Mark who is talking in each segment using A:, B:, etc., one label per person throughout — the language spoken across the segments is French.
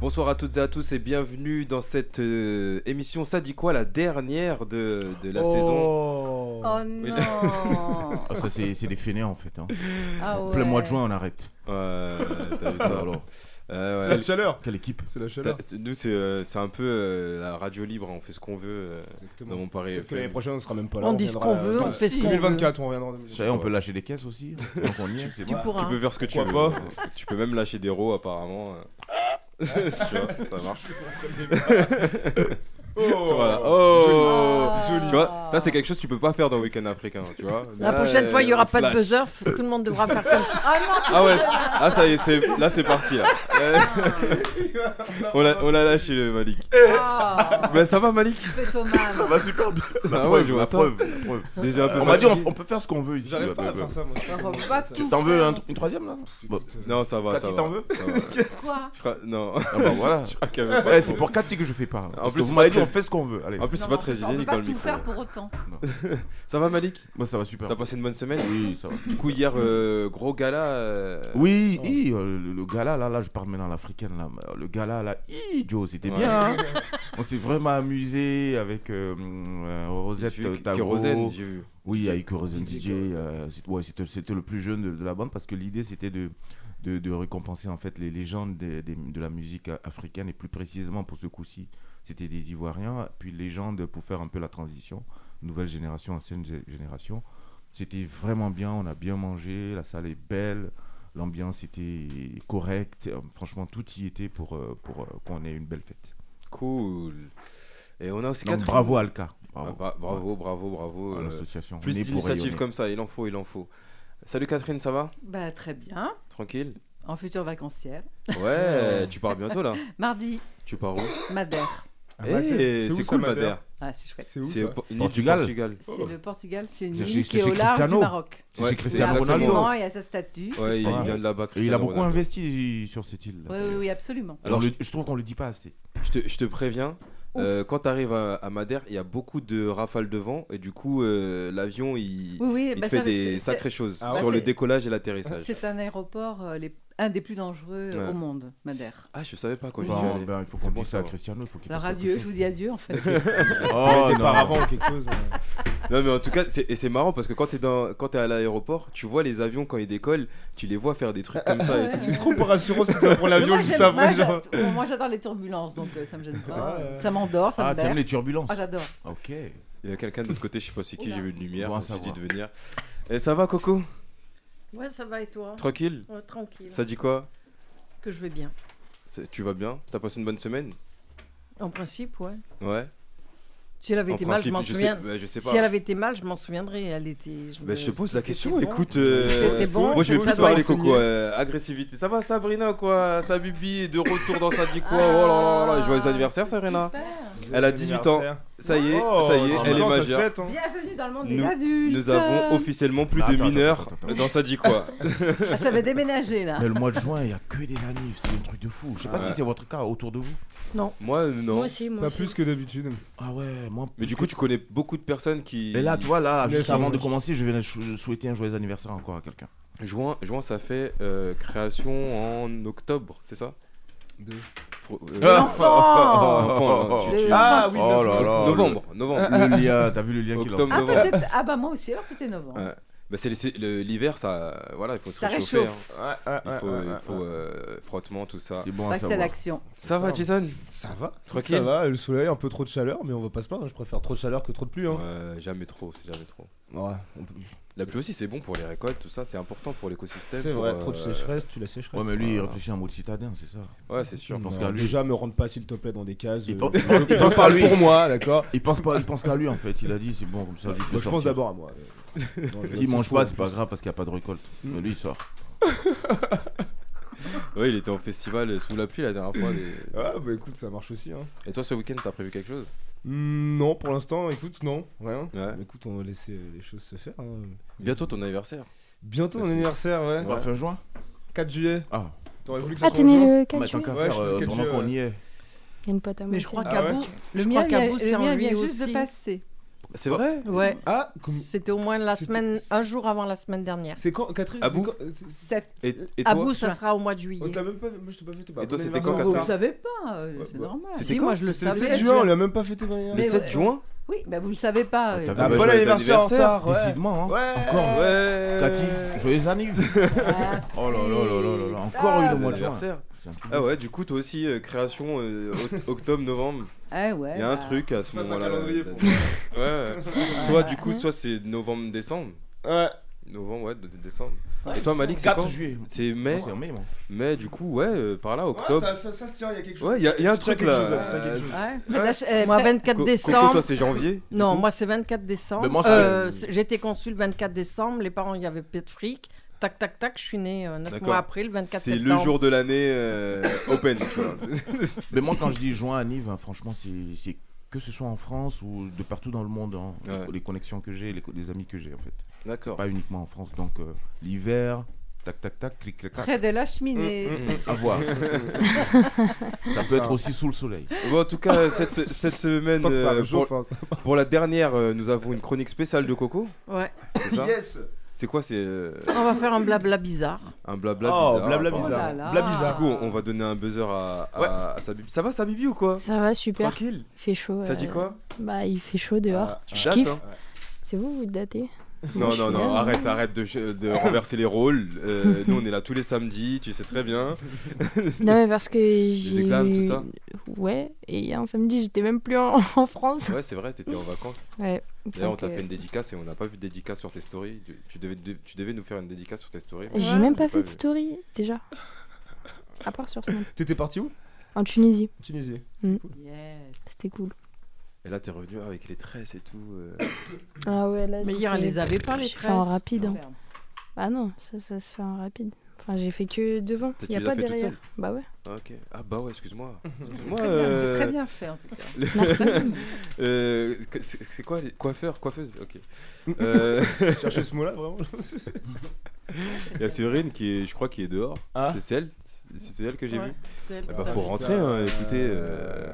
A: Bonsoir à toutes et à tous et bienvenue dans cette euh, émission. Ça dit quoi la dernière de, de la saison
B: Oh non
C: Ah, ça, c'est c'est des fainéants en fait. hein.
B: Ah
C: En
B: ouais.
C: Plein mois de juin, on arrête.
A: Ouais, t'as vu ça
C: Alors.
A: Euh, ouais.
D: C'est la chaleur.
C: Quelle équipe
D: C'est la chaleur.
A: T'as- Nous, c'est euh, c'est un peu euh, la radio libre, on fait ce qu'on veut euh, dans mon pari.
D: Peut-être que l'année
A: FM.
D: prochaine, on sera même pas là.
E: On dit ce qu'on veut, on fait ce qu'on veut.
D: 2024,
C: Ah
D: on reviendra en
C: Ça y est, on peut lâcher des caisses aussi. hein. Donc on y est, c'est
E: Tu
C: bon.
A: Tu
E: pourras. hein.
A: peux faire ce que tu veux.
D: Pourquoi
A: Tu peux même lâcher des rots apparemment. euh. tu vois, ça marche.
D: Oh,
A: Voilà. Oh
B: Ah.
A: Tu vois, ça c'est quelque chose que tu peux pas faire dans Week-end africain, tu vois.
E: La
A: Là,
E: prochaine
A: euh,
E: fois, il n'y aura
A: on
E: pas de
A: slash.
E: buzzer. f- Tout le monde devra faire comme ça.
B: Ah non
A: Ah ouais, ah ça y est, c'est- là c'est parti là. Euh, on l'a on l'a lâché le Malik.
B: Ah,
A: Mais ça va Malik
B: Pétomane.
C: Eh. va super bien. La
A: Ah ouais,
C: preuve,
A: je vois
C: la
A: ça.
C: preuve, la preuve.
A: Déjà un peu
C: On m'a dit, on,
A: fatigué.
C: on peut faire ce qu'on veut ici.
D: J'arrive
C: là,
D: pas à
C: bah,
D: faire ça, moi.
B: On va tout
C: T'en veux
B: faire. hein.
C: un tr- une troisième là Bon.
A: Non, ça va,
C: T'as
A: ça
C: qui
A: va.
C: t'en veux
A: Ça va.
B: Quoi
A: Je crois- Non.
C: Ah bah voilà.
A: Je crois qu'il y avait pas
C: Ouais,
A: trop.
C: c'est pour 4 que je fais pas. hein. Parce
A: plus,
C: que
A: c'est
C: vous m'avez
A: pas
C: dit, on
A: très-
C: fait ce qu'on veut. Allez,
A: En plus, c'est pas très
B: On peut
A: hygiénique dans
B: pas
A: le
B: tout
A: micro.
B: faire pour autant.
A: Ça va Malik
C: moi ça va super.
A: T'as passé une bonne semaine
C: Oui, ça va.
A: Du coup, hier, euh, gros gala. euh,
C: Oui, hi, euh, le, le gala là, là, je parle maintenant à l'africaine là. mais, euh, Le gala là, hi, Joe, c'était
A: Ouais.
C: bien. hein. On s'est vraiment amusé avec euh, mm, euh, Rosette
A: j'ai vu
C: euh,
A: que- que
C: Tagro.
A: Rosen, j'ai vu.
C: Oui, avec Rosine
D: DJ,
C: DJ, euh, c'est- ouais, c'était c'était le plus jeune de, de la bande parce que l'idée c'était de, de, de récompenser en fait les légendes des- des- de, la musique euh, africaine et plus précisément pour ce coup-ci c'était des Ivoiriens, puis légendes pour faire un peu la transition, nouvelle génération, ancienne gé- génération. C'était vraiment bien, on a bien mangé, la salle est belle, l'ambiance était correcte, euh, franchement tout y était pour, euh, pour euh, qu'on ait une belle fête.
A: Cool. Et on a aussi
C: Donc
A: Catherine.
C: bravo Alka,
A: Ah,
C: bravo
A: bra- bravo, bravo,
C: à
A: bravo. euh,
C: l'association.
A: plus
C: On est pour
A: d'initiatives
C: rayonner.
A: comme ça, il en faut, il en faut. Salut Catherine, ça va
B: Bah très bien.
A: Tranquille
B: En future vacancière.
A: Ouais, tu pars bientôt là.
B: Mardi,
A: Tu pars où
B: Madère.
D: Ah,
A: Eh,
D: Madère.
A: c'est
D: où,
A: cool
D: ça,
A: Madère.
B: Ah c'est chouette.
D: C'est où
A: C'est
D: ça
A: au po- une île du
C: Portugal.
A: Portugal.
B: C'est
C: Oh.
B: le Portugal, c'est une
C: C'est
B: île
C: chez-
B: qui est
C: c'est
B: au
C: chez
B: large du
C: Cristiano.
B: Maroc.
C: C'est chez
A: Ouais, c'est
B: Il y a
C: Cristiano
B: un
A: absolument-
C: Ronaldo.
B: monument, il y a sa statue.
A: Ouais, il
C: Ouais.
A: vient de
C: Et il
A: là-bas.
C: a
A: Cristiano
C: beaucoup
A: Ronaldo.
C: investi sur cette île.
B: Oui, oui, oui, absolument.
C: Alors,
A: Alors, je,
C: je trouve qu'on le dit pas assez.
A: je te, je te préviens, euh, quand tu arrives à, à Madère, il y a beaucoup de rafales de vent et du coup, euh, l'avion, il,
B: Oui, oui,
A: il
B: bah,
A: te fait
B: ça-
A: des
B: c'est- c'est-
A: sacrées choses
D: Ah ouais.
A: sur
B: Bah,
A: le
B: c'est-
A: décollage et l'atterrissage.
B: C'est un aéroport, euh, les- un des plus dangereux euh,
A: Ouais.
B: au monde, Madère.
A: Ah, je savais pas quoi.
B: Oui.
A: j'y suis allé.
C: Bah, il faut
A: C'est
C: qu'on
A: bon,
C: dise ça à
A: va.
C: Cristiano. Il faut qu'il
B: Alors
C: fasse
B: adieu,
C: quelque
B: je
C: chose.
B: vous dis adieu en fait.
C: Oh,
D: Des
C: non.
D: paravents ou quelque chose. euh.
C: hein.
A: Non, mais en tout cas, c'est- et c'est marrant parce que quand t'es dans- quand t'es à l'aéroport, tu vois les avions quand ils décollent, tu les vois faire des trucs comme ça et
B: Ouais.
A: tout.
D: C'est trop pas rassurant si tu vas prendre l'avion
B: Moi,
D: juste
B: j'aime- moi,
D: après. genre.
B: j'ad- bon, Moi j'adore les turbulences, donc euh, ça me gêne pas.
D: Ah, ouais.
B: Ça m'endort, ça
C: Ah,
B: me
C: t'aimes
B: berce.
C: les turbulences.
B: Ah j'adore.
C: ok.
A: Il y a quelqu'un de l'autre côté, je sais pas c'est qui, j'ai vu une lumière,
C: Bon à
A: j'ai dit
C: savoir.
A: de venir. Et ça va, Coco
E: Ouais, ça va et toi
A: Tranquille
E: Oh, Tranquille.
A: Ça dit quoi
E: Que je vais bien.
A: C'est- Tu vas bien T'as passé une bonne semaine
E: En principe, ouais.
A: Ouais.
E: Si elle avait
A: En
E: été
A: principe,
E: mal, je
A: je
E: m'en
A: sais-
E: souviens.
A: bah, je sais pas.
E: Si elle avait été mal, je m'en souviendrai. Elle était. Je,
A: Bah,
E: me-
A: je te pose la
E: c'était
A: question,
E: bon.
A: écoute. euh,
E: C'était bon,
A: moi, je vais
E: ça
A: plus
E: doit
A: parler,
E: être
A: Coco.
D: signé.
A: euh, agressivité. Ça va, Sabrina, quoi Sa bibi est de retour dans sa vie, quoi
E: Ah.
A: Oh là là là là, joyeux anniversaire, Sabrina. Elle a 18 ans. Ça y est,
D: Oh,
A: ça y est,
D: 18
A: elle est
D: ans, ça se
A: majeure.
D: fête, hein.
B: Bienvenue dans le monde des
A: Nous-
B: adultes.
A: Nous avons officiellement plus
C: Attends,
A: de
C: attends,
A: mineurs
C: attends, attends.
A: dans sa vie, quoi.
B: Ah, ça va déménager là.
C: Mais le mois de juin, il y a que des annives. C'est un truc de fou. Je sais pas
A: Ouais.
C: si c'est votre cas autour de vous.
A: Moi, euh, non.
F: Moi aussi, moi
D: Pas
F: aussi.
D: plus que d'habitude.
C: Ah ouais, moi.
A: Mais du coup, tu connais beaucoup de personnes qui.
C: Et là, tu vois, là,
D: Mais
C: juste
D: ça,
C: avant
D: ouais.
C: de commencer, je vais chou- souhaiter un joyeux anniversaire encore à quelqu'un.
A: Juin, juin, ça fait euh, création en octobre, c'est ça
D: De-
A: Pro- euh,
B: L'enfant
A: L'enfant, hein, tu- tu-
D: Ah oui,
C: Oh là
D: neuf-
C: là.
A: Novembre, novembre.
C: Le lien, t'as vu le lien qu'il a
A: Octobre,
B: Ah, bah,
A: novembre.
B: c'est- ah bah moi aussi, alors c'était novembre.
A: Ouais. Bah, c'est c'est le- l'hiver, ça. Voilà, il faut se
B: Ça
A: réchauffer.
B: réchauffe.
A: hein.
D: Ouais, ouais,
A: Il
D: ouais,
A: faut,
D: ouais,
A: il
D: ouais.
A: faut, euh, frottement, tout ça.
C: C'est bon à
B: Passe à
C: savoir.
B: l'action.
A: Ça va, Jason
D: Ça va
A: Tranquille
D: Ça va, le soleil, un peu trop de chaleur, mais on va pas se plaindre. hein. Je préfère trop de chaleur que trop de pluie. Hein.
A: Euh, Jamais trop, c'est jamais trop.
D: Ouais, on peut-
A: La pluie aussi, c'est bon pour les récoltes, tout ça, c'est important pour l'écosystème.
D: c'est
A: pour,
D: vrai,
A: euh,
D: trop de sécheresse, tu la sécheresse.
C: Ouais, mais lui, il réfléchit à un mot de citadin, c'est ça.
A: Ouais, c'est sûr.
C: Non.
A: parce
C: qu'à lui-
D: Déjà, me rentre pas, s'il te plaît, dans des cases.
C: Il
D: euh,
C: pense-
D: je-
C: il
D: je
C: pense
D: parle
C: à lui.
D: pour moi, d'accord
C: Il pense pas, il pense qu'à lui en fait. Il a dit c'est bon comme ça. lui, il peut
D: Moi, Je pense
C: sortir.
D: d'abord à moi.
C: S'il mange pas, c'est pas grave parce qu'il n'y a pas de récolte.
D: Mm.
C: Mais lui, il sort.
A: Ouais, Mm. il était en festival sous la pluie la dernière fois. mais-
D: Ah bah écoute, ça marche aussi. Hein.
A: Et toi, ce week-end, t'as prévu quelque chose
D: Hmm, Non, pour l'instant, écoute, non, rien. Bah,
A: Ouais.
D: Écoute, on va laisser euh, les choses se faire. hein.
A: Bientôt ton anniversaire.
D: Bientôt mon
A: Merci.
D: anniversaire, ouais.
C: Fin juin
D: 4 juillet.
C: Ah,
D: T'aurais voulu que ça
F: Ah,
D: soit
F: t'es
D: en
F: né
D: juin
F: le
C: bah,
F: 4
C: tant
F: juillet
C: qu'à
D: Ouais,
C: faire,
D: je suis
C: euh,
D: le
C: pendant
D: quatre
C: qu'on
D: juillet,
C: y est.
F: Il y a une pote à moi.
E: Mais je crois
F: aussi.
D: Ah ouais
E: qu'Abou,
B: Le
E: je
B: mien
E: crois
B: vient,
E: qu'Abou, c'est
B: le
E: en
B: mien
E: lui
B: vient juste
E: aussi.
B: de passer.
A: C'est vrai
E: Ouais.
D: Ah, comme-
E: C'était au moins la
D: C'était-
E: semaine, un jour avant la semaine dernière.
D: c'est quand Catherine
A: Ah
D: c'est
A: bon
D: quand- c'est- c'est-
B: Ça-
A: Et, et toi
E: Abou, ça sera au mois de
D: Oh,
E: juillet.
D: t'as même pas. Moi, je t'ai pas fêté. Bah,
A: Et toi,
D: bon
A: c'était quand,
D: anniversaire,
B: Vous ne
D: Catherine
B: savez pas, euh,
D: Ouais,
B: c'est
D: bah,
B: normal.
A: c'était
E: Si,
A: quand
E: moi je le
D: C'était le
E: savais.
D: 7
B: juin.
D: juin, on l'a même pas fêté. Marianne.
A: Le
B: Mais
A: 7
B: ouais.
A: juin
B: Oui, bah vous le savez pas.
C: Ouais,
B: euh,
C: t'as
D: Ah,
C: vu, bah,
D: bon
C: joyeux
D: anniversaire en retard, ouais.
C: Décidément, hein.
D: Ouais.
C: Encore.
A: Ouais
C: Cathy, joyeux anniversaire.
B: Merci.
C: Oh là là là là là là, encore
B: Ah,
C: eu le mois de juin.
A: anniversaire.
C: C'est un truc de
A: Ah ouais, du coup, toi aussi, euh, création euh, oct- octobre-novembre.
B: Ah ouais.
A: Il y a un
B: bah,
A: truc à ce
D: Fasse un
A: moment-là.
D: calendrier
A: Ouais,
D: pour
A: ouais. Toi, du coup, toi, c'est novembre-décembre.
D: Ouais.
A: Novembre, ouais, de- de- décembre. Et toi, Malik, c'est
C: 4
A: quand
C: juillet.
A: C'est
C: Non,
A: mai.
C: C'est en mai, moi.
A: Mais du coup, ouais, euh, par là,
D: Ouais,
A: octobre.
D: ça, ça, ça se tient, il y a quelque chose.
A: Ouais, il y, a- y a un
D: Tu tiens
A: truc
D: quelque
A: là. Euh,
D: chose, tu tiens quelque
E: Ah
D: chose.
B: Ouais. Mais lâche- eh,
E: Moi,
B: mais-
E: 24
A: Co- Coco,
E: décembre.
A: toi, c'est janvier.
E: Non, moi, c'est 24 décembre.
C: Mais moi, ça-
E: Euh, c'est- J'étais consul le 24 décembre. Les parents, il y avait peu de fric. Tac, tac, tac. Je suis née 9
A: D'accord.
E: mois après, le 24
A: C'est
E: septembre.
A: le jour de l'année euh, open, tu vois.
C: Mais moi, quand je dis juin à Nive, hein, franchement, c'est c'est que ce soit en France ou de partout dans le monde, hein,
A: Ouais.
C: les connexions que j'ai, les, co- les amis que j'ai, en fait.
A: D'accord.
C: Pas uniquement en France. Donc, euh, l'hiver, tac, tac, tac, clic, clic, clac,
B: Près de la
A: Mm,
B: cheminée.
C: à voir. ça peut être aussi sous le soleil.
A: Bon, en tout cas, cette, cette semaine,
D: Tant que ça
A: euh,
D: réchauffe,
A: pour,
D: hein, ça-
A: pour la dernière, euh, nous avons une chronique spéciale de Coco.
E: Ouais.
A: C'est ça
D: Yes.
A: C'est quoi C'est euh,
E: On va faire un blabla bizarre.
A: un blabla
D: oh,
A: bizarre.
D: blabla
A: apparemment.
B: Oh là
D: bizarre.
B: là.
D: Blabla
A: Du
D: bizarre.
A: coup, on va donner un buzzer à, à,
D: Ouais.
A: à sa bibi. Ça va, sa bibi ou quoi
F: Ça va, super.
A: Tranquille.
F: Fait chaud.
A: Ça
F: euh,
A: dit quoi
F: Bah, il fait chaud dehors.
D: Ah,
A: Tu
F: Je
A: dates,
F: kiffe.
A: hein
F: C'est vous, vous datez
A: Non,
F: Moi, je
A: non,
F: suis
A: non,
F: là,
A: arrête, arrête de, de renverser les rôles. Euh, nous, on est là tous les samedis, tu sais très bien.
F: Non, mais parce que j'ai.
A: examens, tout
F: eu-
A: ça
F: Ouais, et un samedi, j'étais même plus en, en France.
A: Ouais, c'est vrai, t'étais en vacances.
F: Ouais.
A: D'ailleurs, on
F: donc,
A: t'a
F: euh,
A: fait une dédicace et on n'a pas vu de dédicace sur tes stories. Tu, tu devais, tu devais nous faire une dédicace sur tes stories. mais
F: J'ai
A: on
F: même
A: l'a
F: pas fait de
A: vu.
F: story, déjà. À part sur Snap.
D: T'étais parti où
F: En Tunisie,
D: En Tunisie.
B: Yes.
F: Mm. c'était cool.
A: Et là, t'es revenu avec les tresses et tout. euh.
F: Ah ouais, là,
E: Mais
F: j'ai
E: hier,
F: fait-
E: elle les avait pas, les
F: J'ai fait en
E: tresses.
F: rapide. hein.
B: Ferme.
F: Bah non, ça, ça se fait en rapide. Enfin, j'ai fait que devant.
A: T'as- tu
F: Il a
A: les as
F: pas
A: fait toutes
F: derrière. Bah ouais.
A: Ah, ok. Ah, bah ouais, excuse-moi. Excuse-moi.
B: Très bien, C'est
A: euh,
B: très bien fait en tout cas.
F: Merci.
A: euh, que- c'est c'est quoi les coiffeurs, coiffeuses Ok. Euh,
D: Chercher ce mot-là, vraiment.
A: Il y a Séverine qui est, je crois, qui est dehors.
D: Ah.
A: C'est celle, c'est c'est elle que j'ai
E: Ouais,
A: vue.
E: c'est elle que
A: Eh bah,
E: t'as
A: faut
E: vu.
A: rentrer, hein, écoutez, euh,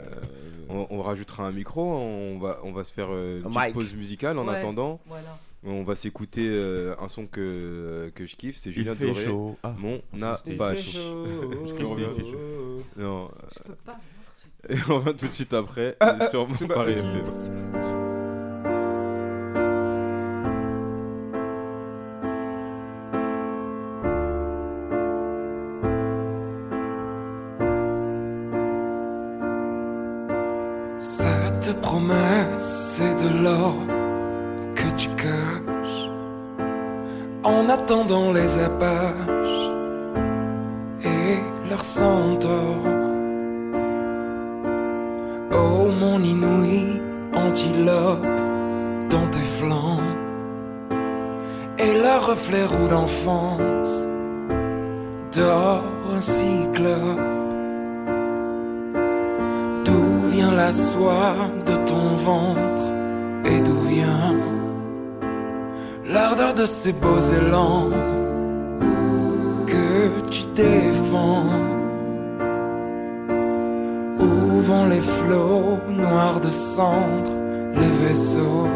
A: On, on rajoutera un micro. hein, On va, on va se faire euh, une
D: Un
A: petite
D: mic.
A: pause musicale en
E: Ouais.
A: attendant.
B: Voilà.
A: On va s'écouter euh, un son que, que je kiffe, c'est
C: Il
A: Julien
C: fait
A: Doré.
C: chaud. Ah.
A: Mon
C: Il fait
A: apache.
D: Je
C: qu'il fait
A: Non,
B: Je peux pas voir ce
A: et on va tout de suite après sur mon Paris FM.
G: Cette promesse, c'est de l'or que tu caches en attendant les apaches et leurs centaures. Oh mon inouï antilope dans tes flancs et leur reflet roux d'enfance dort un cyclope. D'où vient la soie de ton ventre et d'où vient l'ardeur de ces beaux élans que tu défends Où vont les flots noirs de cendre, les vaisseaux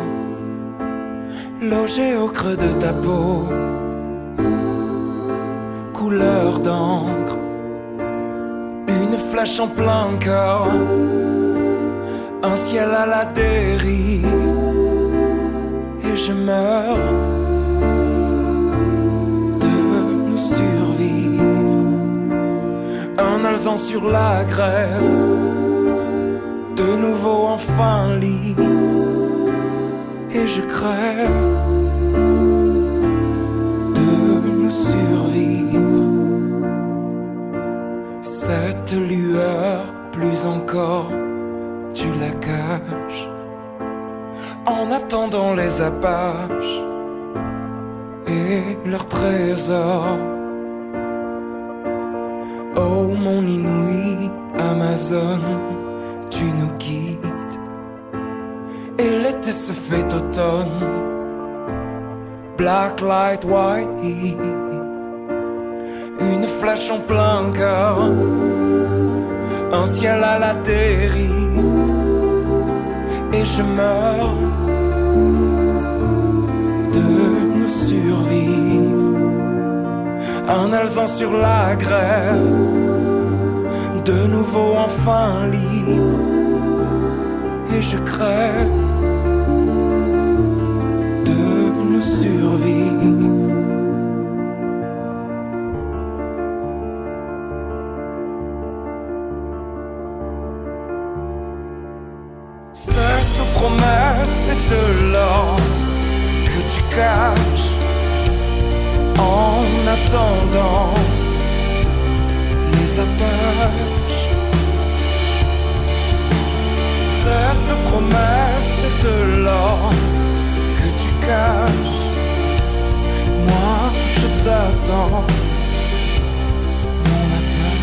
G: logés au creux de ta peau Couleur d'encre une flèche en plein corps, un ciel à la dérive, et je meurs de nous survivre. Un alzan sur la grève, de nouveau enfin libre, et je crève de nous survivre cette lueur, plus encore, tu la caches. En attendant les apaches et leurs trésors, Oh mon inouï, Amazon, tu nous quittes. Et l'été se fait automne. Black light, white heat. Une flèche en plein cœur. Un ciel à la dérive. Et je meurs de nous survivre un alzan sur la grève, de nouveau enfin libre, et je crève de nous survivre. Cette promesse est de l'or que tu caches en attendant les apaches. Cette promesse est de l'or que tu caches. Moi, je t'attends. mon lapin.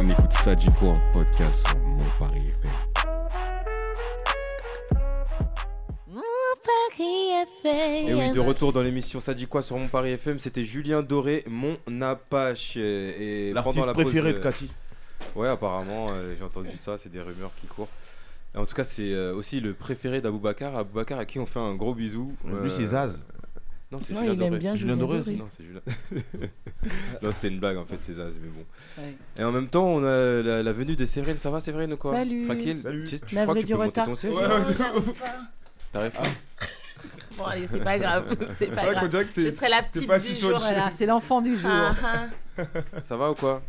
H: On écoute ça, dit quoi en podcast sur Mon Paris FM.
A: Et oui, de retour dans l'émission Ça dit quoi sur Mon Paris FM, c'était Julien Doré, Mon Apache. Et pendant
C: L'artiste
A: la
C: préféré
A: pause,
C: de Cathy.
A: euh, Ouais, apparemment, euh, j'ai entendu ça, c'est des rumeurs qui courent. Et en tout cas, c'est euh, aussi le préféré d'Aboubacar. Aboubacar à qui on fait un gros bisou.
C: Lui, c'est
A: Euh,
C: Zaz.
A: Non, c'est
F: Non,
A: Julien
F: il aime
A: Doré.
F: bien
C: Julien
F: Julien
C: Doré,
F: Doré.
C: Oui.
A: Non, c'est Julien. non, c'était une blague en fait, c'est Zaz, mais bon.
B: Ouais.
A: Et en même temps, on a la, la venue de Séverine. Ça va, Séverine ou quoi
B: Salut.
A: Tranquille
D: Salut.
A: Tu, tu
B: Navré
A: crois que tu
B: du
A: peux monter
B: retard.
A: ton siège
D: Ouais,
A: là
D: ouais.
A: T'arrives pas
I: Bon, allez, c'est pas grave. C'est
D: C'est
I: pas
D: vrai qu'on
I: grave.
D: dirait que
I: Je
D: t'es.
I: serai la
D: t'es
I: petite
D: pas
I: du
D: assis sur le
I: jour.
B: Voilà, c'est l'enfant du jour. hein.
I: Ah, ah,
A: Ça va ou quoi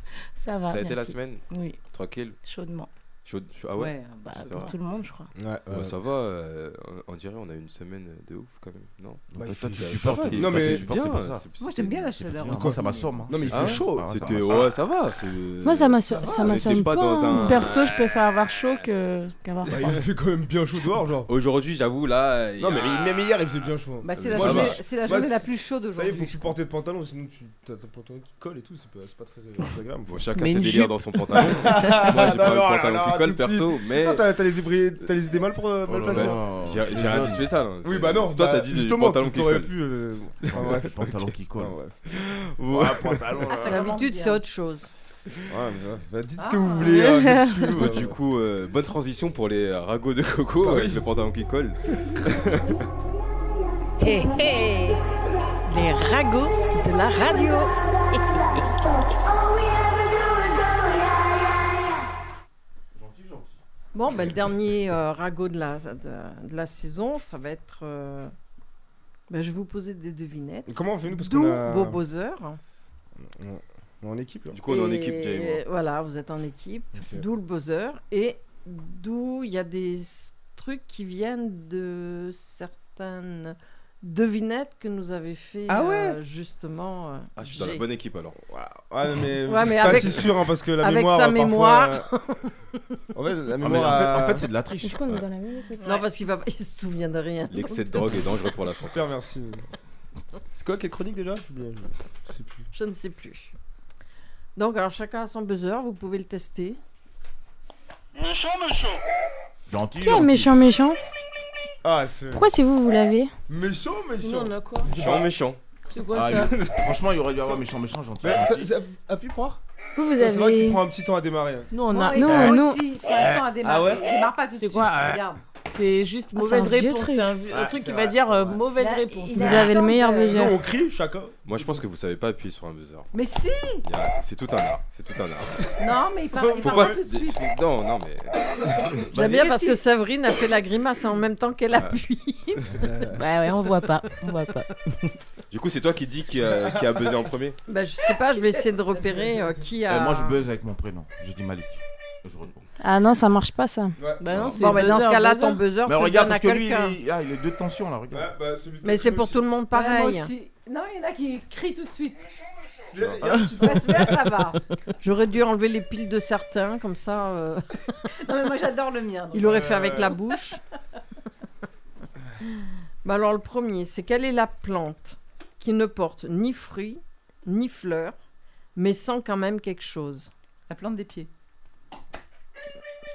I: ça va.
A: Ça a été la
I: merci.
A: semaine
I: Oui,
A: Tranquille
I: chaudement.
A: Chaud- chaud- Ah ouais,
B: Ouais,
I: Bah,
A: Ça
I: pour
A: va.
I: tout le monde, je crois.
D: Ouais, ouais.
A: Bah, Ça va, euh, on on dirait on a eu une semaine de ouf quand même, non
D: Bah, il
C: Toi,
D: fait-
C: tu
D: ça
C: supportes.
D: va,
C: toi,
D: il-
A: Non
C: tu
A: mais
C: supportes, c'est pour ça.
B: Moi, j'aime bien la chaleur.
C: Moi, ça m'assomme. hein.
D: Non, mais il
A: Ah ouais
D: fait chaud.
C: Ah, ça
A: C'était,
C: m'assomme.
A: ouais, ça va. c'est-
F: Moi, ça
A: va,
F: m'assure- ça
A: on était
F: m'assomme
A: Euh, pas
F: pas.
A: dans
F: hein.
A: un-
F: Perso, je préfère avoir chaud que qu'avoir
D: Bah,
F: froid.
D: il fait quand même bien chaud dehors, genre.
A: Aujourd'hui, j'avoue, là. il y
D: Non, mais
A: a- Euh,
D: même hier, il faisait bien chaud.
B: Bah, c'est la
D: Moi,
B: journée,
D: bah,
B: c'est la,
D: bah,
B: journée la
D: c'est-
B: plus chaude
D: Ça y est,
B: aujourd'hui.
D: faut
B: je
D: plus
B: crois.
D: porter de pantalon, sinon tu t'as ton pantalon qui colle et tout, c'est pas, c'est pas très agréable.
A: Bon, chacun
B: Mais
A: ses
B: une
A: délires
B: jupe.
A: dans son pantalon. Moi, j'ai pas
D: non,
A: le
D: oh là
A: pantalon
D: là,
A: qui
D: tout
A: colle
D: de suite.
A: perso, mais
D: Toi, t'as t'as les, idées- t'as les idées mal, pour, euh, mal
C: Oh là
D: placées.
C: là.
A: j'ai j'ai rien dit de spécial. hein.
D: Oui,
A: C'est-
D: bah non.
A: Toi,
D: bah,
A: t'as dit des
D: justement,
A: pantalons
D: tu-
A: qui
D: t'aurais
A: collent.
D: pu. euh, enfin, bref.
C: Ouais, Pantalon qui colle.
D: Enfin, bref.
A: Ouais.
C: pantalon.
I: Ah, ça commence
E: D'habitude,
I: bien.
E: c'est autre chose.
D: Ouais, mais bref, bah, dites ce
B: Ah.
D: que vous voulez. hein, dites ce que vous
A: Bah,
D: voulez. Bah
A: du coup, euh, bonne transition pour les euh, ragots de coco avec le pantalon qui colle.
E: Hé hé Les ragots de la radio. Bon, ben, le dernier euh, ragot de la, de, de la saison, ça va être. euh, ben, je vais vous poser des devinettes.
D: Comment on fait nous Parce
E: D'où
D: qu'on a...
E: vos buzzers.
D: on est en équipe. là.
A: Du coup, on est en
E: Et
A: équipe, Jay et moi.
E: Voilà, vous êtes en équipe.
D: Ok.
E: D'où le buzzer. Et d'où il y a des s- trucs qui viennent de certaines devinettes que nous avait fait
D: Ah
E: euh, justement. euh,
A: Ah, je suis dans la
E: Jay.
A: bonne équipe alors.
D: Ouais, mais,
E: Ouais, mais
D: je suis pas
E: avec-
D: si sûr hein, parce que la
E: avec
D: mémoire.
E: sa
D: parfois,
E: mémoire.
D: euh, en fait, la
C: Ah, mais
D: mémoire.
C: en fait,
D: euh,
C: en fait, c'est de la triche.
F: Du coup, on est dans la même équipe.
E: Non, parce qu'il va... il se souvient de rien.
A: L'excès de drogue est dangereux pour la santé.
D: Super, merci. C'est quoi, quelle chronique déjà J'ai oublié, Je sais plus.
E: Je ne sais plus. Donc, alors chacun a son buzzer, vous pouvez le tester.
C: Gentil. hein.
F: Qui a
C: gentil.
F: méchant, méchant
D: Ah, c'est.
F: Pourquoi c'est vous, vous l'avez
D: Méchant,
I: Nous,
D: méchant
I: on a quoi
A: Méchant, méchant.
I: C'est quoi
C: Ah,
I: ça
C: Franchement, il aurait dû y avoir méchant, méchant, gentil.
D: Mais
C: gentil.
D: t'as- j'ai- Appuie pour voir.
F: Vous, vous
D: C'est vrai qu'il
F: avez.
D: prend un petit temps à démarrer. hein.
I: Nous, on a.
F: Non,
B: non,
F: non.
B: aussi, il faut attendre à démarrer.
D: Ah ouais
B: Il démarre pas tout de
I: C'est
B: suite.
I: quoi, euh,
B: Regarde.
I: C'est juste
F: Ah, c'est un
I: mauvaise
F: vieux
I: réponse.
F: truc.
I: C'est un, vieux- un
D: Ouais,
I: truc
D: Ah, c'est
I: qui
D: vrai,
I: va dire euh,
D: c'est vrai.
I: mauvaise
B: Là,
I: réponse.
B: il
F: Vous
B: a-
F: avez le
B: Attends,
F: meilleur
B: euh,
F: buzzer.
D: Sinon, on crie chacun.
A: Moi, je pense que vous savez pas appuyer sur un buzzer.
B: Mais si
A: Il y a- C'est tout un art. C'est tout un art.
B: Non, mais il part, il
A: Faut
B: part
A: pas.
B: pas tout de suite.
A: Non, non, mais.
E: J'aime bien parce
B: si.
E: que Savrine a fait la grimace en même temps qu'elle appuie.
I: Ouais, ouais, on voit pas. On voit pas.
A: Du coup, c'est toi qui dis qui a, qui a buzzé en premier
E: Bah, je sais pas, je vais essayer de repérer euh, qui a.
C: Eh, Moi, je buzz avec mon prénom. Je dis Malik. Je réponds.
F: Ah non, ça marche pas ça.
I: Bah non, c'est
E: Bon, bah, dans ce
I: buzzer,
E: cas-là,
I: buzzer.
E: ton buzzer, tu
C: Mais
E: le
C: regarde
E: donnes à
C: parce que lui, il
E: quelqu'un.
C: est- ah, il est deux tensions là, regarde.
E: Mais bah, c'est pour tout le monde
B: Ouais,
E: pareil.
B: moi aussi. Non, il y en a qui crient tout de suite.
D: monde.
B: Bah, celui-là, ça va.
E: J'aurais dû enlever les piles de certains, comme ça, euh,
B: euh, Non, mais moi, j'adore le mien. donc.
E: il aurait fait avec la bouche. Bah alors le premier, c'est quelle est la plante qui ne porte ni fruits, ni fleurs, mais sent quand même quelque chose
B: La plante des pieds.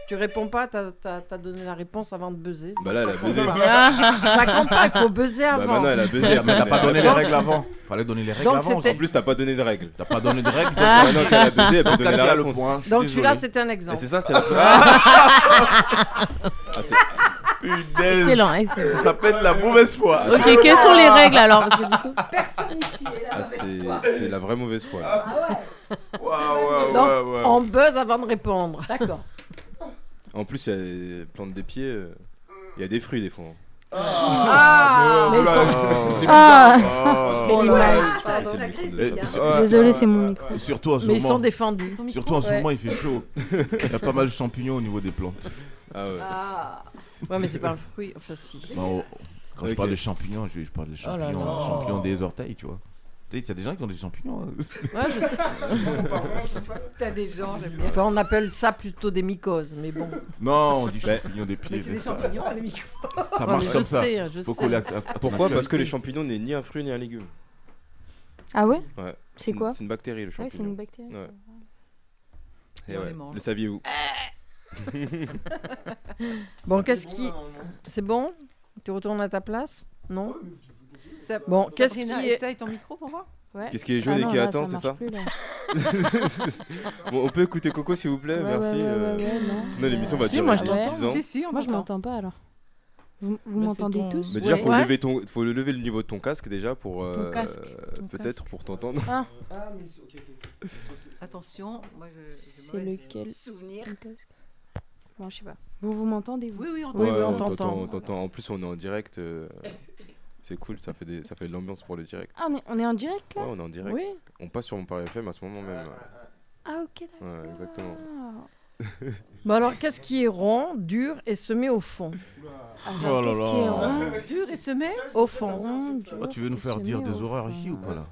E: Tu réponds pas, t'as as, donné la réponse avant de buzzer.
A: Bah là, elle a baisé. Bah
E: Ça compte pas, il faut buzzer avant.
A: maintenant, elle a baisé.
C: Mais t'as pas donné les
A: les
C: règles avant. Fallait donner les règles
E: Donc
C: avant.
E: c'était-
A: En plus, t'as pas donné de règles.
C: T'as pas donné de règles.
A: Ah. Maintenant qu'elle a baisé, elle peut
C: Donc
A: donner
C: Katia
A: la
C: a le
A: réponse.
C: point. je suis
E: Donc celui-là,
C: désolé.
E: c'était un
A: Et
E: exemple.
A: c'est ça, c'est la Ah c'est-
C: Punaise.
I: Excellent, excellent.
C: Ça s'appelle la mauvaise
A: Ah,
C: foi.
I: Ok, quelles sont les règles alors Parce que du coup,
B: Personnifié, la
A: ah,
B: mauvaise
A: c'est
B: foi.
A: c'est la vraie mauvaise foi.
B: Ah ouais,
C: Waouh, waouh,
E: Donc,
C: waouh, waouh.
E: On buzz avant de répondre.
B: d'accord.
A: En plus, il y a les plantes des pieds. euh, Il y a des fruits des fois.
C: Oh
B: Ah,
C: là
E: Mais
C: là.
D: c'est
F: Ah
C: Oh.
F: Quelle image.
B: Ah, ça,
A: c'est
B: ça
A: le-
B: grise,
A: le-
B: bien.
C: Et-
D: Ouais,
F: Désolé,
D: ouais,
F: c'est mon
D: ouais,
F: micro.
D: ouais.
C: Surtout en ce
E: Mais ils sont
C: moment.
E: défendus.
B: Ton micro
C: Surtout en ce
B: Ouais.
C: moment, il fait chaud. Il y a pas mal de champignons au niveau des plantes.
A: Ah ouais.
B: Ah,
E: Ouais, mais c'est pas un fruit. Enfin, si.
C: Bah, oh, Quand je
A: Ok.
C: parle de champignons, je, je parle de
I: Oh là
C: champignons,
I: là.
C: champignons des orteils, tu vois. Tu sais, il y a des gens qui ont des champignons. hein.
E: Ouais, je sais.
B: t'as des gens, j'aime bien.
E: Enfin, on appelle ça plutôt des mycoses, mais bon.
C: Non, on dit
A: Mais-
C: champignons des
B: Mais
C: pieds.
B: c'est
C: mais
B: des
C: ça,
B: champignons, les micros.
C: ça
E: Ouais,
C: marche
E: mais
C: comme
E: je
C: ça.
E: sais, hein, je
C: Faut
E: sais. Ah,
C: coller à- à- à ton
A: Pourquoi
C: actuel.
A: Parce que les champignons n'est ni un fruit ni un légume.
F: Ah ouais
A: Ouais.
F: C'est
A: une-
F: quoi
A: C'est une bactérie le
F: Ah ouais, c'est
A: champignon.
F: une bactérie.
A: Ouais.
F: ça.
A: Eh
B: On
A: ouais,
B: les mange.
A: Le saviez-vous
F: Ah.
E: Bon, qu'est-ce qui. C'est bon Tu retournes à ta place Non
B: Ça-
E: Bon, qu'est-ce
B: Sabrina,
E: qui est-
B: essaye ton micro pour voir.
F: Ouais.
A: Qu'est-ce qui est
F: Ah
A: jaune
F: non,
A: et qui
F: là,
A: attend, c'est
F: marche
A: ça Euh,
F: plus, là.
A: Bon, On peut écouter Coco s'il vous plaît,
F: Ouais, ouais,
A: merci.
F: ouais,
A: euh,
F: ouais, ouais, non.
A: Sinon l'émission va
I: Si,
A: durer
I: moi, je dois-
A: 10 ans.
B: Si, si, on
F: Moi, je
B: t'entend.
F: m'entends pas alors. Vous, vous
I: Bah,
F: m'entendez
I: c'est ton-
F: tous
A: Mais déjà,
E: Ouais.
A: faut,
E: Ouais.
A: lever ton, faut le- lever le niveau de ton casque déjà pour. euh,
I: casque, ton
A: Peut-être pour t'entendre.
F: Ah,
B: Ah. Attention, moi je. j'ai
F: C'est
B: mauvais
F: lequel
B: Souvenir.
F: le casque. Bon, je sais pas. Vous, vous m'entendez vous
B: Oui, oui, on
E: Oui,
A: Ouais,
E: oui, on
A: on
E: t'entend.
A: t'entend. on t'entend. En plus, on est en direct. euh, C'est cool, ça fait, des, ça fait de l'ambiance pour le direct.
F: Ah, on est, on est en direct
A: Ouais,
F: là
A: on est en direct.
E: Oui.
A: On passe sur mon Paris FM à ce moment même. ouais.
F: Ah, ok, d'accord.
A: Ouais, exactement.
E: Bon, alors, qu'est-ce qui est rond, dur et semé au fond
F: Alors,
C: Oh là
F: qu'est-ce
C: là.
F: qui est rond,
B: t'entend. Dur et semé.
E: Au fond.
F: rond,
C: Oh,
A: Ah,
F: dur,
C: tu veux nous
F: qui
C: faire
F: se
C: dire
F: met au
C: des horreurs
F: fond.
C: ici ou quoi là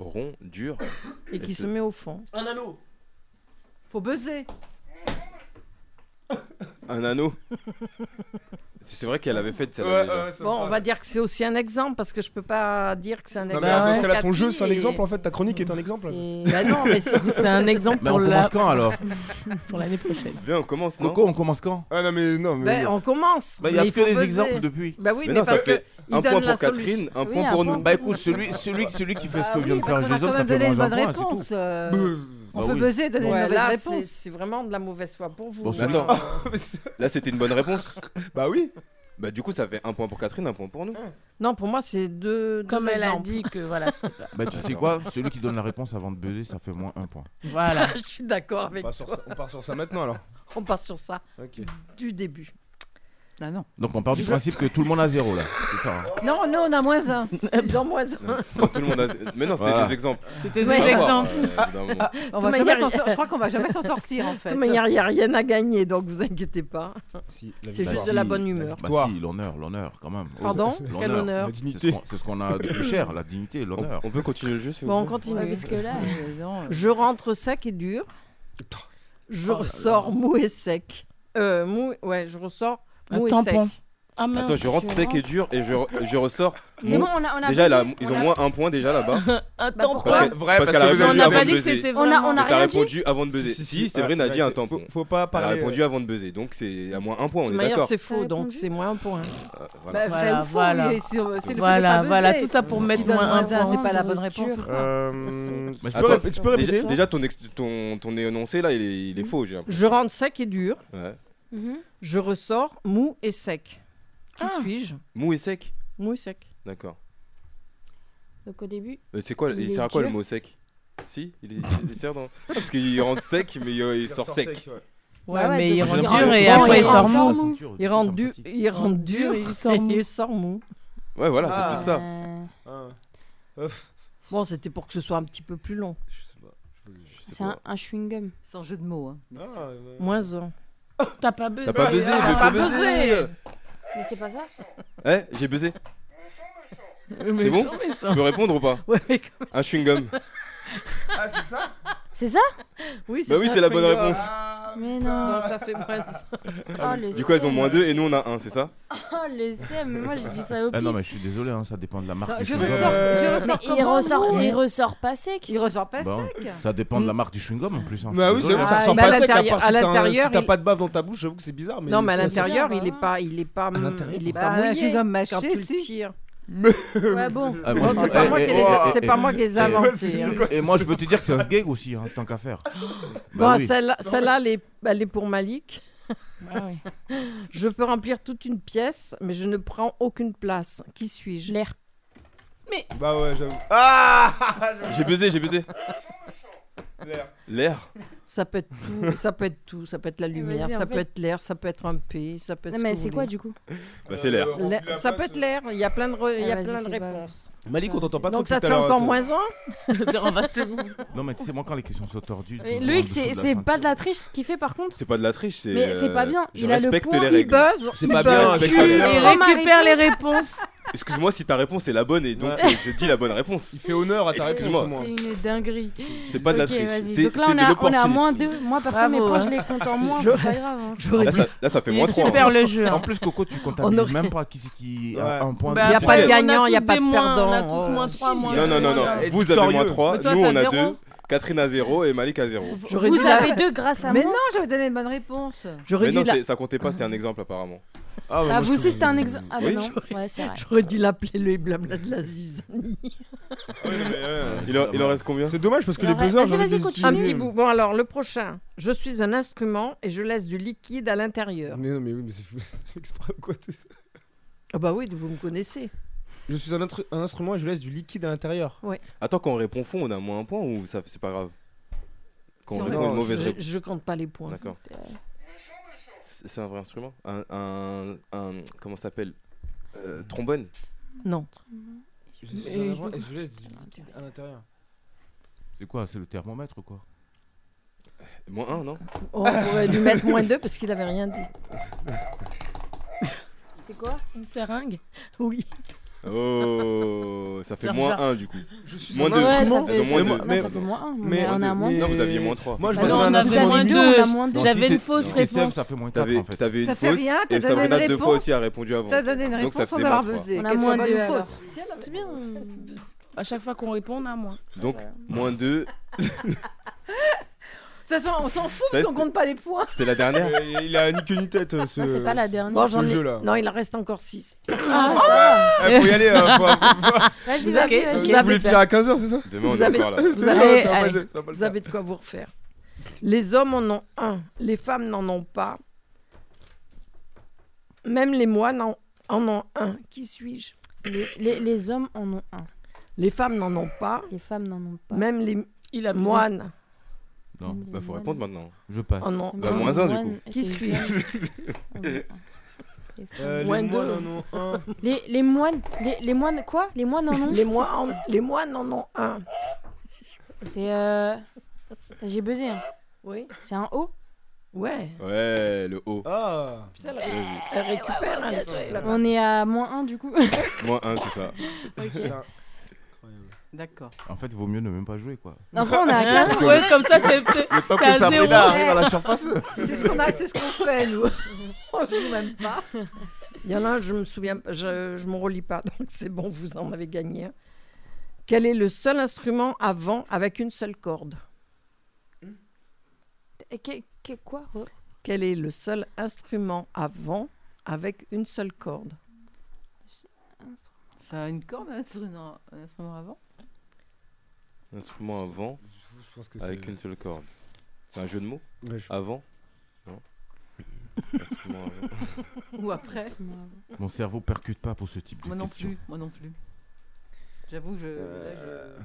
A: Rond, dur.
E: Et qui se met au fond.
B: Faut buzzer.
A: Un anneau. C'est vrai qu'elle avait fait celle-là. déjà.
E: Bon, on va dire que c'est aussi un exemple parce que je peux pas dire que c'est un
D: Non, mais
E: exemple.
I: Bah
D: dans
I: ouais.
D: ce cas-là, ton jeu,
E: Cathy
D: c'est un
E: et-
D: exemple en fait. Ta chronique est un exemple.
E: Bah non, mais si tu-
I: c'est un exemple
C: Mais
I: pour
C: on
I: la-
C: commence quand alors
I: pour l'année prochaine.
A: Viens, on commence, non
C: Coco, on commence quand
D: Ah non, mais non, mais.
E: Bah, on commence.
C: Bah, il y a
E: mais
C: que
E: faut
C: des
E: buzzer.
C: exemples depuis.
E: Bah oui,
A: Mais
E: mais,
A: non, ça
E: parce que
A: fait
E: il
A: un
E: donne
A: point
E: la
A: pour Catherine, un
F: Oui,
A: point
F: un
A: pour
F: point.
A: nous.
C: Bah écoute, celui, celui, celui qui fait ce
E: Ah
C: que
B: oui,
C: vient de
B: parce
C: faire
B: qu'on a
C: Jésus,
B: quand
C: ça
B: même
C: fait
B: donné une
C: moins un
B: bonne
C: point, c'est tout.
B: réponse. euh,
C: Bah
B: On peut
C: oui.
B: buzzer, donner
E: Ouais,
B: une
E: là,
B: mauvaise
E: c'est
B: réponse.
E: c'est vraiment de la mauvaise foi pour vous.
C: Bon,
A: Mais
C: c'est-
A: attends, là c'était une bonne réponse.
D: Bah oui.
A: Bah du coup ça fait un point pour Catherine, un point pour nous.
E: Non, pour moi, c'est deux, deux
I: Comme elle a
E: exemples.
I: dit que voilà, c'était pas-
C: Bah tu sais quoi Celui qui donne la réponse avant de buzzer, ça fait moins un point.
I: Voilà.
E: je suis d'accord
D: On
E: avec
D: part, sur
E: toi.
D: ça, on part sur ça maintenant alors.
E: On part sur ça
D: Ok.
E: du début.
B: Ah non.
C: Donc on part du principe que tout le monde a zéro là. C'est ça. hein.
B: Non, nous on a moins un.
E: Ils ont moins Euh, un.
A: Bon, tout le monde a... Mais non, c'était
C: Voilà.
A: des exemples.
I: C'était
A: Faut
I: des
A: savoir,
I: exemples.
A: euh, évidemment.
B: On va
E: De
B: jamais
E: manière-
B: s'en sor- Je crois qu'on va jamais s'en sortir en
E: De
B: fait.
E: toute manière, il n'y a rien à gagner, donc vous inquiétez pas.
D: Si,
E: C'est
C: Bah
E: juste
C: si,
E: de la bonne humeur.
C: Bah
D: Victoire.
C: si, l'honneur, l'honneur quand même. Oh,
E: Pardon Quel
C: L'honneur.
E: honneur.
D: La
C: C'est ce
D: dignité.
C: qu'on- c'est ce qu'on a de plus cher, la dignité et
A: on,
C: l'honneur.
A: on peut continuer le jeu si vous
E: Bon, on
A: voulez
E: continue.
F: Ouais, parce que là,
I: Euh, non,
E: Je rentre sec et dur.
A: Oh
E: Je ressors mou et sec. Euh, mou, ouais, je ressors
I: Un
E: mou et
I: tampon.
E: sec.
F: Ah, mince,
A: Attends, je rentre sec et
F: rentre.
A: dur et je, je ressors.
F: C'est bon, on a, on a buzzé,
A: Déjà, là, ils
F: on
A: ont
F: a-
A: moins un point déjà là-bas.
I: Un
F: Bah,
I: tampon.
A: Parce que-
D: Vrai,
A: parce qu'elle a
D: que vous
A: répondu
D: avez
I: on
D: dit
I: n'a
D: avant
I: pas
D: de
I: dit que
A: buzzer.
I: c'était
F: On a-
I: vraiment.
F: on a-
A: T'as
F: rien dit
A: répondu avant de buzzer. Si, c'est vrai,
D: ouais,
A: Nadia a
D: ouais,
A: un tampon.
D: Faut, faut pas
A: Elle a
D: parler.
A: répondu avant de buzzer, donc c'est à moins un point,
E: De
A: on
E: toute
A: est
E: manière,
A: d'accord.
E: c'est faux,
F: T'as
E: donc
F: répondu
E: c'est moins un point.
C: Euh,
A: Voilà.
I: Voilà,
B: Bah, vrai ou faux,
I: voilà.
B: il est sur- euh, c'est le fait de
I: Voilà,
B: pas
I: voilà,
B: buzzer.
I: tout ça pour mettre
B: Qui donne
I: moins un
B: moins un,
I: point.
B: c'est pas la bonne réponse.
D: Euh, mais tu,
A: Attends,
D: peux, ré- tu peux
A: Déjà,
D: répéter
A: déjà, ton, ex- ton, ton énoncé là, il est, il est faux, j'ai l'impression.
E: Je rentre sec et dur.
A: Ouais.
F: Mhm.
E: Je ressors mou et sec. Qui
B: Ah.
E: suis-je
A: Mou et sec
E: Mou et sec.
A: D'accord.
F: Donc au début,
A: Euh, C'est quoi,
F: Il
A: il
F: est
A: sert à quoi le
F: dur.
A: mot sec Si, il, est- il sert dans. Ah, parce qu'il rentre sec, mais euh, il sort sec. Bah
I: Ouais,
F: Bah ouais,
I: mais il
F: donc,
I: rentre
F: il
I: dur
F: rentre
I: et
F: dur
I: après
F: et
I: il sort
F: il
I: mou.
F: sort
E: Il rentre dur, il rentre dur et
I: il sort mou.
E: il sort mou.
A: Ouais, voilà,
D: Ah.
A: c'est plus ça.
F: euh,
E: Bon, c'était pour que ce soit un petit peu plus long.
D: Je sais pas.
A: Je Euh. sais
F: c'est
A: pas.
F: un, un chewing-gum.
B: Sans jeu de mots. hein.
D: Ah, ouais.
E: Moins un.
I: T'as pas buzzé.
A: T'as pas buzzé,
E: Ah,
A: mais
E: pas
A: faut buzzer
F: Mais c'est pas ça
A: Ouais, Eh, j'ai buzzé.
F: Euh,
I: C'est
A: bon Je peux répondre ou pas
E: Ouais, mais comme-
A: Un chewing-gum.
D: Ah, c'est ça
F: C'est ça
E: oui,
A: Bah oui,
E: un
A: c'est la bonne
E: finger.
A: réponse.
D: Ah,
F: Mais non.
E: Non, ça fait moins.
I: Ah.
F: Oh, le
A: Du coup, elles ont
F: seum.
A: moins 2 et nous on a 1, c'est ça
F: Oh, le seum. Mais Moi, je dis ça au
C: Ah
F: pif.
C: non, mais je suis désolé, hein, ça dépend de la marque
B: Non,
C: du
B: je
C: chewing-gum.
B: ressors,
E: Euh,
B: je
F: Mais
B: ressors
F: il
B: comment,
F: ressort,
B: nous
F: il ressort pas sec.
B: Il ressort pas
C: Bon.
B: sec. Mm.
C: Ça dépend de la marque du chewing-gum en plus. hein, je suis
D: Bah oui, c'est
C: désolé,
D: bon,
C: hein.
D: ça
E: Ah,
D: ressemble
E: mais à
D: pas sec à
E: l'intérieur-
D: part si
E: à
D: t'as,
E: l'intérieur,
D: si t'as
E: il-
D: pas de bave dans ta bouche, j'avoue que c'est hein. bizarre. Mais
E: non, mais à
D: ça-
E: l'intérieur,
F: bah
E: il est
F: ouais.
E: pas, il est pas,
D: À l'intérieur
E: il est
B: Bah,
E: pas
B: un
E: mouillé
B: chewing-gum
E: quand
B: mâché,
E: tu le
B: si.
E: tires.
F: Ouais, bon.
D: Euh,
C: Ah,
E: Bon,
C: moi,
E: c'est
C: je-
E: pas
C: eh,
E: moi
C: eh,
E: qui les
C: oh,
E: a-
C: eh,
E: c'est
C: eh,
E: pas moi qui les ai inventés. hein.
C: Et moi, je peux te dire que c'est un sgeg aussi, hein, tant qu'à faire.
E: Bon,
C: oui.
E: celle-là, celle-là, elle est- elle est pour Malik. Je peux remplir toute une pièce, mais je ne prends aucune place. Qui suis-je
F: L'air.
D: Bah ouais, j'avoue.
C: Ah
A: J'ai buzzé, j'ai buzzé.
D: L'air.
A: L'air
E: Ça peut être tout, ça peut être tout, ça peut être la lumière,
F: vas-y, en
E: ça
F: fait.
E: peut être l'air, ça peut être un P, ça peut être.
F: Non,
E: ce
F: mais
E: que
F: c'est
E: vous
F: quoi
E: voulez. Euh,
F: du coup
A: Bah, c'est l'air.
E: L'air- Ça peut être l'air. Il y a plein de, re- il y
F: Ah,
E: a
F: vas-y,
E: plein de
F: c'est pas-
E: réponses.
D: Malik, on t'entend pas trop
E: Donc ça
D: tout
E: te
D: à
E: fait
D: l'heure,
E: encore
D: t'es-
E: moins un.
I: Je veux dire, on va se le-
C: Non, mais tu sais, moi, quand les questions sont tordues. tu
F: Mais
C: me
F: Loïc,
C: prends en
F: c'est
C: dessous
F: c'est
C: la
F: pas de la triche ce qu'il fait par contre.
A: C'est pas de la triche, c'est. euh,
F: Mais c'est pas bien,
A: Je
F: il a le
A: respecte
F: point.
A: les
F: Il
E: Il
A: règles.
E: buzz.
D: C'est
E: il
D: pas
E: buzz.
D: bien,
E: Tu-
D: respecte les
I: Il
F: Prends ma
I: récupère les réponses.
A: Excuse-moi si ta réponse est la bonne et donc
D: Ouais.
A: euh, je dis la bonne réponse.
D: Il fait honneur à ta réponse.
A: Excuse-moi.
D: au moins.
F: C'est une dinguerie.
A: C'est pas de la
F: ok,
A: triche.
F: vas-y.
A: C'est
F: Donc là,
A: c'est
F: on
A: de
F: a, on est à
A: l'opportunisme.
F: moins 2. Moi, perso,
I: Bravo,
F: mes proches,
I: hein.
F: je les compte en moins, c'est pas grave. hein.
A: Ah, Là, ça, là, ça fait
I: Il
A: moins 3.
I: récupère le jeu.
C: fin.
I: hein.
C: En plus, Coco, tu
E: On
C: comptabilises
E: aurait-
C: même pas qui c'est qui
D: Ouais.
C: a un point.
I: Bah,
A: Il y a
I: après,
A: pas de
I: on
E: gagnant,
I: tous
E: il y a pas
I: des
E: de
I: moins, On a
E: perdant.
I: tous moins
E: Oh,
I: 3, moins
A: Non, non, non, non.
D: Et
A: Vous avez moins
D: victorieux.
A: 3,
I: Mais toi,
A: nous on
I: t'as
A: a
I: zéro.
A: 2, Catherine à 0 et Malik à 0.
E: J'aurais dû
F: Vous
E: la-
F: avez deux grâce à
B: Mais
F: moi.
B: non, j'avais donné une bonne réponse.
E: j'aurais
A: Mais
E: dû
A: non,
E: la-
A: c'est- ça comptait pas, c'était un exemple apparemment.
D: Ah, ouais,
F: Ah,
D: moi,
F: vous
D: je
F: aussi,
D: trouve-
F: c'était un exemple. Ah, bah
A: Oui.
F: non. Ouais, c'est vrai.
E: j'aurais dû l'appeler le blabla de la zizanie.
A: Ah
D: Ouais, ouais, ouais.
A: Il en, il en reste combien
D: C'est dommage parce que
F: Ouais,
D: les buzzers.
F: vas-y,
D: j'en ai
F: vas-y,
D: des
F: continue.
E: Un
D: utilisés.
E: petit bout. Bon alors le prochain. Je suis un instrument et je laisse du liquide à l'intérieur.
D: Mais non, mais oui, mais c'est fou. c'est exprès ou quoi t'es-
E: Ah bah oui, vous me connaissez.
D: Je suis un, intru- un instrument et je laisse du liquide à l'intérieur.
A: Attends, quand on répond fond, on a moins un point ou ça c'est pas grave Quand
B: Si
A: on
B: on
A: répond
B: répond
A: une mauvaise
E: je,
A: réponse.
E: je compte pas les points.
A: D'accord. C'est c'est un vrai instrument Un. un, un- comment ça s'appelle Euh, Trombone
E: Non.
D: Je suis
F: Et
D: un
F: je-
D: instrument et je laisse du liquide à l'intérieur.
C: C'est quoi C'est le thermomètre ou quoi
A: Moins 1, non
E: On pourrait lui mettre moins deux parce qu'il avait rien dit.
F: C'est quoi
I: Une seringue.
E: Oui.
A: Oh Ça fait
I: Genre,
A: moins
I: genre.
A: 1 du coup.
D: Je suis
A: Moins
D: un
A: deux.
F: Ouais, ça
D: instrument.
A: Elles ont
F: fait,
A: moins
D: deux.
F: non,
D: Mais-
F: ça fait moins 1.
D: mais-
F: on a moins
D: mais-
A: Non, vous aviez moins 3.
D: Moi, je
F: Ah
D: vois
F: non,
D: un
F: on a
I: instrument.
F: moins
I: Vous
F: deux,
I: avez
F: on a
I: deux.
F: moins deux.
C: Non,
I: J'avais
C: si c'est-
I: une fausse
C: si c'est
I: réponse.
C: Seb, ça fait moins 4
A: T'avais
C: en fait.
A: t'avais une
B: Ça fait
A: fausse
B: rien, t'as
A: et
B: donné
A: Sabrina
B: une
A: deux fois
B: réponse.
A: aussi a répondu avant.
B: T'as donné une
A: Donc ça
B: réponse sans
A: faisait
B: avoir
A: 23.
B: buzzé.
F: On a
B: qu'elle
F: moins
B: soit bonne
F: deux,
B: ou
F: alors.
B: fausse.
F: bah,
I: C'est bien. À chaque fois qu'on répond, on a moins.
A: Donc moins Euh, 2,
B: De toute façon, on s'en fout
A: Ça,
B: parce qu'on
A: c'était-
B: compte pas les points.
A: c'était la dernière
D: Euh, Il a ni queue ni tête. euh, ce-
B: Bah,
F: Non, c'est pas la dernière.
E: Bon, j'en
D: Ce
E: ai-
D: jeu-là.
E: Non, il en reste encore 6.
F: Ah, ça
D: Eh, Faut y aller. euh, faut- faut-
F: va. Vas-y,
E: Vous
F: vas-y,
E: avez-
D: faut-
F: vas-y.
D: Vous voulez finir à 15h, c'est ça
A: Demain on
E: Vous
A: est
E: avez-
A: encore
D: C'est-
A: là.
F: avez-
D: ça va pas
F: allez.
D: le- ça va pas le
E: Vous
D: faire.
E: avez de quoi vous refaire. Les hommes en ont un, les femmes n'en ont pas. Même les moines en, en ont un. Qui suis-je
F: Les, les- les hommes en ont un,
E: Les femmes n'en ont pas.
F: les femmes n'en ont pas.
E: Même les
I: Il a besoin.
E: moines
C: Non,
A: Bah faut répondre maintenant.
C: je passe.
E: en ont
A: Bah,
E: un.
A: moins un, du coup.
E: Oh Qui suis-je
D: Euh,
E: Moins
D: Les
E: deux.
D: moines en ont un.
F: les, les moines, les, les moines quoi Les moines en ont
E: les, moines en, les moines en ont un.
F: C'est euh... J'ai buzzé, hein.
E: Oui.
F: c'est un O
E: Ouais.
A: Ouais, le haut. Euh,
D: Ah
E: Putain, elle, elle récupère. hein, les trucs, là-bas.
F: On est à moins 1 du coup.
A: Moins 1, c'est ça.
D: Putain.
B: D'accord.
C: En fait, vaut mieux ne même pas jouer quoi.
F: Enfin, on est à 4.
I: Hein Ouais, comme ça, t'es. t'es-
C: Le temps
I: T'es à
C: que
I: zéro.
C: Sabrina arrive à la surface.
B: C'est ce qu'on a, c'est ce qu'on fait nous. On joue même pas.
E: Il y en a un, je me souviens, pas, je ne me relis pas, donc c'est bon, vous en avez gagné. un. Quel est le seul instrument à vent avec une seule corde
F: Que, que- quoi re-
E: Quel est le seul instrument à vent avec une seule corde
B: Ça a Ah, une corde, un instrument, un instrument avant.
A: Instrument avant
D: Je pense que c'est-
A: avec une seule corde. C'est un jeu de mots
D: Ouais, je-
A: Avant Non. Instrument avant.
B: Ou après.
C: Mon cerveau percute pas pour ce type de
B: Moi non
C: question.
B: plus. Moi non plus. J'avoue, je. là,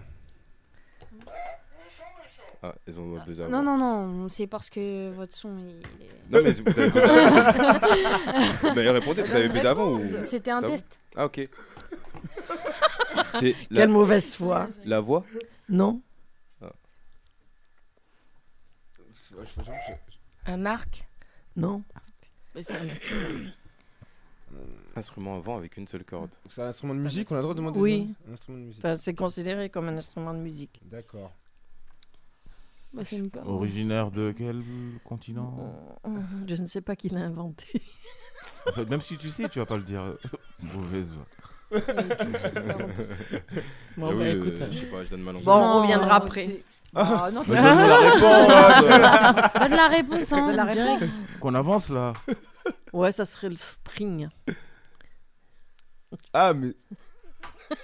A: Ah, ils ont besoin
F: Non, non, non, c'est parce que votre son il est...
A: Non mais vous avez buzzé avant. Mais répondez, vous avez buzzé avant ou
F: C'était un
A: Ça vous
F: test.
A: Ah ok. C'est la,
E: Quelle mauvaise foi
A: la voix
E: Non
D: Ouais, je- je-
I: Un arc.
E: Non
I: Mais c'est un instrument.
A: Instrument avant avec une seule corde.
D: je- C'est un instrument de musique, on a le droit de demander
E: Oui.
D: des- Un instrument de musique.
E: Enfin, C'est considéré comme un instrument de musique.
D: D'accord.
F: Bah, c'est une com-
C: Originaire de quel continent
E: Euh, Je ne sais pas qui l'a inventé.
C: En fait, même si tu sais, tu vas pas le dire. Mauvaise voix.
A: Ah
I: Bon,
A: oui,
I: bah
A: euh,
I: écoute.
A: je sais pas, je donne ma langue.
E: Bon, on reviendra après.
B: c'est- Ah, non,
C: Mais donne-nous la réponse
F: Donne la réponse, hein,
B: Donne la
F: direct.
C: Qu'on avance là
E: Ouais, ça serait le string.
J: Ah, mais.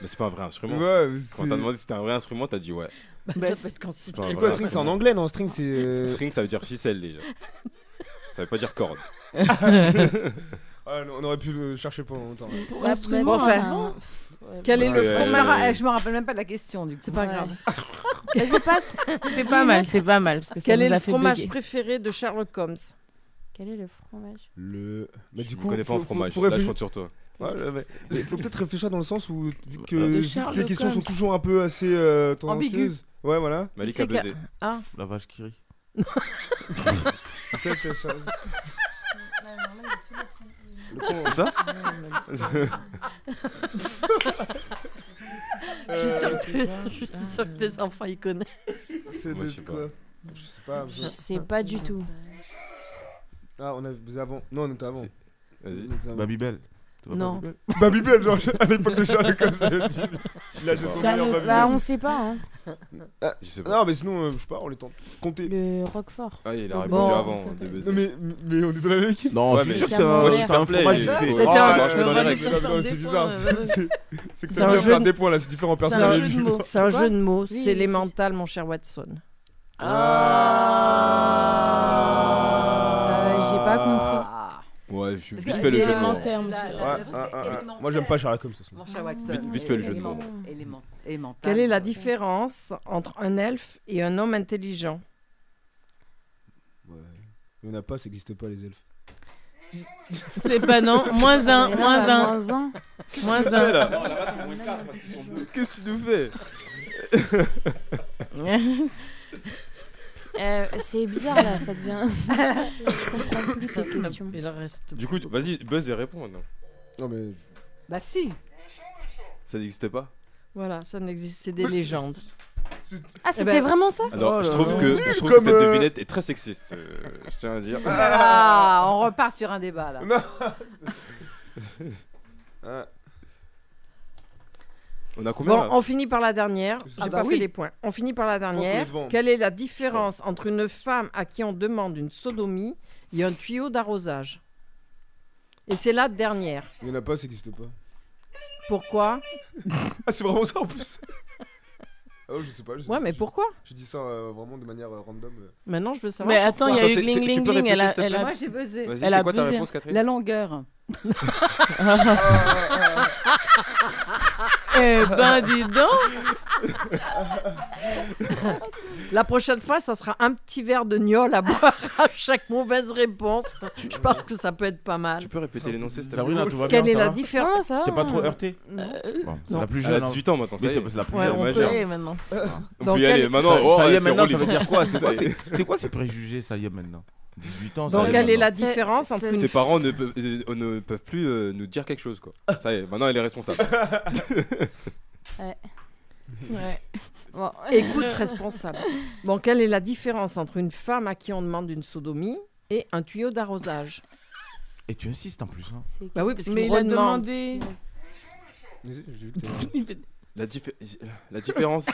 A: Mais c'est pas un vrai instrument.
J: Ouais, mais
A: Quand t'as
J: c'est.
A: demandé si c'était un vrai instrument, t'as dit ouais.
E: Bah, ça
K: Bah, c'est-
E: peut être
A: pas
E: considéré.
K: C'est
A: Voilà,
K: quoi, string C'est en
A: c'est-
K: anglais, non String, c'est. euh,
A: String, ça veut dire ficelle déjà. ça veut pas dire corde.
K: ah, non, on aurait pu le chercher pendant longtemps. ouais.
I: Pour
B: Ouais,
I: instrument,
B: bon, enfin,
I: ça va.
F: Ouais,
E: Bah, Quel est
A: Parce
E: le Ah,
A: que,
B: Je
E: premier
B: me,
A: euh,
B: ra- eh, je me rappelle même pas de la question, du coup.
E: C'est pas
B: Ouais.
E: grave.
F: Vas-y, passe.
I: C'était pas mal, c'était pas mal. Parce que ça
E: Quel
I: nous
E: est
I: a
E: le
I: fait
E: fromage
I: bugger.
E: préféré de Sherlock Holmes
F: Quel est le fromage
K: Le. Mais
A: je
K: du
A: me
K: coup,
A: connais pas en
K: faut- faut-
A: fromage.
K: faut
A: Là, je
K: réfléchir-
A: compte sur toi.
K: Ouais, ouais, ouais. Mais faut peut-être réfléchir dans le sens où,
C: De
K: vu que vu que les
I: Sherlock
K: questions sont
I: Holmes.
K: toujours un peu assez euh,
B: Ambiguë.
K: tendancieuses. Ouais, voilà.
A: Malik
E: C'est Ah.
A: a buzzé.
C: La vache qui rit.
K: Peut-être, euh, Charles.
A: C'est ça
E: Euh, Je suis sûre que-
I: Ah,
E: je suis sûre que tes enfants y connaissent.
K: C'est
A: Moi,
K: de
A: je sais
K: quoi Je sais pas.
F: Je
K: je-
F: sais pas du tout.
K: Ah, on avait avant. Non, on était avant.
A: C'est- Vas-y.
K: On était avant.
C: Babybel. Tu vas pas-
E: Non.
K: Babybel, Bah, genre, à l'époque de Sherlock Holmes.
A: Je
K: Là,
A: sais
K: je sens meilleur
A: pas.
F: Charles- Bah,
K: Babybel.
F: on sait pas, hein.
A: Je sais pas.
K: Ah, Non, mais sinon, euh, je sais pas, on les tente. Comptez.
F: Le Roquefort.
A: Ah, il a
F: Bon.
A: répondu avant de buzzer.
K: Non, mais, mais on est dans la même équipe.
C: Non,
A: Ouais,
C: je
A: mais-
C: suis sûr que
F: C'est
C: c'est
F: un
C: un,
F: mauvais.
C: c'est un fromage
A: C'était
C: fait.
A: un-
C: Oh,
E: C'était un
A: Ah, je
E: jeu
A: marche dans les
E: de
A: règles.
K: Non, non,
E: mots.
K: bah, C'est
A: euh,
K: bizarre. c'est- c'est- C'est que
E: C'est
K: t'as
E: un
K: bien
E: jeu
K: faire
E: de-
K: des points là, c'est différents
E: C'est un
K: personnages.
E: jeu de mots. C'est un
F: C'est
E: jeu de mots.
F: Oui,
E: C'est
F: mais
E: les
F: c'est-
E: mentales, mon cher Watson.
K: Ah.
F: Euh, j'ai pas compris.
B: Ah.
A: Ouais, je suis
B: Parce
A: vite
B: que
A: fait le jeu de mots.
I: élémentaire,
B: La-
I: monsieur.
B: la-
K: Ouais,
B: la-
K: ah, ah, ah.
B: élémentaire.
K: Moi, j'aime pas Sherlock Holmes. de toute façon.
B: Mon cher Watson.
A: Vite- vite fait le jeu de
B: élément-
A: mots.
B: élément- élémental.
E: Quelle est la différence entre un elfe et un homme intelligent
K: Ouais. Il y en a pas, ça existe pas les elfes.
I: C'est pas non. Moins un,
F: Mais non,
I: moins
F: bah,
I: un,
F: Moins un.
I: moins un.
A: Qu'est-ce que tu nous fais
F: hein. Euh, c'est bizarre là, ça devient. je comprends plus tes questions.
E: Il reste.
A: Du coup, vas-y, buzz et réponds maintenant.
K: Non, mais.
B: Bah si.
A: Ça n'existe pas
E: Voilà, ça n'existe. C'est des légendes.
F: Ah, c'était
E: ben-
F: vraiment ça
A: Alors,
I: Oh là
A: je trouve
I: là.
A: que, je trouve que
K: comme,
A: cette
K: euh,
A: devinette est très sexiste. euh, je tiens à dire.
B: Ah, on repart sur un débat là.
K: Ah,
A: On a combien
E: Bon,
A: là
E: on finit par la dernière. J'ai
K: Oh, Ah
B: bah
E: pas
B: oui.
E: fait les points. On finit par la
K: qu'on est
E: dernière.
K: devant.
E: Quelle est la différence entre une femme à qui on demande une sodomie et un tuyau d'arrosage Et c'est la dernière.
K: Il y en a pas, ça existe pas.
E: Pourquoi
K: Ah, c'est vraiment ça en plus Ah, ouais, je sais pas. Je sais
E: Ouais,
K: pas,
E: mais
K: je-
E: pourquoi
K: Je dis ça euh, vraiment de manière euh, random. euh.
E: Maintenant, je veux savoir.
I: Mais attends, il y
A: Attends,
I: a
A: c'est- c'est-
I: eu gling
A: tu
I: gling
A: peux
I: gling. Elle
A: répéter,
I: a,
A: s'il te
I: elle a-
B: Moi j'ai buzzé.
A: Vas-y,
I: elle
A: c'est
I: a
A: quoi ta
I: buzzé.
A: réponse, Catherine
B: La longueur.
I: Eh ben, dis donc.
E: La prochaine fois, ça sera un petit verre de gnôle à boire à chaque mauvaise réponse. Je pense que ça peut être pas mal.
A: Tu peux répéter l'énoncé, s'il te plaît
C: Sabrina, tout va bien.
E: Quelle est
C: ça
E: la
C: va
E: différence Euh,
F: Non, ça va.
C: T'es pas trop
F: hein.
C: heurté
F: Non.
C: Bon, c'est
E: Non.
C: la plus
A: Elle a
C: jeune. hein.
A: 18 ans maintenant, ça
C: Mais
A: y
C: c'est
A: est.
C: c'est la plus
E: Ouais,
C: jeune.
E: on
A: majeure.
I: Ouais, maintenant.
C: Ah.
A: On
E: Dans
A: peut y aller
E: quelle-
A: maintenant.
C: ça,
A: Oh,
C: ça y est
A: c'est
C: maintenant, ça
A: horrible.
C: veut dire quoi C'est quoi, ces- c'est quoi ces préjugés Ça y est maintenant. 18 ans. ça
E: Donc,
C: y est
E: quelle est la
C: maintenant.
E: différence entre
F: C'est-
E: une
A: Ses parents ne peuvent, euh, ne peuvent plus euh, nous dire quelque chose, quoi. Ça y est, maintenant elle est responsable.
I: Ouais.
F: Bon.
E: Écoute responsable. Bon, quelle est la différence entre une femme à qui on demande une sodomie et un tuyau d'arrosage
C: Et tu insistes en plus. hein.
F: C'est-
D: Ah
E: Bah oui, parce
I: Mais
E: qu'il
I: il a
E: demande.
I: demandé.
K: Vas-y, J'ai vu que t'avais-
A: La, diffé- la différence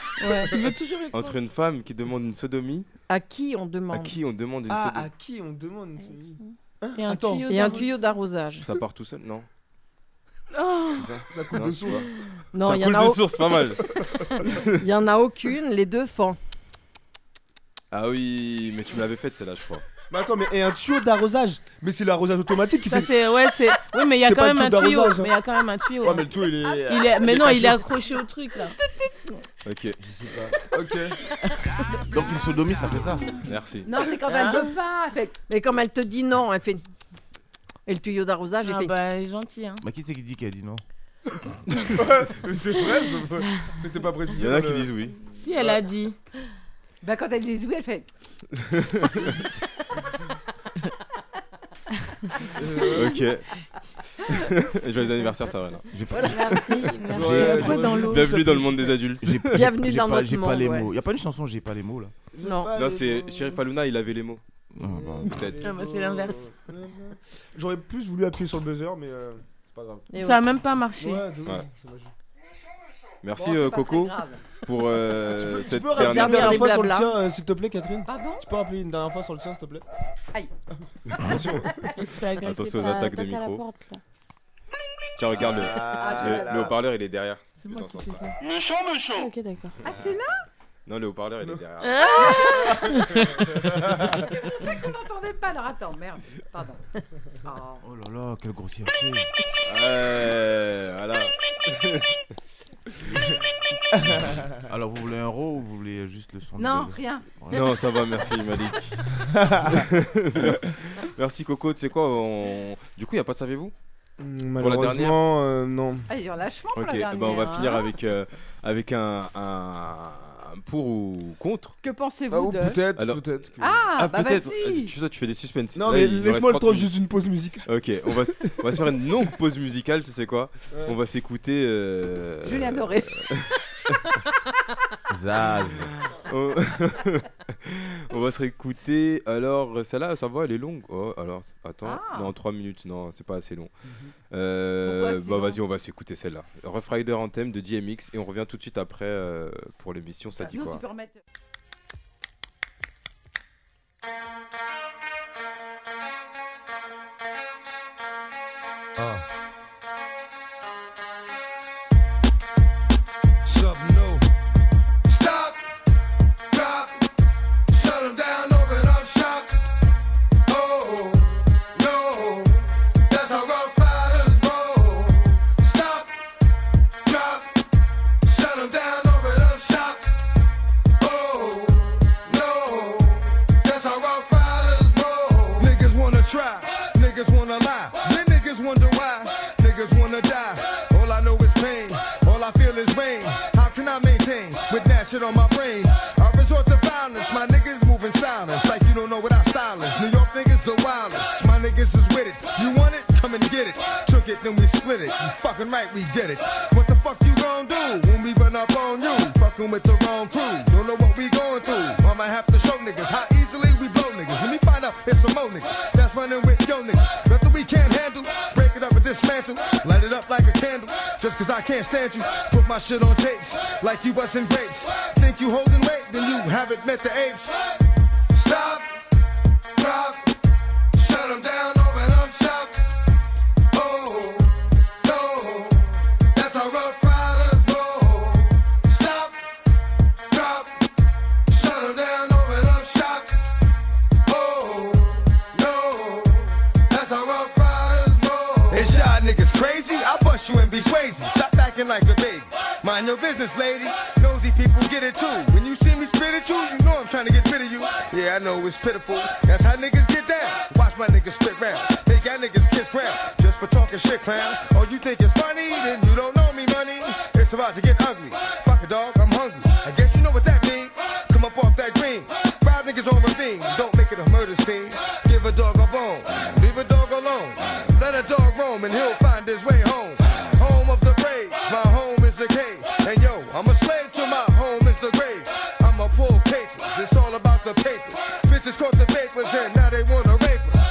I: Il veut toujours répondre.
A: entre une femme qui demande une sodomie
E: À qui on demande
A: à qui on demande une
K: Ah,
A: sodomie.
K: à qui on demande une sodomie
I: Et un
K: Attends.
I: tuyau.
E: Et un
I: d'arrosage.
E: tuyau d'arrosage.
A: Ça part tout seul Non.
I: Oh,
A: C'est ça
K: Ça coule
A: Non,
K: de
A: tu
K: source.
A: vois.
E: Non,
A: ça
E: il y,
A: coule
E: en a
A: de
E: au-
A: source, pas mal.
E: il y en a aucune. Les deux font.
A: Ah oui, mais tu me l'avais faite celle-là, je crois.
K: Mais attends, mais et un tuyau d'arrosage Mais c'est l'arrosage automatique qui
I: ça
K: fait.
I: c'est ouais c'est oui mais il y a
K: C'est
I: quand
K: pas
I: même
K: le
I: un
K: tuyau
I: tuyau
K: d'arrosage, hein.
I: mais il y a quand même un tuyau
K: Ouais, mais le tuyau il est.
I: il est mais non il est
K: caché.
I: accroché au truc là
A: Ok,
K: Je sais pas. Ok.
C: Donc une sodomie, ça fait ça.
A: merci.
C: Ah,
B: Non, c'est quand
I: Hein
B: elle veut pas. Fait...
E: Mais comme elle te dit non, elle fait. Et le tuyau d'arrosage, il
I: ah
E: fait.
I: bah elle est gentil hein
C: Mais qui c'est qui dit qui a dit non
K: Mais c'est vrai, ça peut- c'était pas
A: Il
K: précisé.
A: y en a
K: dans
A: qui
K: le-
A: disent oui.
I: si elle a dit
B: Bah quand elle dit oui, elle fait.
K: Euh,
A: Ok. Joyeux anniversaire, Savannah.
C: J'ai pas,
F: Merci, merci.
K: Ouais,
I: quoi
K: j'ai-
I: dans l'eau
A: Bienvenue dans le monde des adultes.
C: j'ai-
E: Bienvenue
C: j'ai
E: dans
C: pas,
E: notre
C: j'ai pas
E: monde,
C: les
E: ouais.
C: mots. Y a pas une chanson, j'ai pas les mots là.
E: Non.
A: Non, c'est Sheriff Aluna, il avait les mots.
C: Ah, bah.
A: Peut-être.
I: Ah, bah, c'est l'inverse.
C: Oh,
K: J'aurais plus voulu appuyer sur le buzzer, mais euh, c'est pas grave.
E: Et
I: Ça a
E: ouais.
I: même pas marché.
K: Ouais, de-
A: Ouais.
K: c'est magique.
A: Merci euh, Coco pour euh,
K: Tu peux- tu
A: cette
K: peux rappeler
A: dernière.
K: une dernière
E: Dernier
K: fois sur le
E: blabla.
K: tien, euh, s'il te plaît, Catherine
B: Pardon
K: Tu peux rappeler une dernière fois sur le tien, s'il te plaît
I: Il se fait agresser.
A: Attention aux
F: Ça
A: attaques de
F: toque à la
A: micro.
F: porte, là.
A: Tiens, regarde le,
B: Ah,
A: le, le haut-parleur, il est derrière.
I: C'est moi qui fais ça.
F: Ah, Ok, d'accord.
B: Ah, c'est là
A: Non, le haut-parleur, il est derrière.
B: Ah On n'entendait pas. Alors attends, merde. Pardon. Oh.
C: Oh là là, quelle grossièreté.
A: Ouais, voilà.
C: Alors, vous voulez un raw ou vous voulez juste le son
B: Non,
C: de-
B: rien.
C: Voilà.
A: Non, ça va, merci Malik. merci. Merci, Coco, tu sais quoi on- Du coup, il n'y a pas de savez-vous
K: Malheureusement, euh, non.
B: Ah, il y a lâchement pour
A: Ok,
B: la
A: eh
B: dernière.
A: ben, on va finir
B: hein.
A: avec, euh, avec un, un- un pour ou contre.
B: Que
A: Bah,
K: Ah,
B: pensez-vous
K: ou
B: de
K: peut-être,
A: Alors-
K: peut-être. que-
B: Ah, bah
A: peut-être.
B: vas-y.
A: Tu, toi, tu fais des suspens.
K: Non, mais laisse-moi le temps
A: juste.
K: juste d'une pause musicale.
A: Ok, on va, s- on va se faire une longue pause musicale, tu sais quoi
K: Ouais.
A: On va s'écouter. euh,
B: Julien Doré.
C: Zaz.
A: on... on va se réécouter. Alors, celle-là, ça va, elle est longue. Oh, alors, attends.
B: Ah. Mhm.
A: Non, 3 minutes, non, c'est pas assez long. Euh,
B: Pourquoi c'est
A: bah,
B: long
A: vas-y, on va s'écouter celle-là. Rough Rider en thème de DMX et on revient tout de suite après euh, pour l'émission. Ça dit
B: Bah, Sinon, tu
A: quoi
B: peux remettre. euh,
L: Something new. Stop, drop, shut 'em down, open up shop. Oh, no, that's how rough riders roll. Stop, drop, shut 'em down, open up shop. Oh, no, that's how rough riders roll. Niggas wanna try, niggas wanna lie, then niggas wonder why, niggas wanna die. All I know is pain, all I feel is rain. How can I maintain with that shit on my brain? I resort to violence, my niggas moving silence, like you don't know what I style is. New York niggas the wildest, my niggas is with it. You want it? Come and get it. Took it, then we split it. You fucking right, we did it. What the fuck you gon' do when we run up on you? Fucking with the wrong crew, don't know what we going through. I might have to show niggas how easily we blow niggas. Let me find out if some more niggas that's running with yo niggas. Nothing we can't handle, break it up and dismantle. Light it up like a candle, just cause I can't stand you. Put my shit on tapes, like you bustin' grapes. Think you holding weight, then you haven't met the apes. Stop, drop, shut 'em down, open up shop. Oh, no, that's how rough riders roll. Stop, drop, shut 'em down, open up shop. Oh, no, that's how rough riders roll. It's y'all niggas crazy, I bust you and be swayzy. Stop acting like a baby, mind your business, lady. Nosy people get it too. When you see me spit at you, you know I'm trying to get rid of you. Yeah, I know it's pitiful, that's how niggas get down. Watch my niggas spit round, make y'all niggas kiss ground. Just for talking shit, clowns. Oh, you think it's funny? Then you don't know me, money. It's about to get ugly. Fuck a dog, I'm hungry. I guess you know what that means. Come up off that green. Five niggas on ravine. Don't make it a murder scene. Give a dog a bone. Leave a dog alone. Let a dog roam and he'll find his way home. Home of the brave. My home is the cave. And yo, I'm a slave to my home is the grave. I'm a pull papers. It's all about the papers. Bitches caught the papers and now they wanna rape us.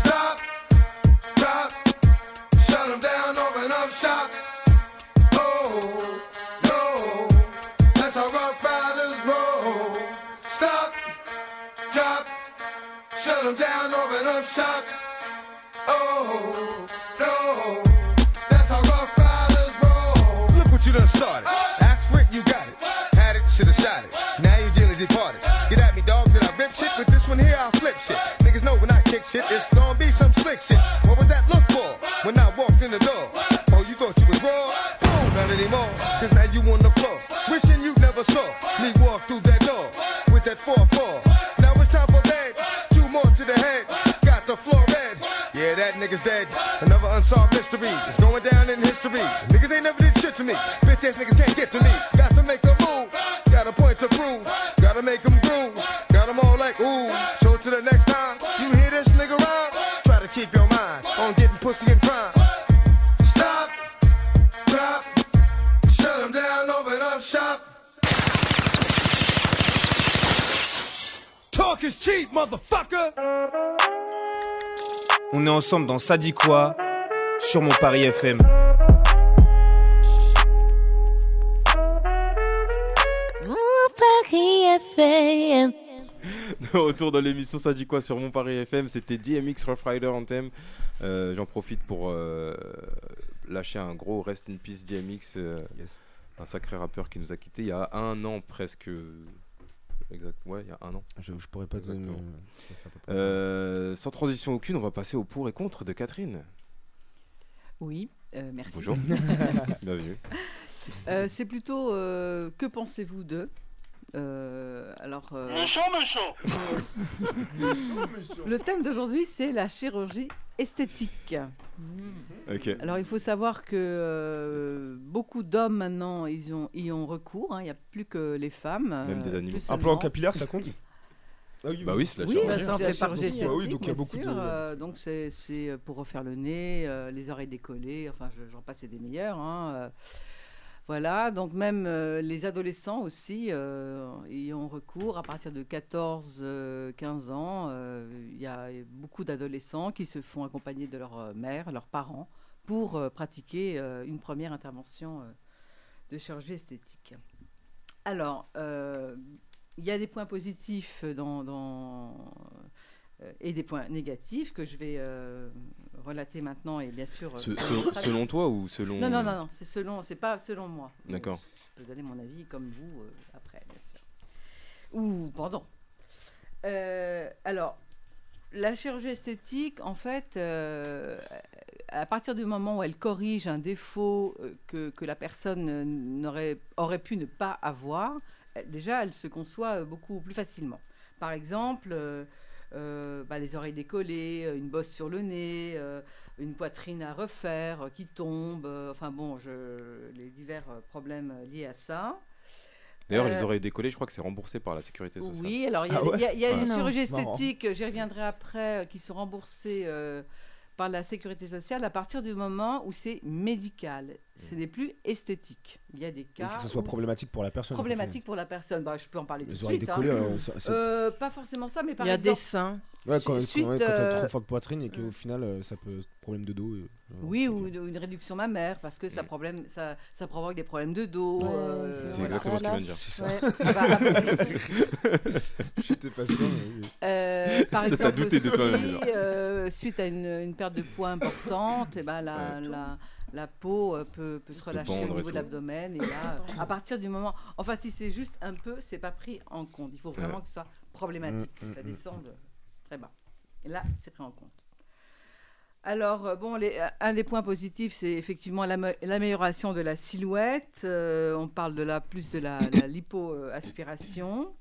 L: Stop, drop, shut 'em down, open up shop. Oh, no, that's how rough riders roll. Stop, drop, shut 'em down, open up shop. Oh, no, that's how rough riders roll. Look what you done started. Ask for it, you got it. Had it, should have shot it. Now you dearly departed. Get at me, dog, did I rip shit? With this one here, I flip shit. Niggas know when I kick shit, it's gonna be some slick shit. What would that look for when I walked in the door? Oh, you thought you was raw? Oh, not anymore. Cause now you on the floor. Wishing you never saw me walk through that door with that 4-4. Now it's time for bed. Two more to the head. Got the floor red. Yeah, that nigga's dead. Another unsolved mystery. It's going down in history. Niggas ain't never did shit to me. Bitch ass niggas can't get to me. Got to make a move. Got a point to prove. Gotta make them groove. Got them all like ooh. So to the next time, you hear this nigga rhyme? Try to keep your mind on getting pussy and crime. Stop, drop, shut 'em down, open up shop. Talk is cheap, motherfucker.
M: On est ensemble dans Ça dit quoi sur mon Paris FM.
N: Paris FM.
A: De retour dans l'émission, ça dit quoi sur Mon Paris FM C'était DMX Rough Rider Anthem. Euh, J'en profite pour euh, lâcher un gros rest in peace DMX, euh, un sacré rappeur qui nous a quitté il y a un an presque. Exact, ouais, il y a un an.
D: Je, je pourrais pas te donner.
A: Exactement.
D: euh, ça fait à peu près ça.
A: Euh, sans transition aucune, on va passer au pour et contre de Catherine.
B: Oui, euh, merci.
A: Bonjour. Bienvenue.
B: Euh, c'est plutôt euh, que pensez-vous d'eux Euh, alors, euh,
L: Méchant, méchant. Méchant, méchant.
B: Le thème d'aujourd'hui, c'est la chirurgie esthétique.
A: Ok.
B: Alors, il faut savoir que euh, beaucoup d'hommes maintenant, ils ont, y ont recours. hein, Il n'y a plus que les femmes. euh,
A: Même des animaux.
K: Un plan capillaire, ça compte Ah
A: Bah oui, c'est la
B: Oui,
A: chirurgie.
B: bah, ça en
K: La
B: fait partie
K: chirurgie,
B: esthétique,
K: bah oui, donc il y a
B: bien
K: beaucoup de-
B: sûr, euh, donc c'est c'est, euh, pour refaire le nez, euh, les oreilles décollées, enfin je- j'en passe et des meilleurs. hein, euh. Voilà, donc même euh, les adolescents aussi euh, y ont recours à partir de 14-15 ans. euh, Il y a beaucoup d'adolescents qui se font accompagner de leur euh, mère, leurs parents, pour euh, pratiquer euh, une première intervention euh, de chirurgie esthétique. Alors, euh, il y a des points positifs dans, dans- euh, et des points négatifs que je vais euh, relater maintenant et bien sûr. euh,
A: Se- se- selon toi ou selon-
B: Non non non, non, c'est selon, c'est pas selon moi.
A: D'accord.
B: Je peux donner mon avis comme vous euh, après bien sûr ou pendant. Euh, alors, la chirurgie esthétique, en fait, euh, à partir du moment où elle corrige un défaut euh, que, que la personne euh, n'aurait, aurait pu ne pas avoir, euh, déjà, elle se conçoit euh, beaucoup plus facilement. Par exemple, euh, euh, bah, les oreilles décollées, euh, une bosse sur le nez, euh, une poitrine à refaire euh, qui tombe, euh, enfin bon, je, les divers euh, problèmes liés à ça.
A: D'ailleurs,
B: Euh,
A: les oreilles décollées, je crois que c'est remboursé par la sécurité sociale. Ah
B: oui, alors il
D: Ah
B: y a, il y a- il y a
A: Ouais.
B: des chirurgies
A: Marrant.
B: esthétiques, j'y reviendrai après, euh, qui sont remboursées euh, par la sécurité sociale à partir du moment où c'est médical. Ce n'est plus esthétique. Il y a des cas.
D: Mm. Il faut que ça soit
B: où
D: problématique pour la personne.
B: problématique pour la personne. Bah, je peux en parler
D: Les
B: tout de
D: oreilles
B: suite. hein.
D: décollées, euh, ça- c'est-
B: Euh, pas forcément ça, mais par
E: Il y a
B: exemple,
E: des seins.
D: Ouais, quand,
B: suite-
D: quand, ouais, quand t'as
B: euh,
D: trois fois de poitrine et qu'au final euh, ça peut problème de dos. euh, genre.
B: Oui, ou une, une réduction mammaire, parce que ça, problème, ça, ça provoque des problèmes de dos. euh,
D: c'est
B: voilà.
D: exactement ce qu'il vient de dire. C'est ça.
B: Ouais. Bah,
K: J'étais pas sûr, mais oui.
B: Euh, par
K: T'as
B: exemple,
K: douté de toi-même,
B: aussi,
K: genre.
B: euh, suite à une, une perte de poids importante, et ben la, la, la peau euh, peut, peut se relâcher
A: pendre
B: au
A: et
B: niveau de
A: tout.
B: l'abdomen. Et là, à partir du moment. Enfin, si c'est juste un peu, c'est pas pris en compte. Il faut vraiment
A: Ouais.
B: que ce soit problématique,
A: Mm,
B: que ça
A: mm, mm.
B: descende très bas. Et là, c'est pris en compte. Alors, euh, bon, les- euh, un des points positifs, c'est effectivement l'am- l'amélioration de la silhouette. Euh, on parle de la, plus de la, la lipoaspiration.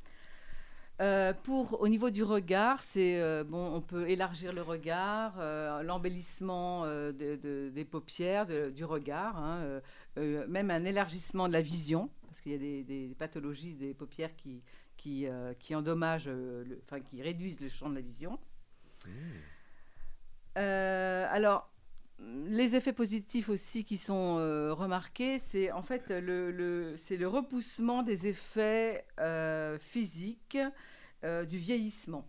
B: Euh, pour au niveau du regard, c'est euh, bon, on peut élargir le regard, euh, l'embellissement euh, de- de- des paupières, de- du regard, hein, euh, euh, même un élargissement de la vision, parce qu'il y a des, des pathologies des paupières qui qui, euh, qui endommagent, euh, le- enfin qui réduisent le champ de la vision. Euh, alors, les effets positifs aussi qui sont euh, remarqués, c'est en fait le, le- c'est le repoussement des effets euh, physiques euh, du vieillissement.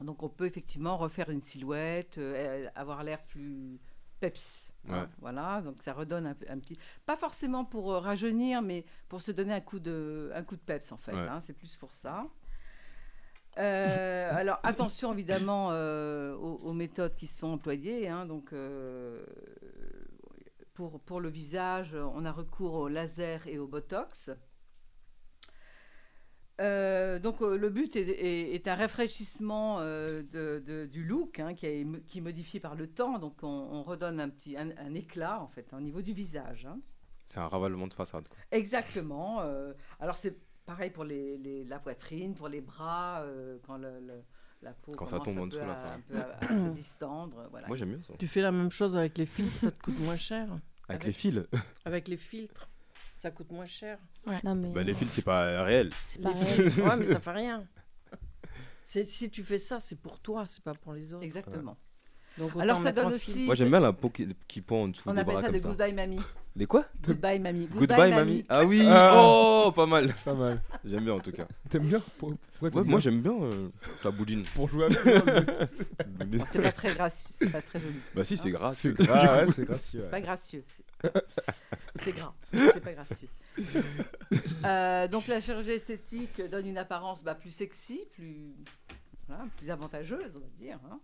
B: Donc, on peut effectivement refaire une silhouette, euh, avoir l'air plus peps. hein,
A: Ouais.
B: voilà, donc ça redonne un, un petit. Pas forcément pour euh, rajeunir, mais pour se donner un coup de, un coup de peps, en fait.
A: Ouais.
B: hein, c'est plus pour ça. Euh, alors attention évidemment euh, aux, aux méthodes qui sont employées. hein, donc euh, pour, pour le visage, on a recours au laser et au botox. Euh, donc euh, le but est, est- est un rafraîchissement euh, de- de- du look hein, qui, est, mo- qui est modifié par le temps. Donc on, on redonne un petit un, un éclat en fait hein, au niveau du visage. hein.
A: C'est un ravalement de façade. quoi.
B: Exactement. euh, alors c'est pareil pour les, les- la poitrine, pour les bras, euh, quand le- le- la peau
A: Quand ça
B: commence
A: tombe
B: un
A: en
B: peu
A: dessous, là,
B: à-
A: ça.
B: un peu à- à se distendre. voilà.
A: Moi, j'aime bien ça.
E: Tu fais la même chose avec les fils, ça te coûte moins cher.
B: Ah
A: Avec les fils
E: Avec les filtres, ça coûte moins cher.
F: Non, mais...
A: Bah, les fils, c'est pas euh, réel.
E: Les filtres, ouais, mais ça fait rien. C'est- Si tu fais ça, c'est pour toi, c'est pas pour les autres.
B: Exactement.
E: Donc, autant
B: Alors, ça
E: mettre
B: donne
E: un
B: aussi-
E: filtre.
A: Moi, j'aime bien la peau qui, qui pend en dessous
B: On
A: des
B: appelle
A: bras
B: ça
A: comme
B: le
A: ça.
B: goodbye mamie.
A: Les quoi
B: Goodbye, mamie.
A: Goodbye,
B: Goodbye,
A: mamie.
B: mamie.
A: Ah oui
B: Ah.
A: Oh, pas mal.
D: Pas mal.
A: J'aime bien en tout cas.
D: T'aimes bien Pour- pourquoi t'aimes
A: Ouais, Moi
D: bien
A: j'aime bien euh, la boudine.
D: Pour jouer avec, hein,
A: Boudine.
B: C'est pas très gracieux, c'est pas très joli.
A: Bah si, c'est
B: Hein
A: gracieux.
D: C'est gra- Ah ouais, c'est gracieux,
B: C'est pas gracieux. c'est- C'est gras, c'est pas gracieux. Euh, donc la chirurgie esthétique donne une apparence bah, plus sexy, plus, voilà, plus avantageuse, on va dire. hein.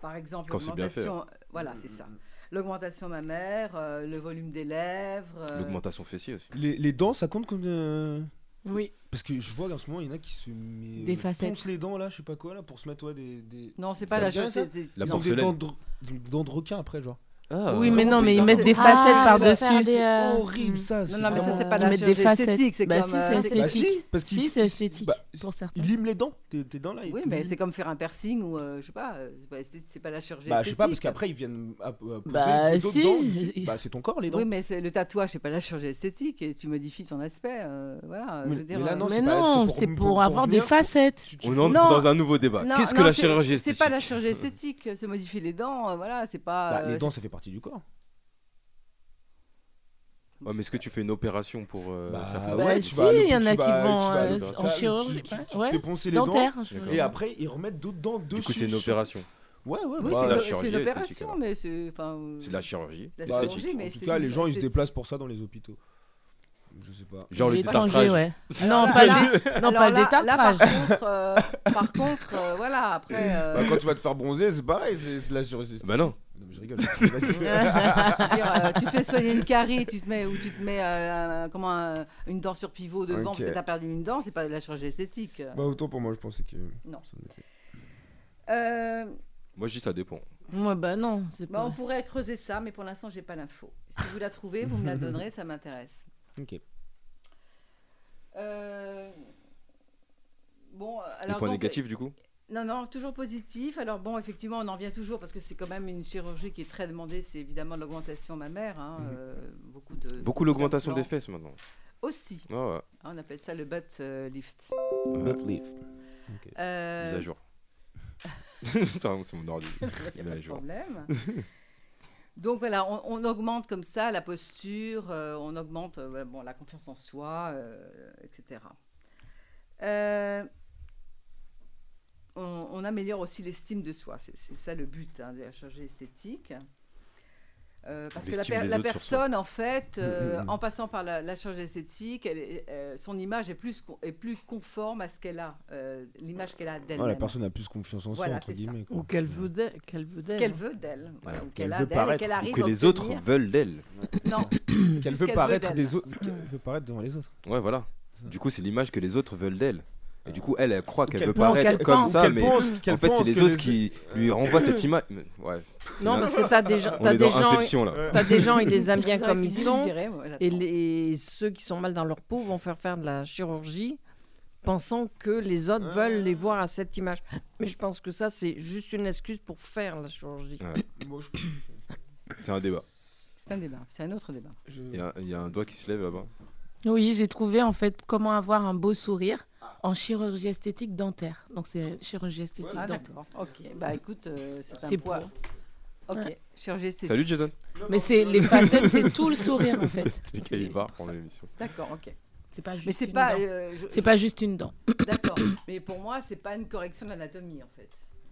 B: Par exemple,
A: Quand c'est bien fait. Mm,
B: l'augmentation- Voilà, c'est ça. L'augmentation mammaire, euh, le volume des lèvres. euh,
A: L'augmentation fessier aussi.
D: Les, les dents, ça compte comme. euh,
B: Oui.
D: Parce que je vois en ce moment, il y en a qui se met,
B: Des
D: euh,
B: facettes.
D: poncent les dents là, je sais pas quoi là, pour se mettre ouais, des, des-
B: Non, c'est
D: Ça
B: pas
D: vous
B: la
D: dirait
B: chose,
D: ça
B: c'est- c'est-
D: Ils ont
B: Non.
D: des dents de,
B: porcelaine.
D: des dents de requin après, genre.
I: Oui, mais non, mais ils mettent des
D: Ah,
I: facettes
D: mais
I: par-dessus.
D: faire des,
I: C'est
D: horrible, ça,
B: Non, non, mais ça,
D: vraiment-
B: c'est pas la
I: Ils mettent Euh, hmm. des
B: chirurgie
I: facettes.
B: esthétique. C'est
I: Bah,
B: comme,
I: si,
B: euh,
I: c'est
B: c'est-
D: Bah si, parce
I: Si,
D: qu'ils-
I: c'est esthétique,
D: bah,
I: pour certains.
D: Ils liment les dents, tes, tes dents là. ils
B: Oui,
D: te
B: mais
D: liment.
B: c'est comme faire un piercing ou euh, je sais pas, euh, c'est pas, esthé- c'est pas la chirurgie
D: Bah, je sais
B: esthétique.
D: pas, parce qu'après, euh, ils viennent. à- à pousser
I: Bah,
D: d'autres
I: si.
D: dents, ils- Bah, c'est ton corps, les dents.
B: Oui, mais c'est- le tatouage, c'est pas la chirurgie esthétique et tu modifies ton aspect. euh, voilà,
D: Mais-
B: je veux dire,
D: mais là,
B: euh,
D: non,
I: Mais non, c'est pour avoir des facettes.
A: On entre
B: Non.
A: dans un nouveau débat.
B: Non,
A: Qu'est-ce que
B: non,
A: la
B: c'est-
A: chirurgie
B: C'est pas
A: esthétique
B: la chirurgie esthétique, se modifier les dents, euh, voilà, c'est pas.
D: Bah, les
B: euh,
D: dents, ça fait partie du corps.
A: Ouais, mais est-ce que tu fais une opération pour euh,
D: Bah,
A: faire ça
I: Bah,
D: ouais, tu
I: si,
D: vas à l'hôp-
I: il y en
D: tu
I: a qui
D: vas à-
I: vont
D: tu vas à
I: euh,
D: l'hôpital,
I: en chirurgie.
D: tu- tu- tu te
I: ouais.
D: fais poncer les
I: Dentaire,
D: dents,
I: je-
D: et après ils remettent d'autres dents dessus.
A: Du coup, c'est une opération.
D: Ouais, ouais,
B: Oui,
D: bah,
B: c'est
A: la
B: une-
A: chirurgie
B: c'est une
A: esthétique,
B: opération,
A: alors.
B: mais c'est. enfin, euh,
A: C'est de la chirurgie.
B: c'est de
D: Bah,
B: la
D: en
A: esthétique.
B: chirurgie, mais
D: tout
B: c'est
D: cas, les
B: une-
D: gens ils se
B: c'est-
D: déplacent pour ça dans les hôpitaux. Je sais pas.
A: Genre le
I: J'ai étranger,
A: détartrage.
I: ouais.
D: Ah,
I: Non,
D: ça,
I: pas
D: là-
I: le, non,
B: Alors
I: pas le
B: là-
I: détartrage.
B: Là, par contre, euh, par contre euh, voilà, après. euh,
K: Bah, quand tu vas te faire bronzer, c'est pareil, c'est c'est de la chirurgie.
A: Bah non.
K: Non, mais je rigole.
B: Je veux dire, euh, tu te fais soigner une carie, tu te mets ou tu te mets euh, un- comment un- une dent sur pivot devant
K: Ok.
B: parce que t'as perdu une dent, c'est pas de la chirurgie esthétique.
K: Bah, autant pour moi, je pensais que.
B: Non.
K: ça m'était-
B: Euh,
A: Moi, je dis ça dépend.
I: Ouais, bah non, c'est
B: bah,
I: pas.
B: on pourrait creuser ça, mais pour l'instant j'ai pas l'info. Si vous la trouvez, vous me la donnerez, ça m'intéresse.
D: Ok.
B: Euh, Bon,
A: Les
B: alors
A: points
B: donc,
A: négatifs, du coup
B: Non, non, toujours positif. Alors bon, effectivement, on en vient toujours parce que c'est quand même une chirurgie qui est très demandée. C'est évidemment l'augmentation mammaire. hein,
A: Mhm.
B: euh, beaucoup de
A: Beaucoup l'augmentation des
B: d'implants.
A: fesses maintenant.
B: Aussi.
A: Ouais, ouais.
B: Ah, On appelle ça le butt euh, lift.
A: Butt
D: lift.
B: Euh,
A: Mise à jour. Pardon, c'est mon ordi.
B: y a
A: Mise
B: pas
A: à
B: de
A: jour.
B: problème. Donc voilà, on, on augmente comme ça la posture, euh, on augmente euh, voilà, bon, la confiance en soi, euh, etc. Euh, on, on améliore aussi l'estime de soi. C'est c'est ça le but hein, de la chirurgie esthétique. Euh, parce que la,
A: L'estime
B: per-
A: des
B: la
A: autres sur soi.
B: personne, en fait, euh,
D: Mm, mm, mm.
B: en passant par la, la chirurgie esthétique, elle est- euh, son image est plus, con- est plus conforme à ce qu'elle a, euh, l'image qu'elle a d'elle-même.
D: Ah, la personne a plus confiance en soi,
B: Voilà,
D: entre
B: c'est ça.
D: guillemets. quoi.
E: Ou qu'elle veut d'elle. Qu'elle veut d'elle. hein.
B: qu'elle veut d'elle, voilà, ou qu'elle
D: qu'elle
B: a
D: veut
B: d'elle, et
D: paraître,
B: qu'elle
D: ou
B: arrive
A: Que
B: à
A: les
B: obtenir.
A: autres veulent d'elle.
B: Non,
D: Qu'elle
B: Puisqu'elle
D: veut
B: veut
D: paraître
B: d'elle.
D: des autres. Qu'elle veut paraître devant les autres.
A: Ouais, voilà. Du coup, c'est l'image que les autres veulent d'elle. Et du coup, elle, elle croit qu'elle
D: Qu'elle
A: veut
D: pense,
A: paraître
E: qu'elle
A: comme
E: pense,
A: ça,
D: qu'elle
A: mais
D: pense,
A: en
D: qu'elle
A: fait, c'est
D: pense
A: les
D: que
A: autres
D: les-
A: qui lui renvoient cette image. Mais- Ouais. c'est
E: Non,
A: là-
E: parce que t'as des gens,
A: On
E: t'as
A: est
E: des
A: dans
E: gens,
A: Inception, là.
E: t'as des gens, ils les aiment bien
B: J'aurais
E: comme
B: fait
E: ils
B: Bill,
E: sont.
B: dirais, moi, j'attends.
E: Et les, ceux qui sont mal dans leur peau vont faire faire de la chirurgie pensant que les
K: Ah.
E: autres veulent les voir à cette image. Mais je pense que ça, c'est juste une excuse pour faire la chirurgie.
A: Ouais.
K: Moi, je-
A: C'est un débat.
B: C'est un débat, c'est un autre débat.
K: je-
A: Il y, a- il y a un doigt qui se lève là-bas.
I: Oui, j'ai trouvé en fait comment avoir un beau sourire en chirurgie esthétique dentaire. Donc c'est chirurgie esthétique
B: Ah
I: dentaire.
B: d'accord, ok. Bah écoute, euh, c'est un
I: C'est
B: poids.
I: pour.
B: Ok, chirurgie esthétique.
A: Salut, Jason.
I: Mais c'est les facettes, c'est tout le sourire en fait.
A: J'ai
I: C'est
A: qu'à barre
I: pour
A: pour
I: ça.
A: l'émission.
B: D'accord, ok.
I: C'est pas juste.
B: Mais c'est
I: une
B: pas...
I: dent.
B: euh, je-
I: C'est pas juste une dent.
B: D'accord, mais pour moi, c'est pas une correction de l'anatomie, en fait.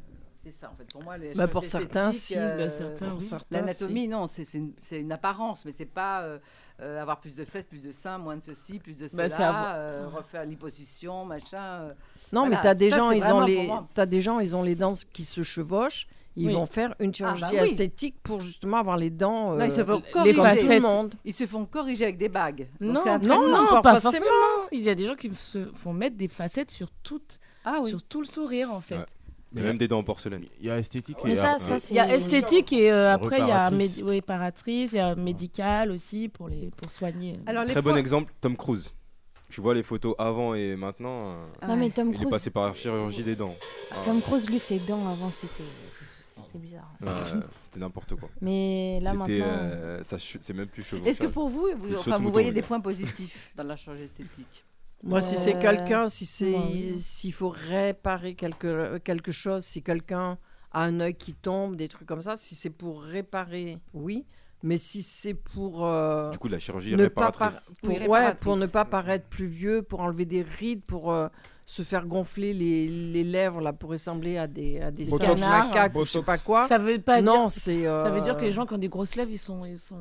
B: Euh, C'est ça, en fait. Pour moi, les
E: Bah, pour
B: chirurgies
E: certains,
B: esthétiques,
E: si.
B: euh,
I: Bah, certains,
E: Pour
I: oui.
E: certains,
B: L'anatomie, non, c'est c'est une, c'est une apparence, mais c'est pas euh, euh, avoir plus de fesses, plus de seins, moins de ceci, plus de
I: Bah,
B: cela,
I: c'est avoir-
B: euh, refaire l'hyposition, machin. euh.
E: Non,
B: Voilà,
E: mais t'as des
B: ça,
E: gens,
B: c'est
E: ils ont
B: vraiment
E: les,
B: pour moi.
E: t'as des gens, ils ont les dents qui se chevauchent. Ils
I: Oui.
E: vont faire une chirurgie
B: bah oui.
E: esthétique pour justement avoir les dents.
B: non, ils se
E: euh,
B: font
I: les
E: comme
B: corriger.
E: tout le
I: facettes.
E: monde.
B: Ils se font corriger avec des bagues. Donc,
I: non,
B: c'est un
I: non,
B: traitement.
I: non,
E: pas
I: pas,
E: forcément.
I: forcément. Il y a des gens qui se font mettre des facettes sur toute,
B: Ah oui.
I: sur tout le sourire en fait.
A: Ouais. Il y a même des dents en porcelaine.
C: Il y a esthétique
F: Mais
C: et
F: ça,
C: art-
F: ça, c'est.
I: Il y a esthétique et euh, après il y a
C: Réparatrice.
I: médi- ouais, réparatrice, il y a médical aussi pour les pour soigner.
B: Alors, les
A: Très bon
B: points-
A: exemple, Tom Cruise. Tu vois les photos avant et maintenant. euh,
F: Ah Non, mais Tom
A: Il est passé
F: Cruise.
A: par la chirurgie des dents. Ah.
F: Tom Cruise, lui, ses dents avant, c'était. C'était bizarre.
A: Euh, C'était n'importe quoi.
F: Mais là,
A: C'était,
F: maintenant.
A: euh, ça che- c'est même plus chevauchage.
B: Est-ce que pour vous, vous,
A: le saut
B: enfin,
A: de
B: vous
A: mouton,
B: voyez
A: les
B: des
A: gars.
B: points positifs dans la chirurgie esthétique
E: Moi, si c'est
F: Euh,
E: quelqu'un, si c'est,
F: moi,
I: hein.
F: oui.
E: s'il faut réparer quelque, quelque chose, si quelqu'un a un œil qui tombe, des trucs comme ça, si c'est pour réparer, oui. Mais si c'est pour. euh,
A: Du coup, la chirurgie
E: ne pas
A: réparatrice.
E: pour,
A: Oui,
E: ouais,
A: réparatrice.
E: pour ne pas paraître plus vieux, pour enlever des rides, pour euh, se faire gonfler les, les lèvres, là, pour ressembler à des, à des
I: Botox.
E: canards,
I: Canards.
E: macaques, ou je sais pas quoi.
I: Ça veut pas
E: non,
I: dire-
E: c'est.
I: Ça veut
E: euh,
I: dire que les gens qui ont des grosses lèvres, ils sont. Ils sont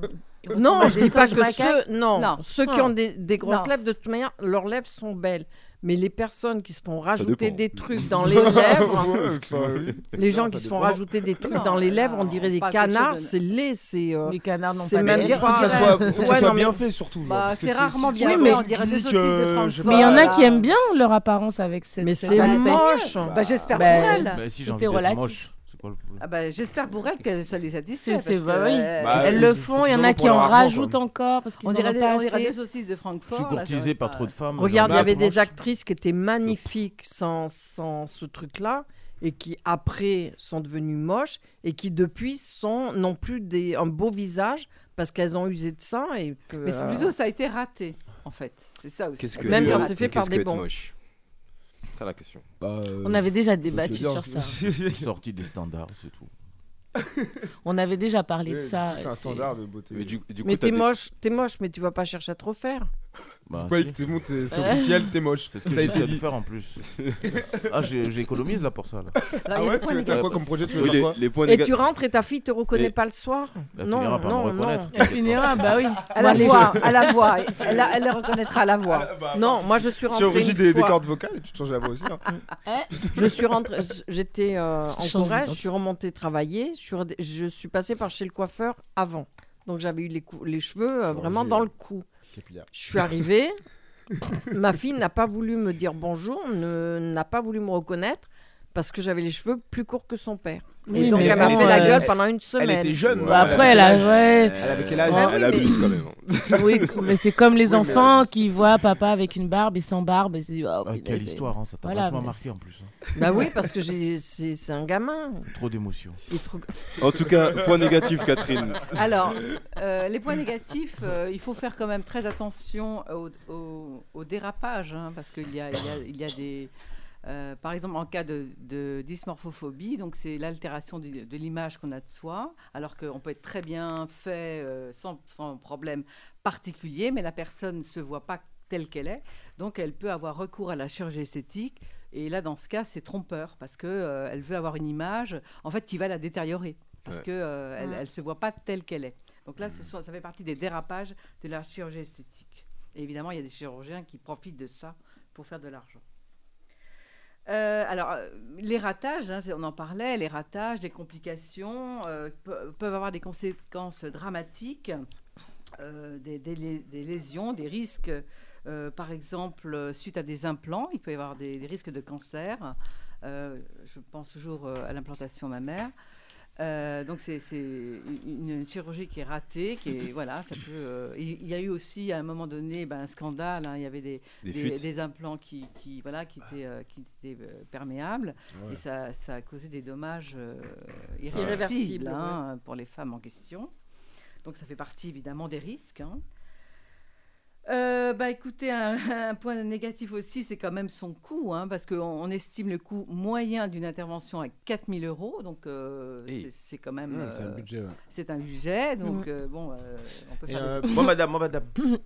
I: ils ressemblent
E: Non,
I: à
E: je
I: des
E: dis pas
I: singes
E: que
I: macaques.
E: ceux, non, ceux qui
I: Non.
E: ont des, des grosses
I: Non.
E: lèvres, de toute manière, leurs lèvres sont belles. Mais les personnes qui se font rajouter
I: dépend.
E: des trucs dans les lèvres,
I: Ouais, c'est pas- oui.
E: les gens
I: Non,
E: qui
I: ça
E: se font
I: dépend.
E: rajouter des trucs
I: Non,
E: dans les lèvres, on dirait des
I: parle quelque chose
E: canards,
I: de-
E: c'est laid, c'est. euh,
I: Les canards n'ont
E: c'est
I: pas de
E: même
I: lèvres.
E: pas-
I: Faut que ça soit- faut que ça
E: Ouais,
K: soit
E: non, mais-
K: bien fait, surtout,
C: hein,
K: genre,
B: Bah,
K: parce que
B: c'est
K: c'est-
B: rarement
K: si
B: bien
K: tu
B: fait,
K: fais
B: on dirait deux
K: geek,
B: saucisses de
K: euh,
B: Francfort.
I: Mais il y en a
B: Voilà.
I: qui aiment bien leur apparence avec cette.
E: Mais
I: cet
E: c'est
I: aspect.
E: moche.
B: Bah, j'espère
I: Bah,
B: pour elle.
C: Bah, si j'ai
I: tout
C: envie
I: est
C: d'être
I: relatif.
C: moche, c'est quoi le problème
B: Ah bah, j'espère pour elle que ça les satisfait.
I: C'est- c'est-
B: parce
I: bah
B: que,
I: oui.
B: euh,
C: Bah,
I: Elles
C: ils-
I: le
C: faut
I: font, il y
C: qu'ils
I: en
C: en
I: a
C: aient
I: qui
C: pour
I: en
C: leur argent,
I: rajoutent
C: quoi.
I: encore parce qu'ils
B: on
I: en
B: dirait,
I: ont
B: des,
I: pas
B: on dirait
I: assez.
B: des saucisses de
C: Je
B: Francfort.
C: suis
B: là, ça va
C: courtisé par
B: pas.
C: trop de
I: hein,
C: femmes.
E: Regarde, il y
C: j'en ai
I: Ah,
E: avait
C: marre,
E: des
C: franchement.
E: actrices qui étaient magnifiques sans, sans ce truc-là et qui après sont devenues moches et qui depuis sont n'ont plus des, un beau visage parce qu'elles ont usé de ça et que,
B: Mais c'est
E: euh,
B: plutôt ça a été raté, en fait. C'est ça aussi.
A: Qu'est-ce que
E: Même
A: être
E: quand
A: moche
E: c'est fait
A: et
E: par
A: qu'est-ce
E: des
A: que être
E: bons.
A: moche C'est la question.
K: Bah,
I: On avait déjà
C: je peux te
I: débattu
C: dire,
I: sur ça.
C: Sorti des standards, c'est tout.
I: On avait déjà parlé de
K: Ouais,
I: ça.
K: du coup, c'est un standard de beauté.
A: Mais du, du coup,
E: mais
A: t'as
E: t'es
A: des-
E: moche, t'es moche, mais tu vas pas chercher à te refaire.
C: Bah,
K: Ouais,
C: si.
K: t'es bon, t'es- c'est officiel, t'es moche.
C: C'est ce que
K: Ça a été
C: j'essaie de
K: dit.
C: faire en plus. ah, j'ai- j'économise là pour ça. Là.
K: Ah ouais, tu veux- t'as quoi comme projet Tu veux
C: Oui,
K: faire
C: les-
K: quoi
C: les points
E: et
C: néga-
E: tu rentres et ta fille te reconnaît
C: Et-
E: pas le soir.
C: Elle
E: non,
C: finira par me
E: non,
C: reconnaître,
E: non.
C: Elle finira,
I: bah oui.
E: À
B: Ah Moi,
E: la
B: les
E: voix,
B: gens- à la voix. Elle, a- elle le reconnaîtra à la voix.
K: Ah,
E: non, moi je suis rentrée.
K: Chirurgie
E: une
K: des, des
E: fois-
K: cordes vocales, tu te changes la voix aussi. hein.
E: je suis rentrée, j'étais euh, en Corrèze,
K: Change
E: je
K: d'identité.
E: suis remontée travailler, je suis, redé- je suis passée par chez le coiffeur avant. Donc j'avais eu les, cou- les cheveux euh, vraiment dans le cou.
K: Capillaire.
E: Je suis arrivée, ma fille n'a pas voulu me dire bonjour, ne- n'a pas voulu me reconnaître parce que j'avais les cheveux plus courts que son père.
I: Oui,
E: et donc
I: mais
E: elle m'a
I: bon,
E: fait la
I: euh,
E: gueule pendant une semaine.
K: était jeune,
I: Bah, après, elle a. Ouais.
A: Euh,
E: Ah oui, mais-
I: Oui, mais c'est comme les
C: Oui, mais-
I: enfants qui voient papa avec une barbe et sans barbe. Et se disent, Ah,
C: Ah,
I: punaise,
C: quelle
I: c'est-
C: histoire, hein, ça t'a
I: Voilà,
C: vachement
I: mais-
C: marqué en plus. hein.
E: Bah oui, parce que j'ai- c'est c'est un gamin.
C: Trop d'émotions.
E: Il te rec-
A: En tout cas, point négatif, Catherine.
B: Alors, euh, les points négatifs, euh, il faut faire quand même très attention au, au- au dérapage, hein, parce qu'il y a, il y a- il y a des... euh, par exemple, en cas de, de dysmorphophobie, donc c'est l'altération du- de l'image qu'on a de soi, alors qu'on peut être très bien fait euh, sans, sans problème particulier, mais la personne ne se voit pas telle qu'elle est, donc elle peut avoir recours à la chirurgie esthétique. Et là, dans ce cas, c'est trompeur parce que euh, elle veut avoir une image, en fait, qui va la détériorer parce
N: Ouais.
B: que euh, elle,
N: Ouais.
B: elle se voit pas telle qu'elle est. Donc là, ce sont- ça fait partie des dérapages de la chirurgie esthétique. Et évidemment, il y a des chirurgiens qui profitent de ça pour faire de l'argent. Euh, alors, euh, les ratages, hein, c'est- on en parlait, les ratages, les complications euh, pe- peuvent avoir des conséquences dramatiques, euh, des, des lé- des lésions, des risques, euh, par exemple, euh, suite à des implants, il peut y avoir des, des risques de cancer. Euh, je pense toujours euh, à l'implantation mammaire. Euh, donc c'est c'est une, une chirurgie qui est ratée, qui est voilà, ça peut. euh, il il y a eu aussi à un moment donné ben, un scandale. hein, il y avait des,
N: Des
B: des-
N: fuites.
B: des implants qui, qui, voilà qui étaient, euh, qui étaient, euh, perméables
N: Ah Ouais.
B: et ça, ça a causé des dommages euh, irréversibles,
E: Irréversibles,
B: hein, pour les femmes en question. Donc ça fait partie évidemment des risques. hein. Euh, bah écoutez, un, un point négatif aussi, c'est quand même son coût, hein, parce qu'on on estime le coût moyen d'une intervention à 4000 euros, donc euh,
C: Et-
B: c'est- c'est quand même... euh,
C: Mmh, c'est un budget, ouais.
B: C'est un budget, donc
C: Mhm.
B: euh, bon, euh, on peut
C: Et,
B: faire...
C: euh,
B: des-
C: moi, madame, moi, madame.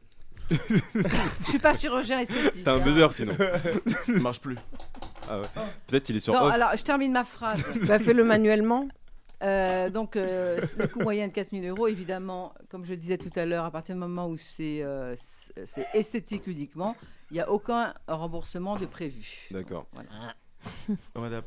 B: Je suis pas chirurgien esthétique.
A: T'as un
B: hein.
A: buzzer sinon.
C: Il marche plus.
A: Ah ouais. Ah Peut-être il est sur
B: Non,
A: off.
B: alors, je termine ma phrase.
E: Bah, fais-le manuellement.
B: Euh, donc, euh, le coût moyen de 4000 euros, évidemment, comme je le disais tout à l'heure, à partir du moment où c'est euh, c'est- c'est esthétique uniquement, il n'y a aucun remboursement de prévu.
A: D'accord.
C: Oh, madame.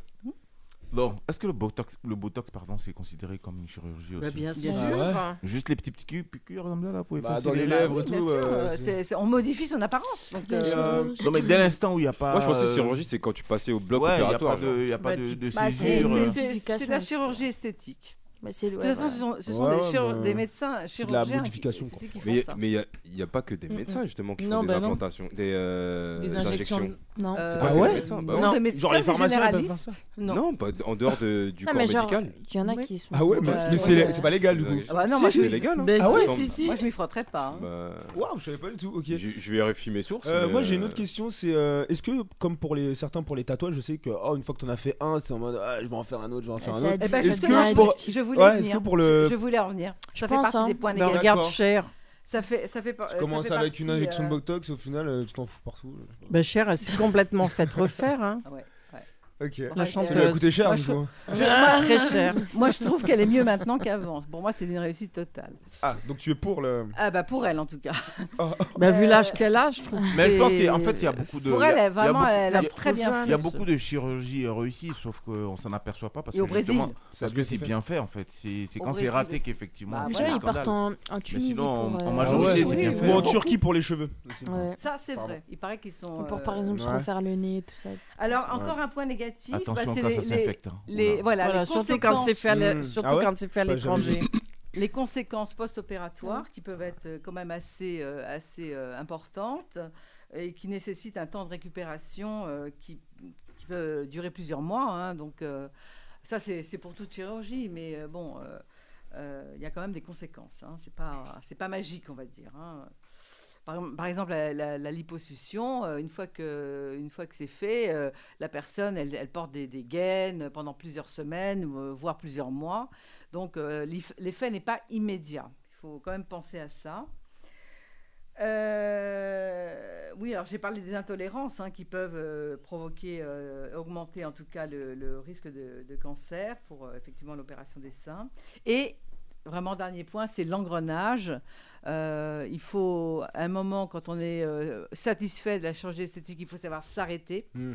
C: Non, est-ce que le botox, le botox pardon, c'est considéré comme une chirurgie
E: Bah,
C: aussi
E: bien Bien sûr. sûr. Ah ouais.
C: Juste les petites piqûres, piqûres comme ça, là, pour
K: Bah,
C: effacer
K: dans les lèvres et
B: Bien
K: tout,
B: sûr,
K: euh,
B: euh, c'est- c'est- on modifie son apparence. Donc,
C: Et,
B: euh,
C: euh, Non, mais dès l'instant où il n'y a pas.
A: Moi, je pensais
C: euh,
A: chirurgie, c'est quand tu passais au bloc
C: Ouais, y a
A: opératoire.
C: pas de-
A: genre.
C: y a pas Bah, de- tu- de
B: bah, c'est-
C: Césure,
B: c'est-
C: euh.
B: c'est- c'est de la chirurgie esthétique.
F: Bah,
B: de toute façon, ce sont, ce sont
A: Ouais,
B: des,
A: ouais,
B: chirur-
A: bah,
B: des médecins
A: c'est
B: chirurgiens qui-
A: modification,
B: qui,
A: quoi.
B: font
A: Mais
B: ça.
A: mais il n'y a, y a pas que des médecins justement qui
B: Non,
A: font des
B: bah non.
A: implantations, des, euh,
B: Des
A: des
B: injections
A: injections.
B: de-
I: Non.
B: Euh,
A: C'est pas que les médecins, bah
B: non,
A: oui.
B: des médecins, Genre les des pharmaciens, ils peuvent faire généralistes ça
A: Non,
B: Non.
A: pas en dehors de- du
F: Ah,
A: corps
F: mais genre,
A: médical.
F: il y en a qui sont euh,
D: Ah ouais, mais- mais c'est- c'est pas légal, du coup.
B: euh, Ah bah non,
A: Si,
B: moi,
A: si,
B: je-
A: c'est légal. hein.
B: Ben
A: Il me
B: si,
A: semble.
B: si, si. Moi, je m'y frotterais pas. hein.
A: Bah,
K: Waouh, je savais pas du tout. Ok.
A: je, je vérifie mes sources.
K: Euh,
A: mais,
K: moi j'ai une
A: euh,
K: autre question, c'est euh, est-ce que comme pour les certains pour les tatouages, je sais que oh, une fois que t'en as fait un, c'est en mode ah, je vais en faire un autre, je vais en faire
B: Eh
K: un
B: ben,
K: autre.
B: justement, je- je voulais
K: Ouais,
B: venir.
K: est-ce que pour le
B: je, je voulais en venir.
E: Je
B: ça
E: pense,
B: fait partie
E: hein.
B: des points
E: Ben,
B: négatifs.
E: regarde Cher.
B: Ça fait, ça fait, par-
K: Tu
B: ça
K: commences
B: fait
K: avec
B: partie,
K: une injection
B: euh,
K: de Botox, au final euh, tu t'en fous partout.
E: Ben, Cher, elle s'est complètement faite refaire. hein. La
K: Ok. Ça lui Ah, a
E: chanteuse.
K: coûté cher,
E: Moi,
K: du
E: je
K: coup.
E: trouve- Cher, très cher.
B: Moi, je trouve qu'elle est mieux maintenant qu'avant. Pour moi, c'est une réussite totale.
K: Ah, donc tu es pour le.
B: Ah bah pour elle en tout cas. Euh,
E: Bah, vu l'âge qu'elle a, je trouve que
C: Oh. Mais je pense
E: c'est-
C: qu'en fait, il y a beaucoup de.
B: Pour
C: il y a-
B: elle, elle,
C: il y a
B: vraiment,
C: beaucoup-
B: elle a
C: il y
B: très bien fait.
C: Il y a beaucoup de chirurgie réussie, sauf qu'on s'en aperçoit pas parce
B: Et au
C: que justement,
B: Brésil.
C: parce que c'est bien fait en fait. C'est c'est
B: Au
C: quand c'est
B: Brésil
C: raté
B: aussi.
C: qu'effectivement.
B: Bah,
C: il y a
B: voilà.
C: un
B: Ils partent
C: scandale.
B: en- en
C: Mais
B: Tunisie
C: sinon, en,
B: pour,
C: en
B: euh,
C: majorité, c'est bien fait.
K: Ou en Turquie pour les cheveux. aussi.
F: Ouais.
B: Ça, c'est
F: Pardon.
B: vrai. Il paraît qu'ils sont.
F: Et pour,
B: euh,
F: par exemple, se
K: Ouais.
F: refaire le nez, tout ça.
B: Alors
K: Ouais.
B: encore un point négatif,
K: Attention
B: bah, c'est
K: quand
B: les,
K: ça
B: les-
K: s'infecte, hein.
B: les-
K: Oula.
B: voilà,
E: Voilà,
B: les
E: surtout
B: conséquences-
E: quand c'est fait à l'é-
B: Mm.
E: Mmh. surtout Ah ouais quand c'est fait à
B: Je sais pas,
E: l'étranger.
B: j'avais dit. Les conséquences post-opératoires qui peuvent être euh, quand même assez, euh, assez euh, importantes et qui nécessitent un temps de récupération euh, qui, qui peut durer plusieurs mois. hein. donc euh, ça c'est c'est pour toute chirurgie, mais euh, bon, euh, euh, il y a quand même des conséquences. Hein, c'est pas c'est pas magique on va dire. hein. Par, exemple- par exemple, la, la- la liposuction, euh, une fois que, une fois que c'est fait, euh, la personne, elle, elle porte des, des gaines pendant plusieurs semaines, euh, voire plusieurs mois. Donc, euh, l'if- l'effet n'est pas immédiat. Il faut quand même penser à ça. Euh, oui, alors j'ai parlé des intolérances hein, qui peuvent euh, provoquer, euh, augmenter en tout cas le, le risque de, de cancer pour euh, effectivement l'opération des seins. Et vraiment dernier point, c'est l'engrenage. Euh, il faut à un moment quand on est euh, satisfait de la chirurgie esthétique, il faut savoir s'arrêter.
L: Mm.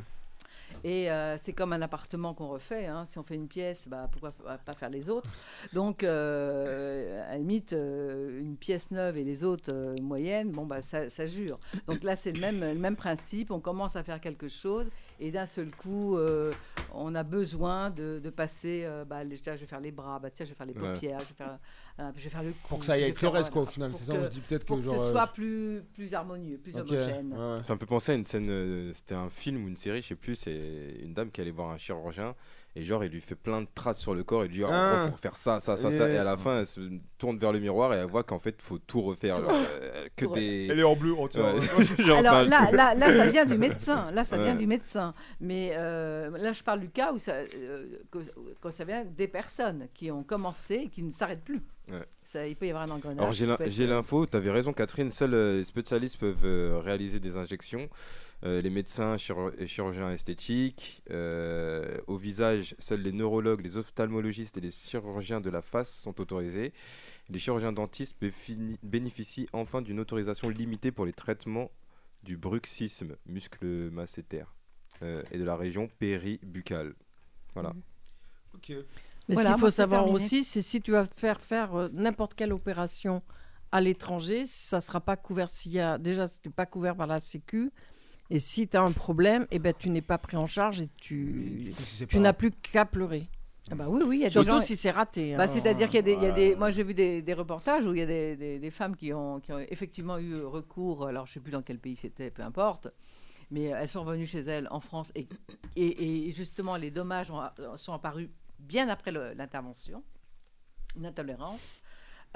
B: Et euh, c'est comme un appartement qu'on refait. hein. Si on fait une pièce, bah, pourquoi f- pas faire les autres Donc, euh, à la limite, euh, une pièce neuve et les autres euh, moyennes, bon, bah, ça, ça jure. Donc là, c'est le même, le même principe. On commence à faire quelque chose et d'un seul coup, euh, on a besoin de, de passer. euh, bah, les- tiens, je vais faire les bras, bah, tiens, je vais faire les
K: Ouais.
B: paupières, je, vais faire, euh, je vais faire le cou.
K: Pour que ça aille
B: je vais
K: avec le
B: faire-
K: reste, quoi, au
B: voilà.
K: final.
B: Pour
K: C'est ça, on se dit peut-être que
B: Pour
K: genre,
B: ce
K: euh,
B: soit plus, plus harmonieux, plus
K: Ok,
B: homogène.
A: Ça me fait penser à une scène, euh, c'était un film ou une série, je sais plus, c'est une dame qui allait voir un chirurgien et genre il lui fait plein de traces sur le corps et lui dit ah,
K: Ah.
A: faut refaire ça, ça, ça, ça et à la
K: Et-
A: fin elle se tourne vers le miroir et elle voit qu'en fait faut tout refaire, genre, euh, que
K: Tout
A: des...
K: refaire. Elle est en bleu, oh, tiens.
A: Ouais. Genre,
B: Alors
A: ça-
B: là, là, là, ça vient du médecin. Là, ça vient
A: Ouais.
B: du médecin. Mais euh, là, je parle du cas où ça, euh, que- quand ça vient des personnes qui ont commencé et qui ne s'arrêtent plus.
A: Ouais.
B: Ça, il peut y avoir un engrenage.
A: Alors j'ai
B: qui
A: l'in-
B: peut être-
A: j'ai l'info, tu avais raison Catherine, seuls euh, les spécialistes peuvent euh, réaliser des injections. Euh, les médecins, chirur- et chirurgiens esthétiques, euh, au visage, seuls les neurologues, les ophtalmologistes et les chirurgiens de la face sont autorisés. Les chirurgiens dentistes béfini- bénéficient enfin d'une autorisation limitée pour les traitements du bruxisme, muscle masséter, euh, et de la région péribuccale. Voilà.
K: Ok.
E: Mais ce qu'il
B: Voilà, moi,
E: faut
B: c'est
E: savoir
B: terminé.
E: aussi, c'est si tu vas faire faire euh, n'importe quelle opération à l'étranger, ça ne sera pas couvert. S'il y a, déjà, ce n'est pas couvert par la Sécu. Et si tu as un problème, eh ben, tu n'es pas pris en charge et tu,
B: c'est
E: tu
B: pas-
E: n'as plus qu'à pleurer.
B: Ah bah oui, oui, il y a des
E: Surtout
B: gens-
E: si c'est raté.
B: Bah,
E: hein.
B: C'est-à-dire qu'il y a des, il y a des- moi j'ai vu des, des reportages où il y a des, des- des femmes qui ont, qui ont effectivement eu recours, alors je sais plus dans quel pays c'était, peu importe, mais elles sont revenues chez elles en France et, et- et justement les dommages ont- sont apparus bien après le- l'intervention, une intolérance.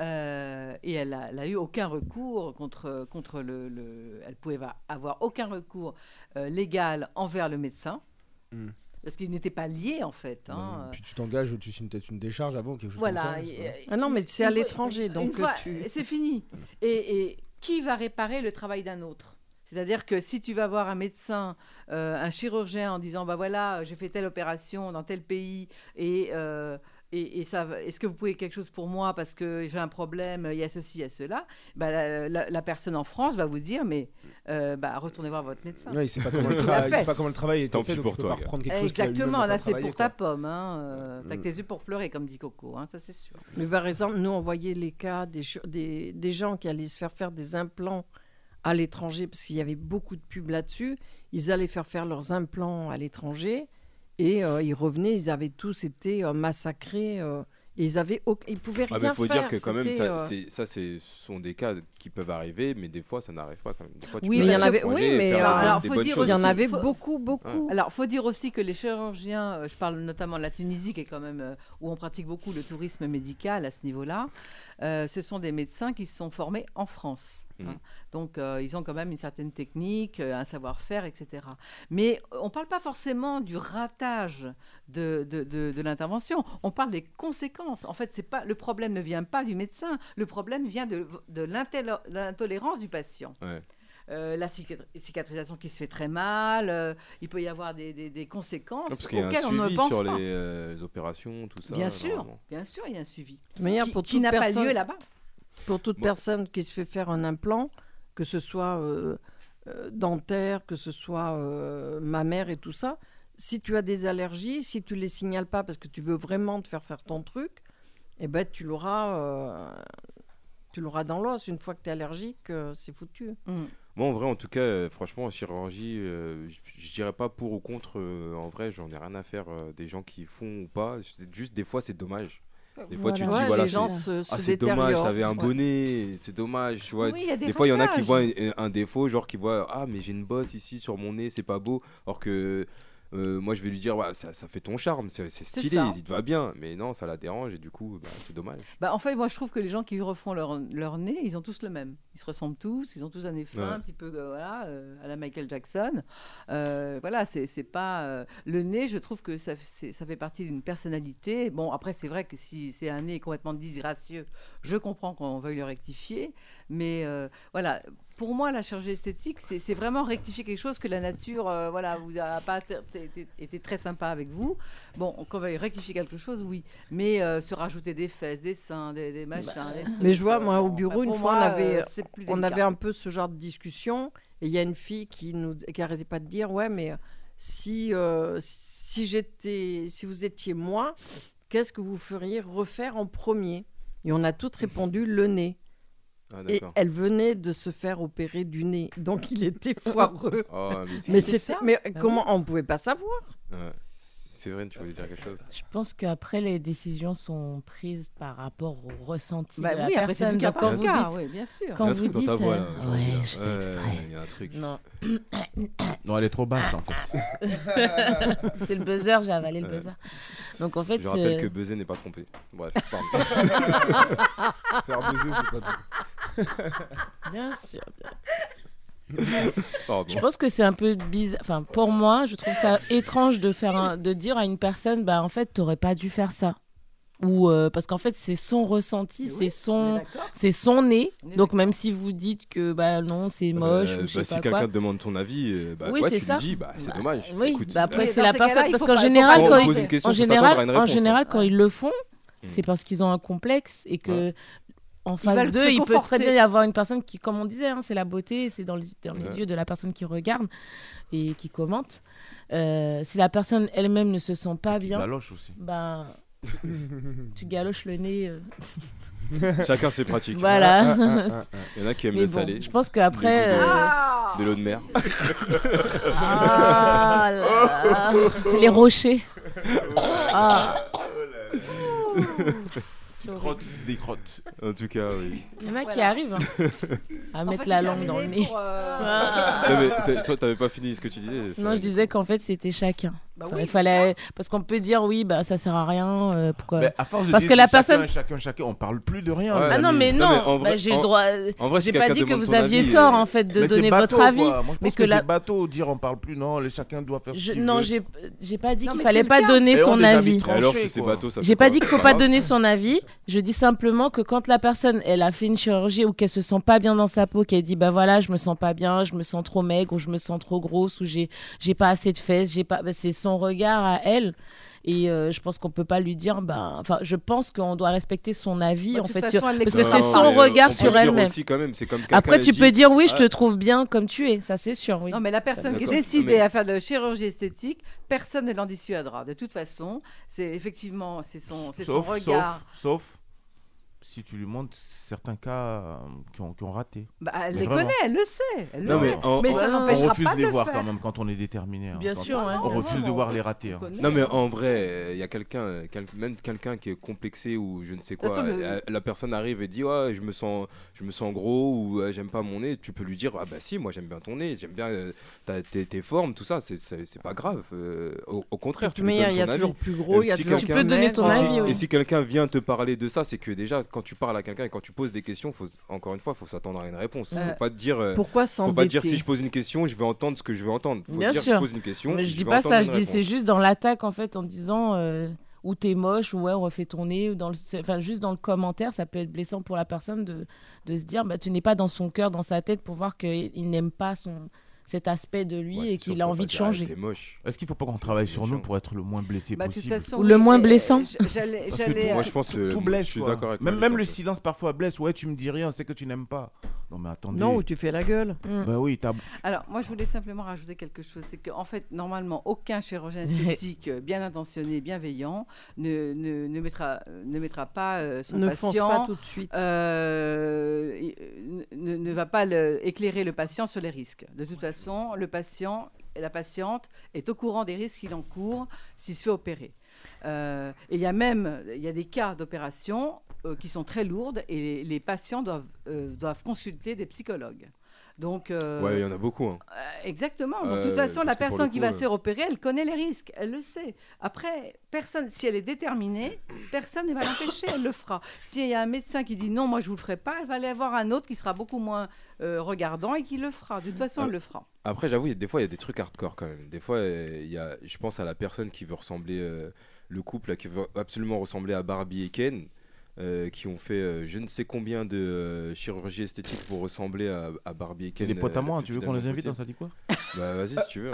B: euh, et elle a, elle a eu aucun recours contre, contre le, le- Elle pouvait va- avoir aucun recours euh, légal envers le médecin,
K: Hmm.
B: parce qu'il n'était pas lié en fait. hein.
E: euh,
K: Bah, Puis tu t'engages, tu signes peut-être une décharge avant, quelque chose
B: Voilà.
K: comme ça. je sais
B: et-
K: pas.
B: et-
E: Ah non, mais c'est à
B: une fois-
E: l'étranger,
B: une
E: donc,
B: fois,
E: tu-
B: C'est fini. Et, et qui va réparer le travail d'un autre c'est-à-dire que si tu vas voir un médecin, euh, un chirurgien en disant bah voilà j'ai fait telle opération dans tel pays et euh, et, et ça va- est-ce que vous pouvez quelque chose pour moi parce que j'ai un problème il y a ceci il y a cela bah, la, la- la personne en France va vous dire mais euh, bah retournez voir votre médecin.
K: Ouais, il sait pas comment le
B: Tout à
K: travail- il
B: fait.
K: sait pas comment le travail est
A: Tant
K: fait,
A: pis
K: donc
A: pour
K: il peut
A: toi,
K: pas
A: gars.
K: reprendre quelque chose qu'il a lui-même
B: Exactement
K: pas Mm.
B: là c'est
K: travaillé,
B: pour
K: quoi.
B: ta pomme hein. euh, T'as que tes yeux pour pleurer comme dit Coco hein, ça c'est sûr.
E: Mais par exemple, nous, on voyait les cas des, ch- des, des gens qui allaient se faire faire des implants à l'étranger, parce qu'il y avait beaucoup de pubs là-dessus. Ils allaient faire faire leurs implants à l'étranger et euh, ils revenaient, ils avaient tous été euh, massacrés. euh, Et ils avaient, au- ils pouvaient
A: Ah,
E: rien
A: mais faut
E: faire.
A: dire que quand même,
E: c'était,
A: ça,
E: euh,
A: c'est- ça, c'est- ce sont des cas qui peuvent arriver, mais des fois, ça n'arrive pas quand même. Des fois, tu
E: Oui,
A: peux
E: mais il y
A: rester
E: en avait-
A: au foyer
E: oui,
A: et
E: mais,
A: faire
E: euh,
A: des
E: alors,
A: bonnes
E: faut dire
A: choses.
E: aussi- Il y en avait beaucoup, beaucoup.
B: Alors, faut dire aussi que les chirurgiens, euh, je parle notamment de la Tunisie, qui est quand même euh, où on pratique beaucoup le tourisme médical à ce niveau-là. euh, ce sont des médecins qui se sont formés en France.
A: Mmh.
B: hein.
N: Mhm.
B: Donc, euh, ils ont quand même une certaine technique, euh, un savoir-faire, etc. Mais euh, on ne parle pas forcément du ratage de, de- de- de l'intervention. On parle des conséquences. En fait, c'est pas le problème ne vient pas du médecin. Le problème vient de, de l'intel- l'intolérance du patient.
A: Ouais.
B: Euh, la cicatri- cicatrisation qui se fait très mal, euh, il peut y avoir des, des- des conséquences
A: Non, parce qu'il y a un
B: auxquelles on ne
A: suivi
B: pense
A: sur les
B: pas.
A: euh, les opérations, tout ça.
B: bien sûr,
A: normalement.
B: bien sûr, il y a un suivi
E: De manière,
B: qui,
E: pour
B: qui
E: toute
B: n'a pas
E: personne-
B: lieu là-bas.
E: Pour toute
B: Bon.
E: personne qui se fait faire un implant, que ce soit euh, euh, dentaire, que ce soit euh, mammaire et tout ça, si tu as des allergies, si tu les signales pas parce que tu veux vraiment te faire faire ton truc, eh ben tu l'auras, euh, tu l'auras dans l'os. Une fois que tu es allergique, euh, c'est foutu.
B: Mm.
A: Moi, en vrai, en tout cas, euh, franchement, en chirurgie, euh, j- je dirais pas pour ou contre. euh, en vrai, j'en ai rien à faire euh, des gens qui font ou pas. C'est Juste, des fois, c'est dommage. Des fois, tu te dis,
E: Euh, Voilà. Ouais,
A: voilà,
E: les gens
A: c'est
E: se- se
A: ah, c'est dommage,
E: détériorent.
A: t'avais un
E: Ouais.
A: bonnet, c'est dommage. Tu vois.
E: Oui, il y a des
A: fois, il y en a qui
E: ratages.
A: voient un, un défaut, genre qui voient, ah, mais j'ai une bosse ici sur mon nez, c'est pas beau. Alors que euh, moi, je vais lui dire, ouais, ça, ça fait ton charme, c'est c'est
B: C'est
A: stylé,
B: ça.
A: il te va bien. Mais non, ça la dérange et du coup, bah, c'est dommage.
B: Bah, en fait, moi, je trouve que les gens qui refont leur, leur nez, ils ont tous le même. Ils se ressemblent tous, ils ont tous un nez fin,
A: Ouais.
B: un petit peu euh, voilà, euh, à la Michael Jackson. Euh, voilà, c'est c'est pas. euh, le nez, je trouve que ça, f- c'est- ça fait partie d'une personnalité. Bon, après, c'est vrai que si c'est un nez complètement disgracieux, je comprends qu'on veuille le rectifier. Mais euh, voilà, pour moi, la chirurgie esthétique, c'est c'est vraiment rectifier quelque chose que la nature, euh, voilà, vous a pas t- t- t- été très sympa avec vous. Bon, qu'on veuille rectifier quelque chose, oui. Mais euh, se rajouter des fesses, des seins, des, des machins, des trucs,
E: Bah, Mais je vois,
B: euh,
E: moi, au
B: bon,
E: bureau,
B: enfin,
E: une
B: pour
E: fois, on
B: moi,
E: avait,
B: euh, c'est plus
E: on
B: délicat.
E: avait un peu ce genre de discussion. Et il y a une fille qui nous qui arrêtait pas de dire Ouais, mais euh, si, euh, si, j'étais, si vous étiez moi, qu'est-ce que vous feriez refaire en premier Et on a toutes répondu Le nez.
A: Ah,
E: Et
A: d'accord.
E: elle venait de se faire opérer du nez, donc il était foireux.
A: Oh, mais c'est-
E: mais
A: C'est
E: c'était-
A: ça
E: mais
A: Ah oui.
E: comment on pouvait pas savoir
A: Ouais. Séverine, tu voulais dire quelque chose
I: Je pense qu'après, les décisions sont prises par rapport au ressenti
B: Bah
I: de la
B: oui, après, c'est
I: personne.
B: du cas
I: Donc,
B: par
I: quand vous
B: cas,
I: dites-
B: oui, bien
I: Quand
B: sûr.
A: Il y a un
I: vous
A: truc dans
I: dites,
A: ta voix, là,
I: euh,
A: j'ai envie de
I: ouais,
A: dire.
I: je fais
A: Ouais,
I: exprès.
A: Il y a un truc.
I: Non.
C: Non, elle est trop basse en fait.
I: euh, c'est le buzzer, j'ai avalé le buzzer. Donc en fait,
A: Je rappelle
I: euh,
A: que buzzer n'est pas trompé. Bref, pardon.
I: Faire buzzer, c'est pas tout. Bien sûr.
A: Pardon.
I: Je pense que c'est un peu bizarre. Enfin, pour moi, je trouve ça étrange de faire, un- de dire à une personne, bah en fait, t'aurais pas dû faire ça. Ou euh, parce qu'en fait, c'est son ressenti, c'est son, c'est son nez. Donc même si vous dites que bah non, c'est moche
A: Euh,
I: ou je
A: bah,
I: sais
A: si
I: pas quoi.
A: quelqu'un te demande ton avis, euh, bah,
I: Oui,
A: ouais,
I: c'est
A: tu
I: ça.
A: le dis, bah, c'est
I: Bah,
A: dommage.
I: Oui,
A: Écoute,
I: bah après
A: euh,
I: c'est la
B: ces
I: personne
B: cas-là, il
I: parce
B: faut
I: qu'en
B: pas- il faut
I: général
A: pas
I: quand
A: leur poser
I: ils,
A: une question,
I: en
A: faut s'attendre à
I: général
A: une
I: en
A: réponse.
I: général quand ils le font, c'est parce qu'ils ont un complexe et que en face
B: veulent
I: d'eux,
B: se
I: il peut très
B: conforter.
I: bien y avoir une personne qui comme on disait hein, c'est la beauté, c'est dans les, dans les
B: Ouais.
I: yeux de la personne qui regarde et qui commente. Euh, si la personne elle-même ne se sent pas bien,
C: galoche aussi.
I: Bah tu galoches le nez euh.
A: Chacun ses pratiques.
I: Voilà.
A: Il y en a qui aiment
I: Mais
A: le
I: bon,
A: salé.
I: Je pense qu'après.
A: le goût de-
I: euh,
A: De l'eau de mer.
I: Ah là là. Les rochers. Ah.
C: Des crottes, des crottes.
A: En tout cas, oui.
I: Il y en a qui
B: Voilà.
I: arrivent hein, à
B: En
I: mettre
B: fait,
I: la
B: c'est
I: langue dans le
B: terminé
I: nez.
B: pour, euh,
I: Ah.
A: Non, mais c'est- toi, t'avais pas fini ce que tu disais. c'est
I: Non,
A: vrai.
I: je disais qu'en fait c'était chacun.
A: Bah
I: Enfin,
A: oui,
I: il fallait parce qu'on peut dire oui bah ça sert à rien euh, pourquoi
C: Mais Bah, à force de
I: parce
C: dire
I: que la
C: chacun,
I: personne
C: chacun, chacun, on parle plus de rien.
I: Ah
C: les
I: non,
C: amis.
I: mais non, bah, j'ai le droit-
C: en vrai,
I: j'ai
C: si
I: pas
C: quelqu'un
I: dit que
C: demande
I: vous
C: son
I: aviez
C: avis,
I: tort,
C: euh,
I: en fait, de
C: mais c'est
I: donner votre
C: bateau,
I: avis.
C: quoi. Moi, je
I: Mais
C: pense
I: que
C: que,
I: la-
C: c'est bateau de dire on parle plus. Non, les- chacun doit faire.
I: Je-
C: ce qu'il
I: non,
C: veut.
I: j'ai j'ai pas dit
C: Non,
I: qu'il
C: mais
I: fallait
C: c'est le
I: pas
C: cas.
I: donner
C: Et ont
I: son
C: des avis
I: avis.
C: tranchés, Et alors, si c'est quoi. bateau, ça
I: J'ai
C: fait
I: pas
C: quoi
I: dit qu'il faut
C: C'est pas
I: pas
C: grave.
I: donner son avis. Je dis simplement que quand la personne elle a fait une chirurgie ou qu'elle se sent pas bien dans sa peau, qu'elle dit bah voilà je me sens pas bien, je me sens trop maigre ou je me sens trop grosse ou j'ai j'ai pas assez de fesses, j'ai pas bah, c'est son regard à elle. Et euh, je pense qu'on peut pas lui dire, bah, enfin, je pense qu'on doit respecter son avis
B: Bah, de
I: en
B: toute
I: fait,
B: façon,
I: sur-
B: elle
I: parce que
B: l'exprime
I: c'est
B: pas.
I: son
B: Non, mais, euh,
I: regard
B: on
I: sur
B: peut le dire
I: elle-même.
A: aussi quand même, c'est comme quelqu'un
I: Après,
A: qui
I: tu
A: dit-
I: peux dire oui, je te
A: Ouais.
I: trouve bien comme tu es, ça c'est sûr. Oui.
B: Non, mais la personne qui est
I: d'accord.
B: décidée
I: Mais-
B: à faire de la chirurgie esthétique, personne ne l'en dissuadera. De toute façon, c'est effectivement, c'est son, c'est son
C: Sauf,
B: regard.
C: sauf, sauf si tu lui montres certains cas euh, qui ont, qui ont raté.
B: Bah, elle
C: Mais
B: les
C: vraiment.
B: connaît, elle le sait. Elle le
C: Non,
B: sait.
C: mais on,
B: mais ça
C: on- on
B: n'empêchera
C: refuse
B: pas
C: de
B: le
C: les voir
B: faire.
C: quand même quand on est déterminé. hein.
B: Bien
C: Quand-
B: sûr, ouais.
C: on refuse de voir les ratés. hein.
A: Non, mais en vrai, il y a quelqu'un, euh, quel- même quelqu'un qui est complexé ou je ne sais
B: De toute
A: quoi.
B: façon, le-
A: euh, La personne arrive et dit Ouais, je me sens, je me sens gros ou euh, j'aime pas mon nez. Tu peux lui dire Ah, bah si, moi j'aime bien ton nez, j'aime bien euh, ta- tes, tes formes, tout ça. C'est- C'est c'est pas grave. euh, au, au contraire,
E: De
A: tu
E: toute
A: lui
E: manière,
A: donnes
E: il y a
A: ton
E: toujours
A: avis.
E: plus gros,
A: Et
E: il y a
A: si
E: toujours
A: quelqu'un-
E: plus Tu peux donner ton maigre.
A: Et si-
E: avis, ouais.
A: Et si quelqu'un vient te parler de ça, c'est que déjà, quand tu parles à quelqu'un et quand tu poses des questions, faut, s- encore une fois, faut s'attendre à une réponse.
E: Euh,
A: faut pas te dire. euh,
E: pourquoi
A: Faut pas te dire
E: s'embêter
A: si je pose une question, je vais entendre ce que je vais entendre. Faut
I: Bien
A: dire
I: sûr.
A: je pose une question.
I: Mais je dis
A: vais
I: pas
A: entendre
I: ça,
A: une
I: je dis c'est
A: réponse.
I: juste dans l'attaque en fait en disant euh, ou t'es moche ou ouais on refait tourner ou dans le, c'est- enfin juste dans le commentaire ça peut être blessant pour la personne de, de se dire bah tu n'es pas dans son cœur, dans sa tête pour voir qu'il n'aime pas son cet aspect de lui et qu'il a envie de changer.
C: Est-ce qu'il faut pas qu'on travaille sur nous pour être le moins blessé
I: Bah, de toute
C: possible
I: façon, Ou le oui, moins mais, blessant.
B: euh, j'allais-
C: Parce que
B: j'allais,
C: tout-
B: euh, Moi, je pense, euh,
C: tout
B: moi,
C: blesse.
A: je suis
C: quoi.
A: d'accord avec
C: Même,
A: Malik
C: même
A: sur
C: le
A: ça.
C: silence parfois blesse. Ouais, tu me dis rien, c'est que tu n'aimes pas. Non mais attendez.
E: Non, ou tu fais la gueule.
B: Mm.
C: Bah oui, t'as.
B: Alors, moi, je voulais simplement rajouter quelque chose. C'est qu'en fait, normalement, aucun chirurgien esthétique euh, bien intentionné, bienveillant, ne, ne, ne mettra, ne mettra pas euh, son
E: Ne fonce
B: patient.
E: pas tout de suite.
B: euh, il- euh, ne, ne va pas le- éclairer le patient sur les risques. De toute façon, le patient, la patiente est au courant des risques qu'il encourt s'il se fait opérer. Euh, et il y a même il y a des cas d'opération euh, qui sont très lourdes et les, les patients doivent, euh, doivent consulter des psychologues. Donc, euh,
A: Ouais, il y en a beaucoup. hein.
B: euh, Exactement. Donc, de
A: Euh,
B: toute façon,
A: parce
B: la
A: que pour le
B: personne qui
A: coup,
B: va
A: euh,
B: se faire opérer, elle connaît les risques, elle le sait. Après, personne, si elle est déterminée, personne ne va l'empêcher, elle le fera. S'il y a un médecin qui dit non, moi je vous le ferai pas, elle va aller avoir un autre qui sera beaucoup moins euh, regardant et qui le fera. De toute façon,
A: Ah.
B: elle le fera.
A: Après, j'avoue, il y a- des fois, il y a des trucs hardcore quand même. Des fois, euh, il y a, je pense à la personne qui veut ressembler, euh, le couple là, qui veut absolument ressembler à Barbie et Ken, euh, qui ont fait euh, je ne sais combien de euh, chirurgie esthétique pour ressembler à, à Barbie et
C: C'est
A: Ken.
C: des potes à
A: euh,
C: moi,
A: le
C: hein,
A: plus
C: tu veux qu'on
A: fidèlement
C: les invite
A: possible.
C: dans ça dit quoi
A: Bah vas-y si tu veux.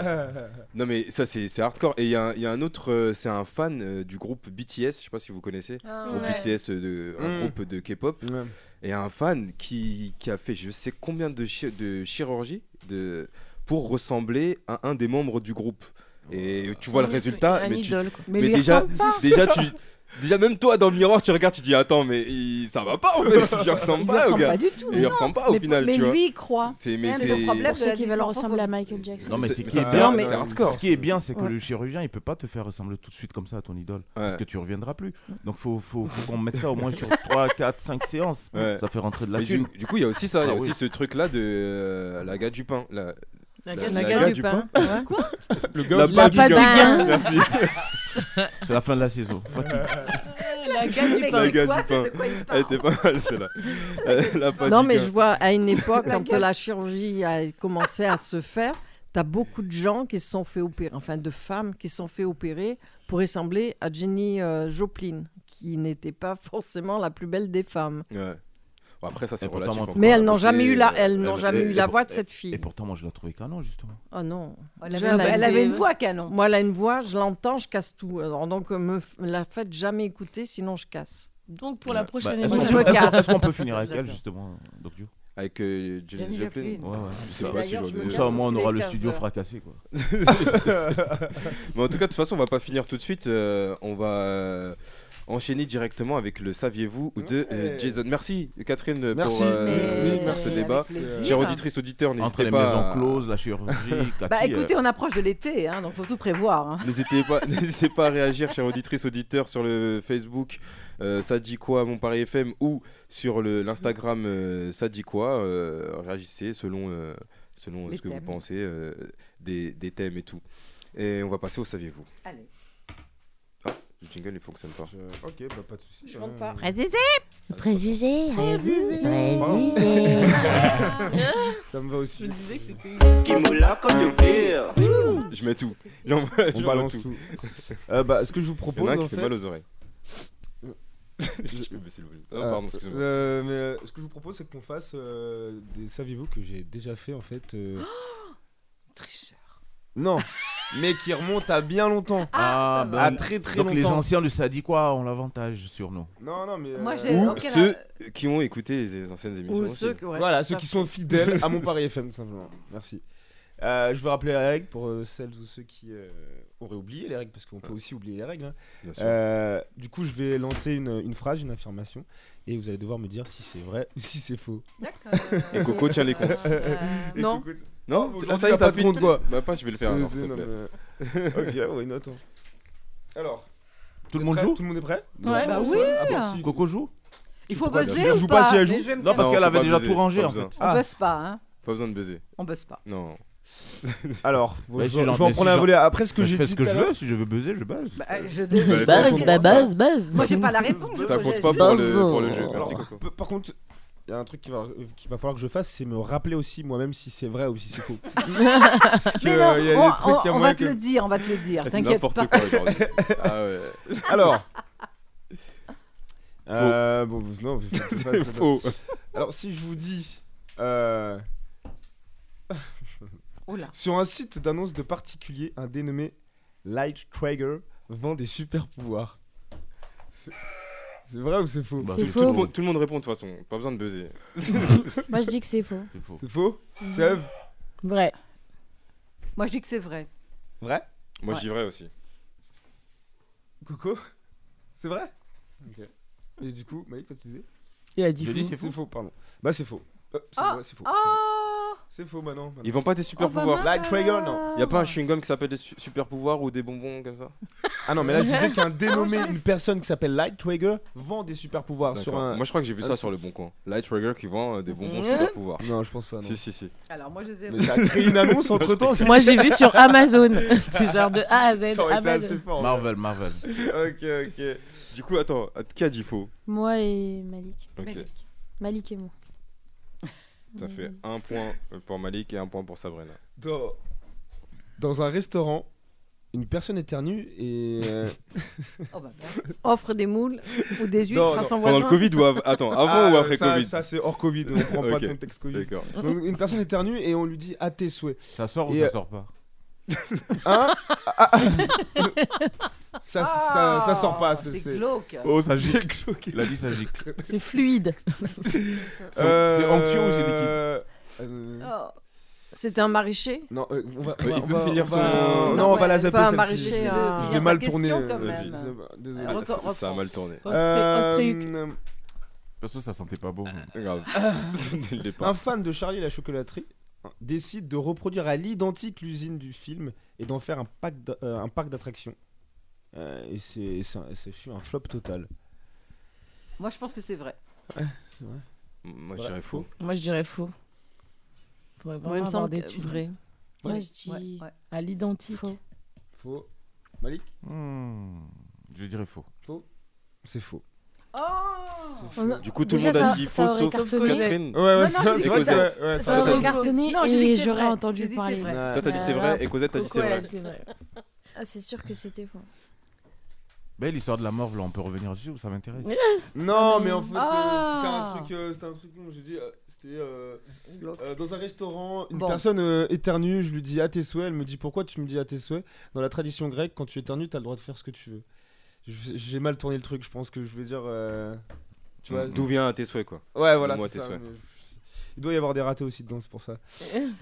A: non mais ça c'est c'est hardcore. Et il y, a un- il y a un autre, euh, c'est un fan euh, du groupe BTS, je sais pas si vous connaissez.
I: Ah,
A: Au
I: ouais.
A: BTS, euh, de, un
F: Hmm.
I: Mm.
A: groupe de K-pop. Et un fan qui, qui a fait je sais combien de, chi- de chirurgie de, pour ressembler à un des membres du groupe. Et tu vois le
I: Oui,
A: résultat,
I: c'est un
A: mais, tu-
I: idole, quoi.
A: mais,
I: Mais lui, il
A: déjà,
I: ressemble pas.
A: déjà tu, Déjà, même toi, dans le miroir, tu regardes, tu dis Attends, mais il- ça va pas en fait, je ressemble
F: Il
A: pas au
F: ressemble
A: gars.
F: pas du tout,
A: Il
F: non.
A: ressemble pas au
F: Mais-
A: final,
F: mais
A: tu vois.
F: lui, il croit.
A: C'est mais
F: Ah, mais
A: c'est
F: le problème Pour de ceux la qui veulent ressembler à Michael Jackson.
C: Non mais
A: C'est-
C: c'est
A: mais
C: qui
A: ça,
C: est
A: c'est
C: bien,
A: hard- c'est hardcore,
C: Ce qui est bien, c'est que
A: Ouais.
C: le chirurgien, il peut pas te faire ressembler tout de suite comme ça à ton idole, parce que tu reviendras plus. Donc faut, faut, faut qu'on mette ça au moins sur 3, 4, 5 séances.
A: Ouais.
C: Ça fait rentrer de la
A: Mais du,
C: thune.
A: du coup, il y a aussi ça, il y a
C: Ah
A: aussi
C: oui.
A: ce truc là de euh, la gars du pain. La,
E: La gars- la gars du pain. Ouais. Quoi
A: Le gars
C: La
A: du
C: pas
A: pain.
C: du gain.
A: Merci.
C: C'est la fin de la saison. Fatigue.
B: La gars du pain.
A: La gars
B: Quoi,
A: du pain.
B: de quoi il
A: Elle était pas mal celle-là. Euh, la pas
E: non,
A: du
E: mais
A: gain.
E: je vois à une époque,
B: La
E: quand
B: gueule.
E: la chirurgie a commencé à se faire, t'as beaucoup de gens qui se sont fait opérer, enfin de femmes qui se sont fait opérer pour ressembler à Jenny euh, Joplin, qui n'était pas forcément la plus belle des femmes.
A: Ouais. Bon, après, ça c'est
C: Et pourtant,
A: relatif.
C: moi,
A: encore.
E: Mais elles n'ont
A: Et-
E: jamais eu la, elles
A: euh,
E: n'ont
A: et-
E: jamais eu
A: et
E: la
A: pour-
E: voix de cette fille.
C: Et pourtant, moi, je la trouvais canon, justement.
E: Oh non.
B: Elle
E: Déjà,
B: avait- elle avait
E: dit-
B: une voix canon.
E: Moi, elle a une voix, je l'entends, je casse tout. Alors, donc, euh, me f- la faites jamais écouter, sinon je casse.
I: Donc, pour la
E: Ouais.
I: prochaine
E: Bah,
C: Est-ce
I: émission-
C: qu'on
E: Je
C: peut,
E: me
C: est-ce qu'on-
E: casse.
C: est-ce qu'on peut finir avec elle,
E: D'accord.
C: justement, Doc Dio
A: Avec euh, Janis
C: Janis
A: Joplin.
C: Joplin. Ouais, ouais.
A: Je sais
C: Et
A: pas si
C: d'ailleurs,
A: j'en
C: je me
A: ai.
C: demande Ça, au moins, on s'il aura est le 15 studio heures. fracassé, quoi.
A: Je sais pas. Mais en tout cas, de toute façon, on va pas finir tout de suite. euh, on va euh, enchaîner directement avec le saviez-vous ou de euh,
K: Ouais.
A: Jason. Merci Catherine euh,
K: Merci.
A: pour euh,
K: Oui, merci.
A: ce
K: Avec
A: débat.
K: plaisir.
A: Chers auditrices, auditeurs,
C: Entre
A: n'hésitez
C: les
A: pas.
C: maisons
A: à-
C: closes, la chirurgie, Cathy,
B: Bah écoutez,
C: euh,
B: on approche de l'été, hein, donc faut tout prévoir. hein.
A: N'hésitez pas, n'hésitez pas à réagir, chers auditrices, auditeurs, sur le Facebook euh, Ça dit quoi, mon Paris FM, ou sur le- l'Instagram euh, Ça dit quoi. euh, réagissez selon, euh, selon
B: Les
A: ce que
B: thèmes.
A: vous pensez euh, des, des thèmes et tout. Et on va passer au saviez-vous.
B: Allez.
A: Ah, le jingle il fonctionne pas.
K: Ok, bah pas de soucis. Je
E: monte pas.
I: Préjugé.
K: Préjugé.
I: Préjugé.
K: Ça me va aussi.
I: Je me disais que c'était.
A: Je mets tout.
K: On balance tout. Euh, bah, ce que je vous propose.
A: Il y en a un
K: en
A: qui fait mal aux oreilles.
K: Euh,
A: Je vais baisser le volume. Ah,
K: Euh,
A: pardon, excusez-moi.
K: euh, mais euh, ce que je vous propose, c'est qu'on fasse euh, des saviez-vous que j'ai déjà fait en fait. euh, Non, mais qui remonte à bien longtemps.
C: Ah, bah,
K: à très très
C: donc
K: longtemps.
C: les anciens de ça dit quoi ont l'avantage sur nous.
K: Non, non, mais. euh,
A: Ou ceux qui ont écouté les anciennes émissions. aussi.
K: Voilà, ceux qui sont fidèles à mon Paris FM, tout simplement. Merci. Euh, je vais rappeler les règles pour euh, celles ou ceux qui euh, auraient oublié les règles, parce qu'on peut aussi oublier les règles. hein.
A: Bien sûr.
K: Euh, du coup, je vais lancer une, une phrase, une affirmation, et vous allez devoir me dire si c'est vrai ou si c'est faux.
B: D'accord. Euh,
A: Et Coco tient les comptes.
K: Et
A: Non.
K: Coco-
A: Non,
K: Aujourd'hui,
A: ah, ça y
K: t'as
A: est, t'as
K: pas de
A: fait-
K: compte quoi.
A: Bah, pas, je vais le faire,
K: C'est-
A: alors,
K: c'est-
A: s'il te
K: non,
A: plaît.
K: mais- euh, Ok, ouais, attends. Alors.
C: Tout le monde joue
K: Tout le monde est prêt
B: Ouais, bah oui.
C: Ah, Coco joue
B: Il faut
C: pourquoi
B: buzzer
C: Je
B: ou
C: joue pas
B: pas
C: si elle
B: Mais
C: joue.
B: je vais me
C: Non, parce
B: calmer.
C: qu'elle
A: faut
C: avait
A: pas
C: déjà
A: buzzer,
C: tout rangé,
A: pas
C: en
A: besoin.
C: fait.
B: On
K: Ah.
B: bosse pas, hein
A: Pas besoin de baiser.
B: On bosse pas.
A: Non.
K: Alors, bon,
C: Mais
K: je,
C: Bah, si
K: vais-
C: j'en-
K: je vais en
C: mais si
K: prendre un
C: j'en-
K: volet après ce que
C: Bah, je
K: j'ai
C: fais
K: dit.
C: ce que
K: tout à
C: je
K: l'heure.
C: veux, si je veux buzzer, je buzz.
B: Bah, je
C: Bah, ça Buzz, compte bah, pas. buzz, buzz.
B: Moi, j'ai pas la réponse.
A: Ça
B: je-
A: compte
B: je-
A: pas
B: je-
A: pour le- pour le jeu.
K: Alors,
A: Merci,
K: par-
A: Coco.
K: par, contre, il y a un truc qu'il va, qu'il va falloir que je fasse, c'est me rappeler aussi moi-même si c'est vrai ou si c'est faux. Parce que,
B: Mais non,
K: euh, il y a des
B: on,
K: trucs,
B: on-
K: il y a
B: on
K: moyen
B: va te
K: que- Ah,
B: le dire, on va te le dire.
A: C'est
B: T'inquiète
A: n'importe
B: pas.
A: quoi aujourd'hui. Ah ouais.
K: Alors.
A: Faux.
K: Euh, bon, vous- non, vous-
A: C'est
K: pas- pas-
A: faux.
K: Alors, si je vous dis. euh,
B: Oula.
K: Sur un site d'annonce de particulier, un dénommé Light Traeger vend des super pouvoirs. C'est- C'est vrai ou c'est faux
A: Bah, tout, tout le monde- tout le monde répond de toute façon, pas besoin de buzzer.
F: Moi, je dis que c'est faux.
K: C'est faux
F: Mhm.
K: Sèvres
I: Vrai.
B: Moi, je dis que c'est vrai.
K: Vrai
A: Moi je dis vrai aussi.
K: Coco C'est vrai Ok. Et du coup, Malik, toi tu disais
I: Il a dit
K: Je
I: faux.
K: dis c'est faux. pardon. Bah c'est faux. Euh, c'est
B: Ah,
K: vrai, c'est faux.
B: ah.
K: C'est faux maintenant.
A: Ils vendent pas des super
K: Oh, bah
A: pouvoirs.
K: Light Trigger,
I: euh,
K: non.
A: Y a pas un chewing-gum qui s'appelle des su- super pouvoirs ou des bonbons comme ça
K: Ah non, mais là je disais qu'un dénommé, une personne qui s'appelle Light Trigger vend des super pouvoirs sur
A: D'accord.
K: un.
A: Moi je crois que j'ai vu
K: un-
A: ça sur le bon coin. Light Trigger qui vend euh, des bonbons
K: Mmh.
A: super pouvoirs.
K: Non, je pense pas. Non.
A: Si, si, si.
B: Alors, moi, je les ai-
K: Mais ça a créé une annonce entre temps.
I: Moi, j'ai vu Ah, bah, sur Amazon. C'est genre de A à Z.
K: Ça aurait été
I: Amazon.
K: assez fort.
C: Marvel, Marvel.
K: ok, ok.
A: Du coup, attends, qui a dit faux
F: Moi et Malik.
A: Ok.
F: Malik. Malik et moi.
I: Mm.
A: Ça fait un point pour Malik et un point pour Sabrina.
K: Dans... Dans un restaurant, une personne éternue et. euh,
E: Offre des moules ou des huîtres
K: Non,
E: à
K: non.
E: son
A: Pendant
E: voisin.
A: le Covid ou av- attends, avant
K: Ah,
A: ou après
K: ça-
A: Covid
K: Ça, c'est hors Covid, on prend pas
A: Ok,
K: de contexte Covid.
A: D'accord.
K: Donc, une personne éternue et on lui dit à tes souhaits.
C: Ça sort ou
K: Et,
C: ça
K: euh,
C: sort pas
K: Hein Ah, ah. ça, ça,
B: Ah,
K: ça sort pas.
B: c'est glauque.
C: Oh, ça gicle.
K: C'est glauque.
C: Il a dit ça gicle.
I: C'est fluide.
C: C'est c'est onctueux ou c'est liquide
K: Euh, euh,
E: Oh. C'était un maraîcher
K: Non, euh, on va,
A: Euh,
K: on va-
A: il peut
K: on va-
A: finir
K: on
A: son-
K: va-
A: Non,
K: Non, on va
E: ouais,
K: la zapper.
E: pas un
K: celle-ci.
E: maraîcher, un-
K: Je
B: Finir
K: vais
B: sa
K: mal
B: question,
K: tourner.
B: quand
K: euh,
B: même.
K: vas-y. Désolé.
A: Ah,
B: Reco-
A: ça- ça a
B: reco-
A: mal tourné.
K: Euh,
C: Parce que ça sentait pas hein. bon.
A: Grave. Dès le départ.
K: Un fan de Charlie et la chocolaterie décide de reproduire à l'identique l'usine du film et d'en faire un parc d'a- euh, un parc d'attractions. Euh, et c'est c'est un, c'est- je suis un flop total.
B: Moi, je pense que c'est vrai.
A: Moi, je dirais faux.
I: Moi, je dirais faux. Faudrait
E: Moi, il me
I: vraiment avoir
E: semble
I: des
E: que-
I: thunes.
E: vrai.
F: Moi, je dis
B: Ouais.
I: À l'identique.
K: Faux. Malik
C: Hmm, Je dirais faux.
K: C'est faux.
B: Oh
F: On a-
A: Du coup, tout le
F: Déjà,
A: monde a
F: ça-
A: dit
F: ça
A: faux
F: aurait
A: sauf
F: cartonné.
A: Catherine.
K: Ouais, ouais,
B: Non, non,
K: c'est
B: j'ai
K: vrai,
B: dit
K: c'est vrai,
A: que ça-
K: c'est vrai, c'est
F: Ça
K: vrai.
F: aurait
A: Attends.
F: cartonné
B: Non, j'ai dit
F: et
B: que c'est
F: j'aurais
B: vrai.
F: entendu
B: J'ai dit c'est
F: parler.
B: vrai.
K: Ouais.
A: Toi, t'as dit c'est
E: Euh,
A: vrai et Cosette, t'as dit c'est vrai.
F: Ah, c'est sûr que c'était faux.
C: Ben, l'histoire de la mort, là, on peut revenir dessus ou ça m'intéresse
K: Non,
F: mais-
K: mais en fait, euh,
B: Ah.
K: c'était un truc, euh, c'était un truc long. J'ai dit, euh, c'était euh,
E: Glauque.
K: euh, dans un restaurant, une
B: Bon.
K: personne euh, éternue. Je lui dis à tes souhaits. Elle me dit pourquoi tu me dis à tes souhaits. Dans la tradition grecque, quand tu éternues, t'as le droit de faire ce que tu veux. Je- J'ai mal tourné le truc. Je pense que je voulais dire. euh, tu vois.
A: D'où vient tes souhaits, quoi
K: Ouais, voilà.
A: Moi,
K: c'est
A: tes
K: ça,
A: souhaits.
K: mais je- Il doit y avoir des ratés aussi dedans, c'est pour ça.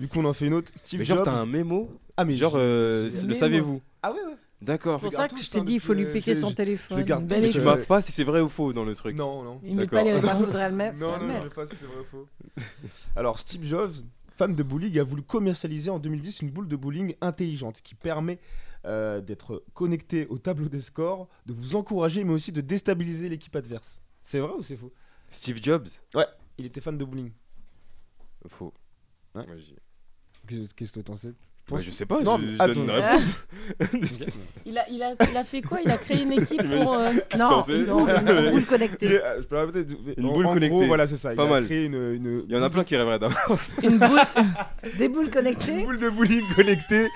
K: Du coup, on en fait une autre. Steve
A: Mais genre,
K: Jobs.
A: t'as un mémo
K: Ah mais
A: Genre,
K: j'ai-
A: euh,
K: j'ai-
A: le savez-vous
K: Ah ouais, ouais.
A: D'accord.
E: C'est pour
K: Je
E: ça
K: garde
E: que
K: tout
E: je
K: ça
E: t'ai dit, il faut lui
K: depuis-
E: piquer
K: je-
E: son
K: je-
E: téléphone.
K: Je garde
I: Belle
K: tout.
A: Tu
I: équipe.
K: euh,
A: marques pas si c'est vrai ou faux dans le truc.
K: Non, non.
I: Il met
A: D'accord.
I: pas les
B: Il faudrait le mettre.
K: Non, non, je ne sais pas si c'est vrai ou faux. Alors, Steve Jobs, fan de bowling, a voulu commercialiser en 2010 une boule de bowling intelligente qui permet euh, d'être connecté au tableau des scores, de vous encourager, mais aussi de déstabiliser l'équipe adverse. C'est vrai ou c'est faux
A: Steve Jobs
K: Il était fan de bowling.
A: Faux.
K: Ouais.
A: Moi, je dis-
K: Qu'est- Qu'est-ce que t'en sais
A: Bah, je sais pas,
K: Non,
A: je,
K: mais
A: je donne une
K: attends. Ah.
A: réponse.
I: Il a, il, a, il a fait quoi Il a créé une équipe pour. euh,
B: Non,
A: Qu'est-ce que
B: ils
A: t'en
B: ont
A: sais
B: une boule
K: Il
B: connectée.
K: est- euh, je peux répéter, du-
A: Une
K: en-
A: boule
K: en gros,
A: connectée.
K: voilà, c'est ça.
A: Pas
K: il
A: mal.
K: a créé une, une-
A: Il y en a plein qui rêveraient d'avoir.
I: une boule.
B: Des boules
K: une
B: connectées
K: boule de bowling connectée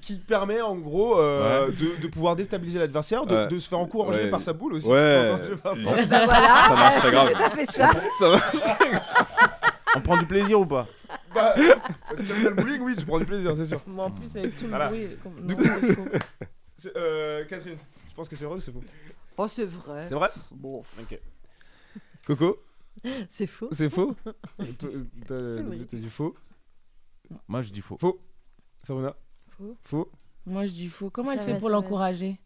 K: qui permet en gros euh, de, de pouvoir déstabiliser l'adversaire, de,
A: Ouais.
K: de se faire encourager
A: Ouais.
K: par sa boule aussi.
A: Ouais.
K: Tu vois, je sais pas.
A: Ça
B: Bah voilà,
A: marche très
B: c'est
A: grave.
B: tout à fait ça.
A: Ça va.
C: On prend du plaisir ou pas
K: Bah, si t'aimes bien le bowling, oui, tu prends du plaisir, c'est sûr.
I: Bon, en plus, avec tout le
K: Voilà.
I: bruit. comme-
K: Du
I: non, c'est faux.
K: C'est- euh, Catherine, je pense que c'est vrai ou c'est faux
B: Oh, c'est vrai.
K: C'est vrai
B: Bon.
K: Ok. Coco,
E: C'est faux.
K: c'est faux T'as
E: vrai.
K: t'as dit faux
C: Moi, je dis faux.
K: Faux Saruna
F: Faux.
K: Faux.
I: Moi, je dis faux. Comment
K: Ça
I: elle fait
K: va,
I: pour
K: ça va.
I: l'encourager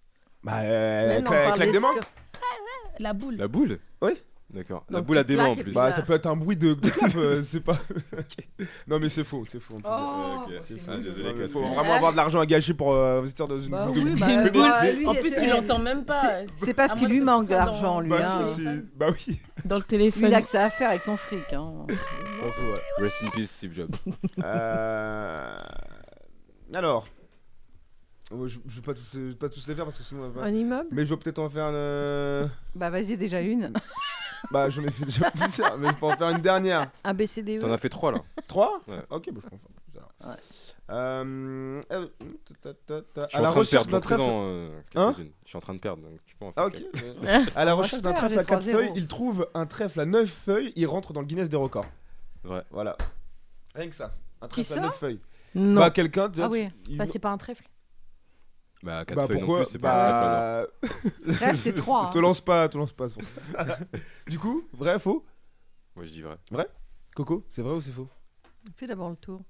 K: Bah, euh,
I: Mais non,
K: cla-
I: on parle
K: claque
I: des
K: de main
I: sco- La boule.
A: La boule
K: Oui.
A: D'accord. La boule à des mains en plus.
K: Bah, ça peut être un bruit de, de clap, euh, c'est pas. Ok. Non, mais c'est faux, c'est faux. on peut
A: Oh,
K: dire.
A: ok.
K: C'est
A: Ah,
K: faux.
A: désolé,
K: Ouais,
A: Catherine.
K: faut vraiment avoir de l'argent à gâcher pour euh, investir dans une
I: Bah
K: boule de
I: oui,
K: boule.
I: bah,
K: de
I: bah,
K: boule.
I: lui,
B: En plus,
I: c'est-
B: tu l'entends même pas.
I: c'est-
B: C'est pas ce
I: euh, à
B: qui
I: moins
B: lui
I: que ce
B: manque,
I: soit
B: l'argent,
I: dans-
B: lui,
K: Bah,
B: hein.
K: si, si. Bah oui.
I: Dans le
B: Lui,
I: téléphone.
B: il a que ça à faire avec son fric. Hein.
K: C'est pas faux, ouais.
A: Rest in peace, Steve Jobs.
K: Euh, Alors. Ouais, Je je vais pas tous, je vais pas tous les faire parce que sinon. on va pas-
E: Un immeuble
K: Mais je vais peut-être en faire une.
B: Bah, vas-y, déjà une.
K: Bah, j'en ai fait déjà plusieurs, mais je peux en faire une dernière.
E: Un BCDE
A: T'en as fait trois là.
K: 3
A: Ouais.
K: Ok, bah, je comprends plus alors. Euh, euh, ta, ta, ta, ta.
A: Je suis
K: À
A: en
K: la
A: train de
K: recherche
A: perdre
K: d'un
A: dans
K: trèfle.
A: 13 ans. euh,
K: Hein
A: quelques-unes. Je suis en train de perdre. Donc tu peux en faire
K: Ah, ok.
A: quelques-
K: À la
B: Moi,
K: recherche
B: je
K: d'un
B: perds,
K: trèfle
B: j'ai
K: à 4
B: 3-0.
K: feuilles, il trouve un trèfle à 9 feuilles, il rentre dans le Guinness des records.
A: Ouais.
K: Voilà. Rien que ça. Un
F: Qui
K: trèfle à
F: ça
K: 9 feuilles.
I: Non.
K: Bah, quelqu'un. tu-
F: Ah oui,
K: il-
F: bah, c'est pas un trèfle.
A: Bah, 4
K: Bah,
A: feuilles
K: pourquoi
A: non plus, c'est pas hein.
K: Bah,
A: un trèfle alors.
K: Bref, c'est trois, hein. Te lance pas, te lance pas. son- du coup, vrai, faux
A: Moi, je dis vrai.
K: Vrai Coco, c'est vrai ou c'est faux
E: Fais d'abord le tour.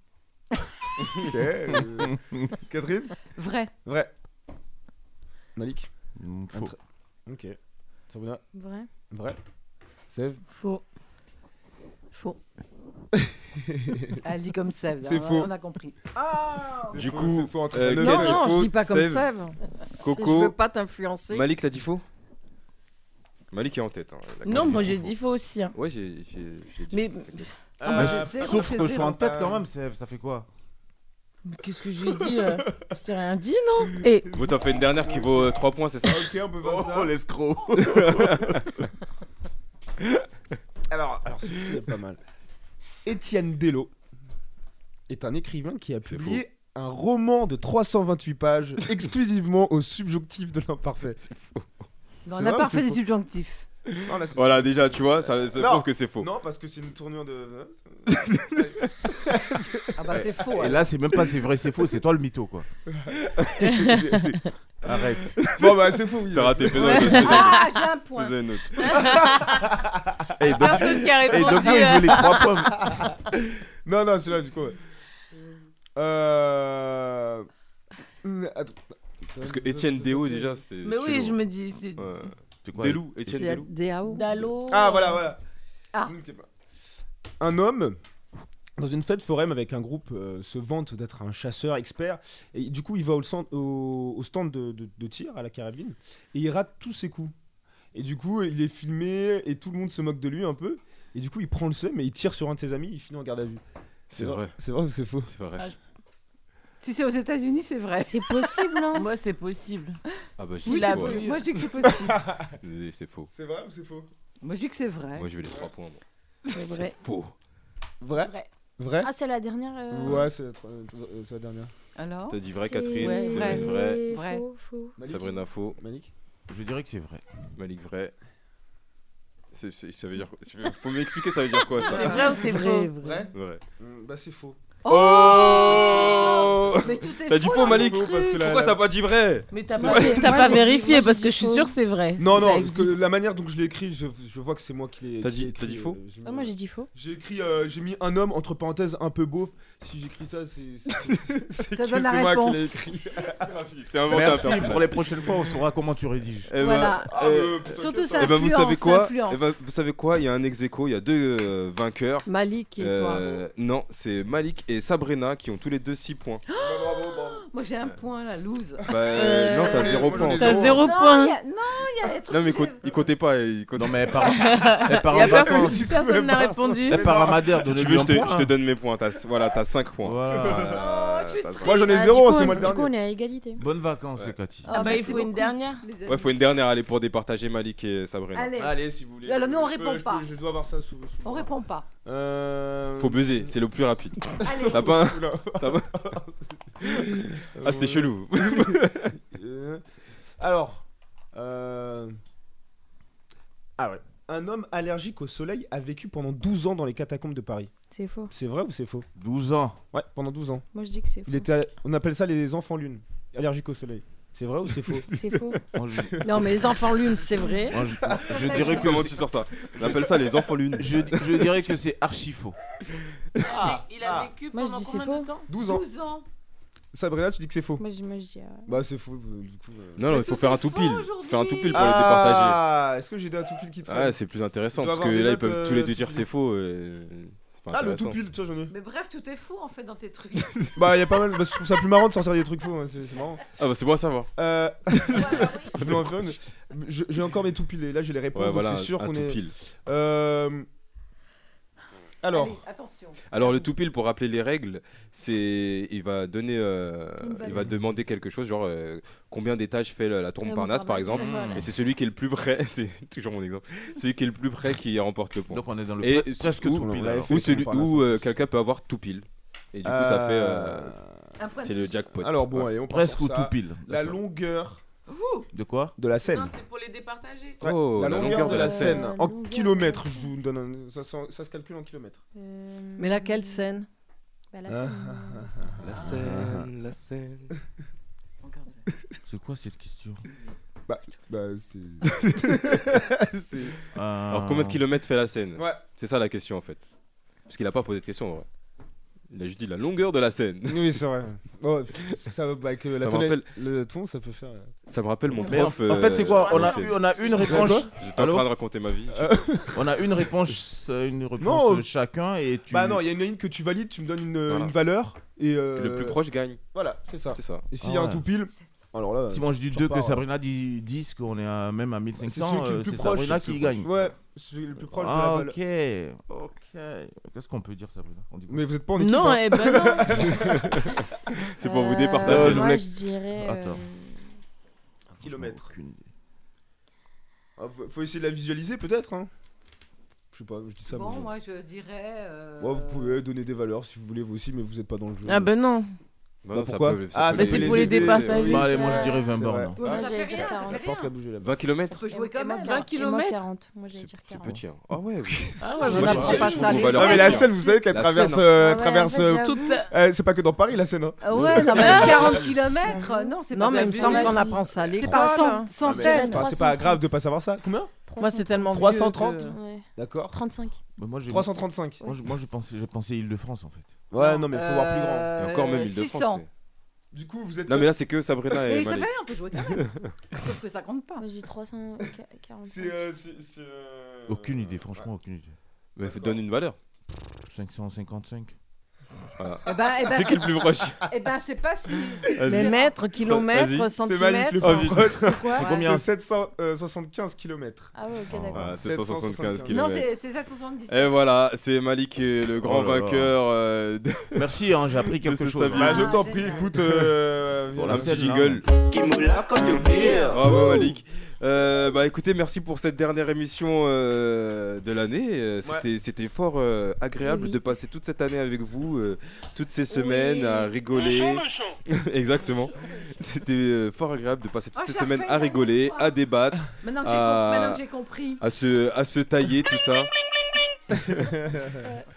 K: Ok. euh, Catherine
B: Vrai.
K: Vrai. Malik
C: faux.
K: Un tra- Ok. Sabrina
F: Vrai.
K: Vrai. Sève
I: Faux.
E: Faux.
B: Elle dit comme ça.
K: C'est
B: on a-
K: faux.
B: On a compris. Ah
K: C'est
A: Du
K: faux,
A: coup,
K: c'est faux, entre
A: euh,
K: la neuf
E: Non,
K: et
A: Catherine,
E: non, je
A: faux,
E: dis pas comme
A: Sève,
E: Sève.
A: Coco.
E: Je veux pas t'influencer.
A: Malik l'a dit faux Malik est en tête. hein, il a
I: Non,
A: quand même
I: moi
A: dit
I: j'ai
A: faux.
I: dit faux aussi. hein.
A: Ouais, j'ai j'ai- j'ai dit.
I: Mais-
A: t'inquiète.
I: Ah, bah,
C: Mais
I: je
C: s-
I: sais,
C: Euh, sauf
I: je
C: que je
I: sais,
C: suis en
I: non.
C: tête quand même, Sèvres, ça fait quoi
I: Mais Qu'est-ce que j'ai dit euh, Je t'ai rien dit, non Et
A: Vous t'en faites une dernière qui vaut 3 points, c'est ça Oh,
K: Ok, on peut faire ça.
C: l'escroc
K: Alors, alors ceci est pas mal. Étienne Dello est un écrivain qui a publié un roman de 328 pages exclusivement au subjonctif de l'imparfait. C'est faux.
B: On n'a pas fait des subjonctifs.
K: Non, là, c'est-
A: Voilà, déjà, tu vois, ça, ça
K: Non.
A: prouve que c'est faux.
K: Non, parce que c'est une tournure de.
B: Ah bah c'est faux.
K: hein.
C: Et
B: alors.
C: là, c'est même pas c'est vrai, c'est faux, c'est toi le mytho quoi. Arrête.
K: bon, bah, c'est faux. oui.
A: C'est raté, fais-en
B: Ouais.
A: une autre, fais-en une
B: Ah,
A: autre.
B: j'ai un point.
A: Fais-en une autre.
C: Et donc,
I: Personne qui a
C: et donc,
I: répondu.
C: il veut les trois pommes.
K: Non, non, celui-là, du coup. ouais. Euh. hmm, attends.
A: Parce que Étienne Déo, déjà, c'était.
I: Mais oui,
A: chelou.
I: je me dis, c'est
A: Ouais.
C: C'est quoi
A: Delou, Étienne
E: C'est
A: Delou.
E: DAO.
I: Dalo.
K: Ah, voilà, voilà.
B: Ah.
K: Hmm, c'est pas- Un homme. Dans une fête foraine avec un groupe euh, se vante d'être un chasseur expert et du coup il va au, cent- au- au stand de, de- de tir à la carabine et il rate tous ses coups et du coup il est filmé et tout le monde se moque de lui un peu et du coup il prend le seum et il tire sur un de ses amis il finit en garde à vue.
A: C'est vrai,
K: C'est vrai ou c'est faux
A: c'est
B: Ah,
A: vrai.
B: Si c'est aux États-Unis, c'est vrai.
F: C'est possible, hein
I: Moi, c'est possible.
A: Ah bah, je
I: Oui,
A: dis
I: la
A: faux,
I: boule.
A: alors.
B: Moi je dis que c'est possible.
A: Désolé, C'est faux.
K: C'est vrai ou c'est faux
B: Moi je dis que c'est vrai.
A: Moi, je vais les 3 points. moi.
I: C'est vrai.
A: Faux.
K: Vrai
I: Vrai.
K: Vrai
F: Ah, c'est la dernière. euh,
K: Ouais, c'est la, tro- euh, c'est la dernière.
B: Alors
A: T'as dit vrai,
F: c'est-
A: Catherine.
B: Ouais,
A: Céline, vrai.
B: Vrai.
F: Faux, faux.
K: Malik
A: Sabrina, faux.
K: Malik
C: Je dirais que c'est vrai.
A: Malik, vrai. C'est- c'est- ça veut dire quoi Tu veux- Faut m'expliquer, ça veut dire quoi
I: C'est
A: ça
I: vrai ou c'est faux
E: Vrai, vrai.
K: Vrai
A: Ouais. Mm,
K: Bah c'est faux.
A: Oh
B: Mais tout est
A: T'as dit
B: faux,
A: faux,
B: là,
A: Malik
B: j'ai cru.
K: Parce que la-
A: Pourquoi
K: la-
A: t'as pas dit vrai
I: Mais t'as
K: C'est
I: pas,
K: vrai.
I: t'as
F: Moi, j'ai
I: pas
F: dit- moi,
I: vérifié
F: j'ai
I: parce
F: dit
I: que je suis
F: faux.
I: sûre que c'est vrai.
K: Non,
I: Ça
K: non, parce que
I: existe.
K: la manière dont je l'ai écrit, je, je vois que c'est moi qui l'ai.
A: T'as
K: qui l'ai
A: dit- t'as
K: écrit,
A: dit faux
K: euh, j'ai mis,
F: Ah, moi,
K: euh,
F: j'ai dit faux.
K: J'ai écrit, euh, j'ai mis un homme entre parenthèses un peu beauf. Si j'écris ça, c'est. c'est- C'est
B: Ça
K: que
B: donne la
K: c'est moi qui l'ai
B: réponse.
K: écrit.
A: C'est inventé un
C: Merci,
A: personnage.
C: pour les prochaines fois, on saura comment tu rédiges.
A: Eh ben,
B: Voilà.
K: Ah,
A: euh,
K: euh, putain,
B: Surtout
K: que-
B: ça
A: eh ben, vous
B: influence,
A: savez
B: ça
A: quoi
B: influence.
A: Eh ben, Vous savez quoi Il y a un ex aequo, il y a deux euh, vainqueurs.
E: Malik et toi.
A: Euh, non, c'est Malik et Sabrina qui ont tous les deux 6 points.
K: Bah, bravo, bravo.
B: Moi j'ai un point la loose.
A: Bah, euh, non, t'as
K: Euh,
A: 0
K: moi,
A: points.
K: j'en ai
I: T'as
K: Non,
I: zéro
B: non,
I: point.
B: il y a- non, il y a des trucs
A: Non, mais il,
B: que
A: compte-
B: j'ai-
A: il comptait pas. Il comptait...
C: Non, mais elle part en, elle part en vacances.
K: Tu
I: Personne n'a
K: pouvais pas
I: répondu.
C: Elle part à Madère,
A: Si tu
C: donnez-lui
A: veux, je
C: un
A: te,
C: point.
A: je te donne mes points. T'as, voilà, t'as 5 points.
C: Voilà.
A: Euh,
B: je suis
A: t'as-
K: Moi j'en ai
F: Ah, du
K: zéro,
F: coup,
K: c'est
F: on-
K: moi le
F: Du coup, on
K: dernier.
F: est à égalité.
C: Bonnes vacances, Cathy.
I: Ah bah, il
B: merci
I: faut une
B: beaucoup,
I: dernière.
B: les amis.
A: Ouais, faut une dernière aller pour départager Malik et Sabrina.
B: Allez,
K: Allez, si vous voulez.
B: Alors, nous, on
K: je peux-
B: répond
K: je peux-
B: pas.
K: Je dois avoir ça sous. sous-
B: on répond pas.
K: Euh.
A: Faut buzzer, c'est le plus rapide.
B: Allez.
A: T'as pas un-
K: Oula.
A: t'as pas- Ah, c'était
K: Euh,
A: chelou.
K: Euh, Alors. euh, Ah ouais. Un homme allergique au soleil a vécu pendant 12 ans dans les catacombes de Paris.
F: C'est faux.
K: C'est vrai ou c'est faux
C: 12 ans.
K: Ouais, pendant 12 ans.
F: Moi, je dis que c'est faux.
K: Il était... On appelle ça les enfants lune. Allergique au soleil. C'est vrai ou c'est faux
F: C'est faux.
C: Moi, je,
E: Non, mais les enfants lune, c'est vrai.
C: moi, je- je dirais que
A: Comment tu sors ça On appelle ça les enfants lunes.
C: je, je dirais que c'est archi faux.
I: Il a vécu
K: Ah,
F: Moi, je pendant dis c'est combien de faux.
I: temps
K: 12 ans. Sabrina, tu dis que c'est faux
F: Moi, je me dis. euh,
K: Bah, c'est faux. euh, du coup, euh.
A: Non, non, il faut faire un tout pile. Faire un tout pile pour les départager.
K: Ah, est-ce que j'ai des tout pile qui traînent
A: Ah, c'est plus intéressant
K: Il doit
A: parce que
K: avoir des
A: là, ils
K: notes,
A: peuvent tous les
K: euh,
A: deux dire
K: tout
A: c'est
K: pile.
A: faux. euh, c'est pas
K: Ah, le tout
A: intéressant.
K: pile, tiens, j'en ai.
B: Mais bref, tout est fou en fait dans tes trucs.
K: Bah, y a pas mal. bah, je trouve ça plus marrant de sortir des trucs faux. hein, C'est c'est marrant.
A: Ah, bah, c'est bon à savoir.
K: Euh, je voulais en faire une. Je- J'ai encore mes tout pilés. Là, j'ai les réponses.
A: Ouais,
K: donc
A: voilà,
K: c'est sûr
A: un
K: qu'on
A: tout
K: est.
A: pile.
K: Euh, Alors.
B: Allez, attention.
A: Alors le tout pile pour rappeler les règles, c'est il va donner, euh,
B: Une valeur. Ah,
A: il va demander quelque chose genre euh, combien d'étages fait la, la tour
B: La
A: Montparnasse par
B: Montparnasse,
A: exemple,
B: voilà.
A: et c'est celui qui est le plus près, c'est toujours mon exemple, celui qui est le plus près qui remporte le point.
C: Donc, on est dans le
A: et
C: pre- presque
A: ou,
C: tout pile,
A: ou
C: alors.
A: celui- ou celui où euh, quelqu'un peut avoir tout pile, et du coup ça fait euh,
K: Un point
A: c'est
K: de
A: le
K: plus.
A: jackpot.
K: Alors bon, allez, on part
C: Presque
K: sur
C: ou
K: ça.
C: tout pile.
K: La
C: D'accord.
K: longueur.
C: De quoi
K: De la Seine.
I: c'est pour les départager.
K: Ouais,
A: Oh,
K: la,
A: la
K: longueur
A: longueur
K: de
A: de
K: la
A: la
K: Seine
A: Seine.
K: en
F: Longueur.
K: kilomètres. Je vous donne un- ça, se- ça se calcule en kilomètres.
E: Mais laquelle scène
K: Ah,
F: Bah, la Seine, euh, la Seine.
A: La scène, la scène.
C: C'est quoi cette question
K: Bah, bah c'est. C'est-
C: Euh,
A: Alors combien de kilomètres fait la Seine
K: Ouais.
A: C'est ça la question en fait, parce qu'il a pas posé de question. en vrai. Il a juste dit la longueur de la Seine.
K: Oui, c'est vrai. Bon, ça, va- bah, que la
A: me
K: tonnelle-
A: rappelle-
K: le ton, ça peut faire. euh,
A: Ça me rappelle mon
C: Mais
A: prof. euh,
C: en- en fait, c'est quoi On a
A: c'est-
C: eu- on a une
A: c'est-
C: réponse.
A: J'étais en
C: Allô Euh,
A: train de raconter ma vie.
K: Euh,
C: On a une réponse, euh, une réponse
K: Non.
C: euh, chacun et tu.
K: Bah non, il y a une ligne que tu valides, tu me donnes une,
C: Voilà.
K: euh, une valeur et euh,
A: Le plus proche gagne.
K: Voilà, c'est ça.
A: C'est ça.
K: Et s'il
C: Ah
K: y a un
C: ouais.
K: tout pile, alors là.
C: Si moi je dis
K: tu
C: 2 que
K: repars,
C: Sabrina dit 10, qu'on est à- même à
K: Bah, C'est celui
C: 1500,
K: qui est le
C: euh,
K: plus
C: c'est
K: proche.
C: Sabrina
K: c'est
C: qui
K: le
C: gagne.
K: plus- Ouais, celui le plus proche de la
C: Ah
K: valeur.
C: ok, ok. Qu'est-ce qu'on peut dire Sabrina On dit quoi
K: Mais vous êtes pas en équipe.
I: Non,
K: hein.
I: eh ben non.
A: C'est pour vous
F: Euh,
A: départager.
F: moi,
A: je voulais-
F: je dirais. euh,
C: Attends.
K: kilomètres.
C: euh, Aucune idée.
K: Ah, faut- faut essayer de la visualiser peut-être. hein. Je sais pas, je dis ça.
B: Bon,
K: mais-
B: moi je dirais. euh,
K: Ouais, vous pouvez donner des valeurs si vous voulez vous aussi, mais vous êtes pas dans le jeu.
I: Ah ben non.
A: Bah
K: Bah,
A: non, ça
K: pourquoi
A: peut- ça
K: Ah,
A: peut
I: Mais
K: ça
I: c'est
K: peut
I: pour les
K: aider,
I: départager.
C: Bah allez, moi je dirais 20
K: C'est vrai.
A: hein.
C: bornes.
F: Moi,
B: Ouais, ça
F: j'allais
B: fait
F: dire
B: rien, ça
F: 40.
B: fait
K: La porte qui a
B: rien.
K: bougé là-bas.
A: 20 km
B: Faut jouer quand
F: Et moi,
B: même.
I: 20
F: 40. Et moi,
I: kilomètres.
F: 40. Moi, j'allais dire
A: C'est
F: 40.
A: petit. hein. Ah ouais. oui.
I: Ah ouais,
A: Moi,
I: on
A: je
I: apprend
A: trouve-
I: pas
A: je
I: ça.
A: trouve
I: les
A: qu'on va leur
K: Non mais la
A: dire.
K: Seine, vous savez qu'elle
A: La
K: traverse,
A: Seine.
K: euh,
F: Ah ouais,
K: traverse.
F: en fait,
K: euh,
F: j'avoue.
I: Toute la-
K: euh, c'est pas que dans Paris la Seine. hein.
B: Ah ouais, non, mais 40 km, non, c'est pas
E: Non, mais il me
B: possible.
E: semble qu'on
F: Vas-y.
E: apprend ça à
B: C'est
E: l'école.
B: par cent-
E: hein.
K: Ah, mais C'est
B: centaines.
K: pas- c'est pas
F: 330.
K: grave de pas savoir ça. Combien
E: Moi, c'est tellement vieux
K: 330.
E: que-
F: Ouais.
K: D'accord.
F: 35.
C: Bah, moi j'ai.
K: 335.
C: Moi, je- moi, je pensais, j'ai pensé Île-de-France en fait.
K: Ouais, non mais faut voir plus grand.
A: Et
B: Euh,
A: encore même l'île de
B: 600.
A: France.
K: Du coup, vous êtes.
A: Non mais là c'est que Sabrina
B: Mais
A: et
B: ça fait
A: Malek.
B: rien, on peut jouer quand même. Sauf que ça compte pas.
F: Moi, je dis 340.
K: C'est. euh, c'est- c'est, euh,
C: Aucune idée, franchement, aucune idée.
A: Mais faut- donne une valeur.
C: 555.
B: Eh ben, eh ben,
A: C'est qui le plus proche
B: c'est- eh ben, c'est pas si.
E: Mais mètres, kilomètres,
A: Vas-y.
K: C'est
E: centimètres.
K: Malik le plus proche.
E: quoi
C: C'est
K: C'est euh,
C: combien
K: 775 km.
F: Ah ouais, ok, d'accord.
A: Ah, 775
K: Non,
B: Non,
A: km.
B: c'est c'est 770.
A: Et voilà, c'est Malik qui est le grand
C: Oh là là.
A: vainqueur euh, de
C: Merci, hein, j'ai appris
A: C'est
C: quelque
A: sa
C: chose.
A: vie.
K: Bah,
C: hein.
K: je t'en
B: Ah,
K: prie,
B: génial.
K: écoute. euh,
C: Pour
A: un
C: la
K: viens.
A: petit
B: hein.
C: scène, là.
A: jingle.
M: Kimoula comme de beer.
A: Bravo Malik. Euh, bah écoutez, merci pour cette dernière émission euh, de l'année. Euh, C'était, c'était fort euh, agréable
F: Oui.
A: de passer toute cette année avec vous, euh, toutes ces semaines à rigoler. Exactement. C'était euh, fort agréable de passer toutes
B: Ah,
A: ces
B: je la
A: semaines
B: fais,
A: à
B: la
A: rigoler,
B: dernière fois.
A: à débattre,
B: Maintenant que j'ai
A: Ah.
B: com- maintenant que j'ai compris.
A: à se, à se tailler, tout ça.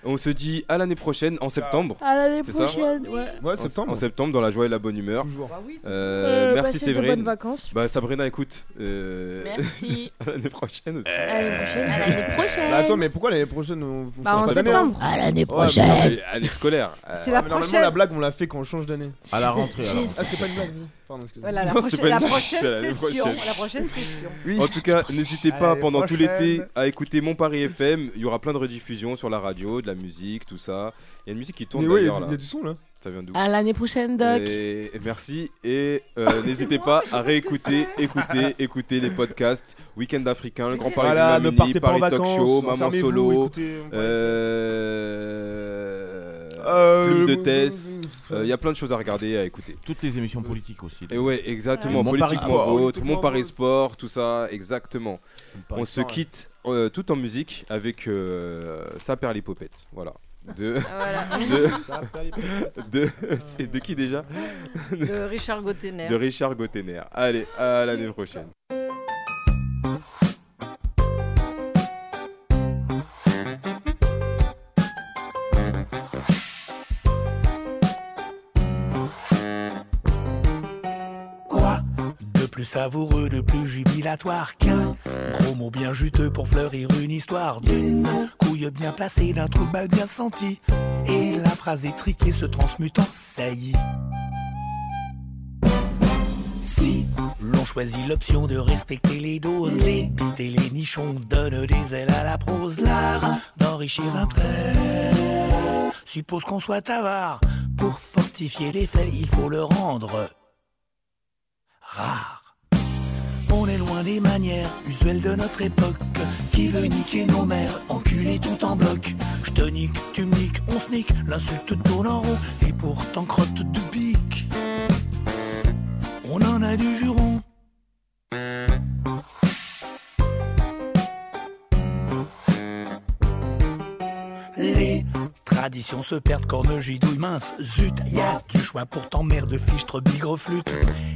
A: On se dit à l'année prochaine, en septembre.
E: À l'année
A: C'est ça
E: prochaine. Ouais.
K: Ouais,
A: En- En
K: septembre.
A: septembre, dans la joie et la bonne humeur.
K: Toujours.
B: Bah oui, tout-
A: Euh,
E: Euh,
A: merci
E: passez de Bonnes
A: Séverine.
E: vacances.
A: Bah Sabrina, écoute. euh,
I: Merci.
A: à l'année prochaine aussi.
F: À l'année prochaine. À l'année prochaine.
K: Bah, attends, mais pourquoi l'année prochaine on, on
E: Bah,
K: change
E: en
K: d'année, hein
E: septembre.
I: À l'année
K: Ouais, mais non,
I: prochaine.
A: Ah, mais Année scolaire. Euh,
B: C'est la
K: hein. Mais Normalement, la
B: prochaine.
K: blague, on l'a fait quand on change d'année.
C: À la rentrée. à la rentrée.
K: Ah, c'était pas une blague. vous Pardon, excusez-moi.
B: Voilà, la,
A: Non,
B: prochaine-
A: c'est pas une
B: la
A: blague, c'est la-
B: prochaine
A: la
B: session.
A: prochaine.
B: La prochaine session.
A: En tout cas, n'hésitez pas
K: Allez,
A: pendant tout
K: prochaine.
A: l'été à écouter Mon Paris FM. Il y aura plein de rediffusions sur la radio, de la musique, tout ça. Il y a une musique qui tourne
K: Mais ouais, il y, a
A: d'ailleurs
K: du-
A: là.
K: il y a du son là.
A: Ça vient d'où
I: À l'année prochaine, Doc.
A: Et- et Merci et euh, n'hésitez
B: moi,
A: pas
B: je sais
A: à
B: pas ce que
A: réécouter, écouter, écouter les podcasts Week-end africain, le Grand Paris
K: Voilà,
A: de
K: ne
A: Mamini,
K: partez pas en
A: Paris Talk
K: vacances.
A: Show, Maman
K: enfermez-vous,
A: Solo,
K: écoutez, on parle-
A: euh...
K: Euh,
A: Plume de
K: euh,
A: Tess.
K: euh,
A: Euh, Il y a plein de choses à regarder, à écouter.
C: Toutes les émissions politiques aussi.
A: Et ouais, exactement.
C: Mon Paris
A: Politiquement
C: Sport.
A: vôtre,
K: Politiquement
A: Mon Paris
K: Vôtre.
A: Sport, tout ça, exactement. On se
K: Sport, ouais.
A: quitte euh, tout en musique avec euh, Sa perlipopette. Voilà. De.
K: ça appelle les-
A: de, de c'est de qui déjà
E: De Richard Gottener.
A: De Richard Gottener. Allez, à l'année prochaine.
N: Quoi De plus savoureux, de plus jubilatoire qu'un gros mot bien juteux pour fleurir une histoire d'une couille bien placée, d'un trou de balle bien senti. Et la phrase étriquée se transmute en saillie. l'on choisit l'option de respecter les doses. Les bites et les nichons donnent des ailes à la prose. L'art d'enrichir un trait suppose qu'on soit avare. Pour fortifier les faits, il faut le rendre rare. On est loin des manières usuelles de notre époque. Qui veut niquer nos mères, enculé tout en bloc. Je te nique, tu me niques, on se nique, l'insulte tourne en rond, et pourtant crotte de pique. On en a du juron. Les traditions se perdent, corne, gidouille, mince, zut, y a du choix pour t'emmerder, fichtre, bigre, flûte.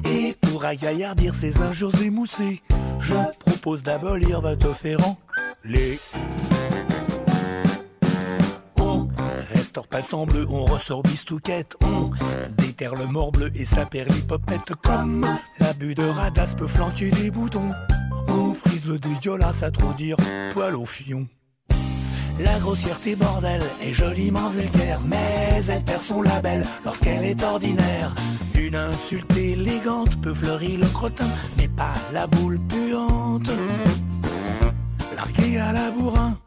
N: Et pour agaillardir ces injures émoussées, je propose d'abolir votre ferrant. Les. On restaure pas le sang bleu, on ressort bistouquette, on déterre le mort bleu et sa perlipopette. Comme l'abus de radasse peut flanquer des boutons, on frise le dégueulasse à trop dire, poil au fion. La grossièreté bordel est joliment vulgaire, mais elle perd son label lorsqu'elle est ordinaire. Une insulte élégante peut fleurir le crottin, mais pas la boule puante. Larguée à la bourrin.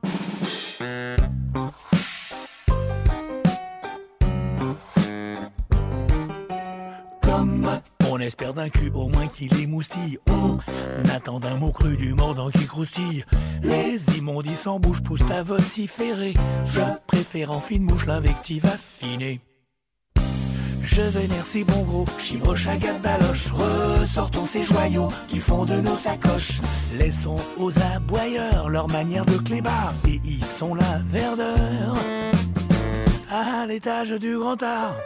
N: Comme on espère d'un cul au moins qu'il émoustille, on attend d'un mot cru du mordant qui croustille. Les immondices en bouche poussent à vociférer. Je préfère en fine mouche l'invective affinée. Je vénère ces bons gros, chibroche à garde baloche. Ressortons ces joyaux du fond de nos sacoches. Laissons aux aboyeurs leur manière de clébard. Et ils sont la verdeur à l'étage du grand art.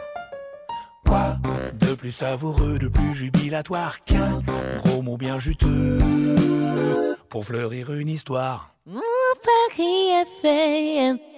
N: Quoi de plus savoureux, de plus jubilatoire qu'un gros mot bien juteux pour fleurir une histoire
O: Mon Paris est fait.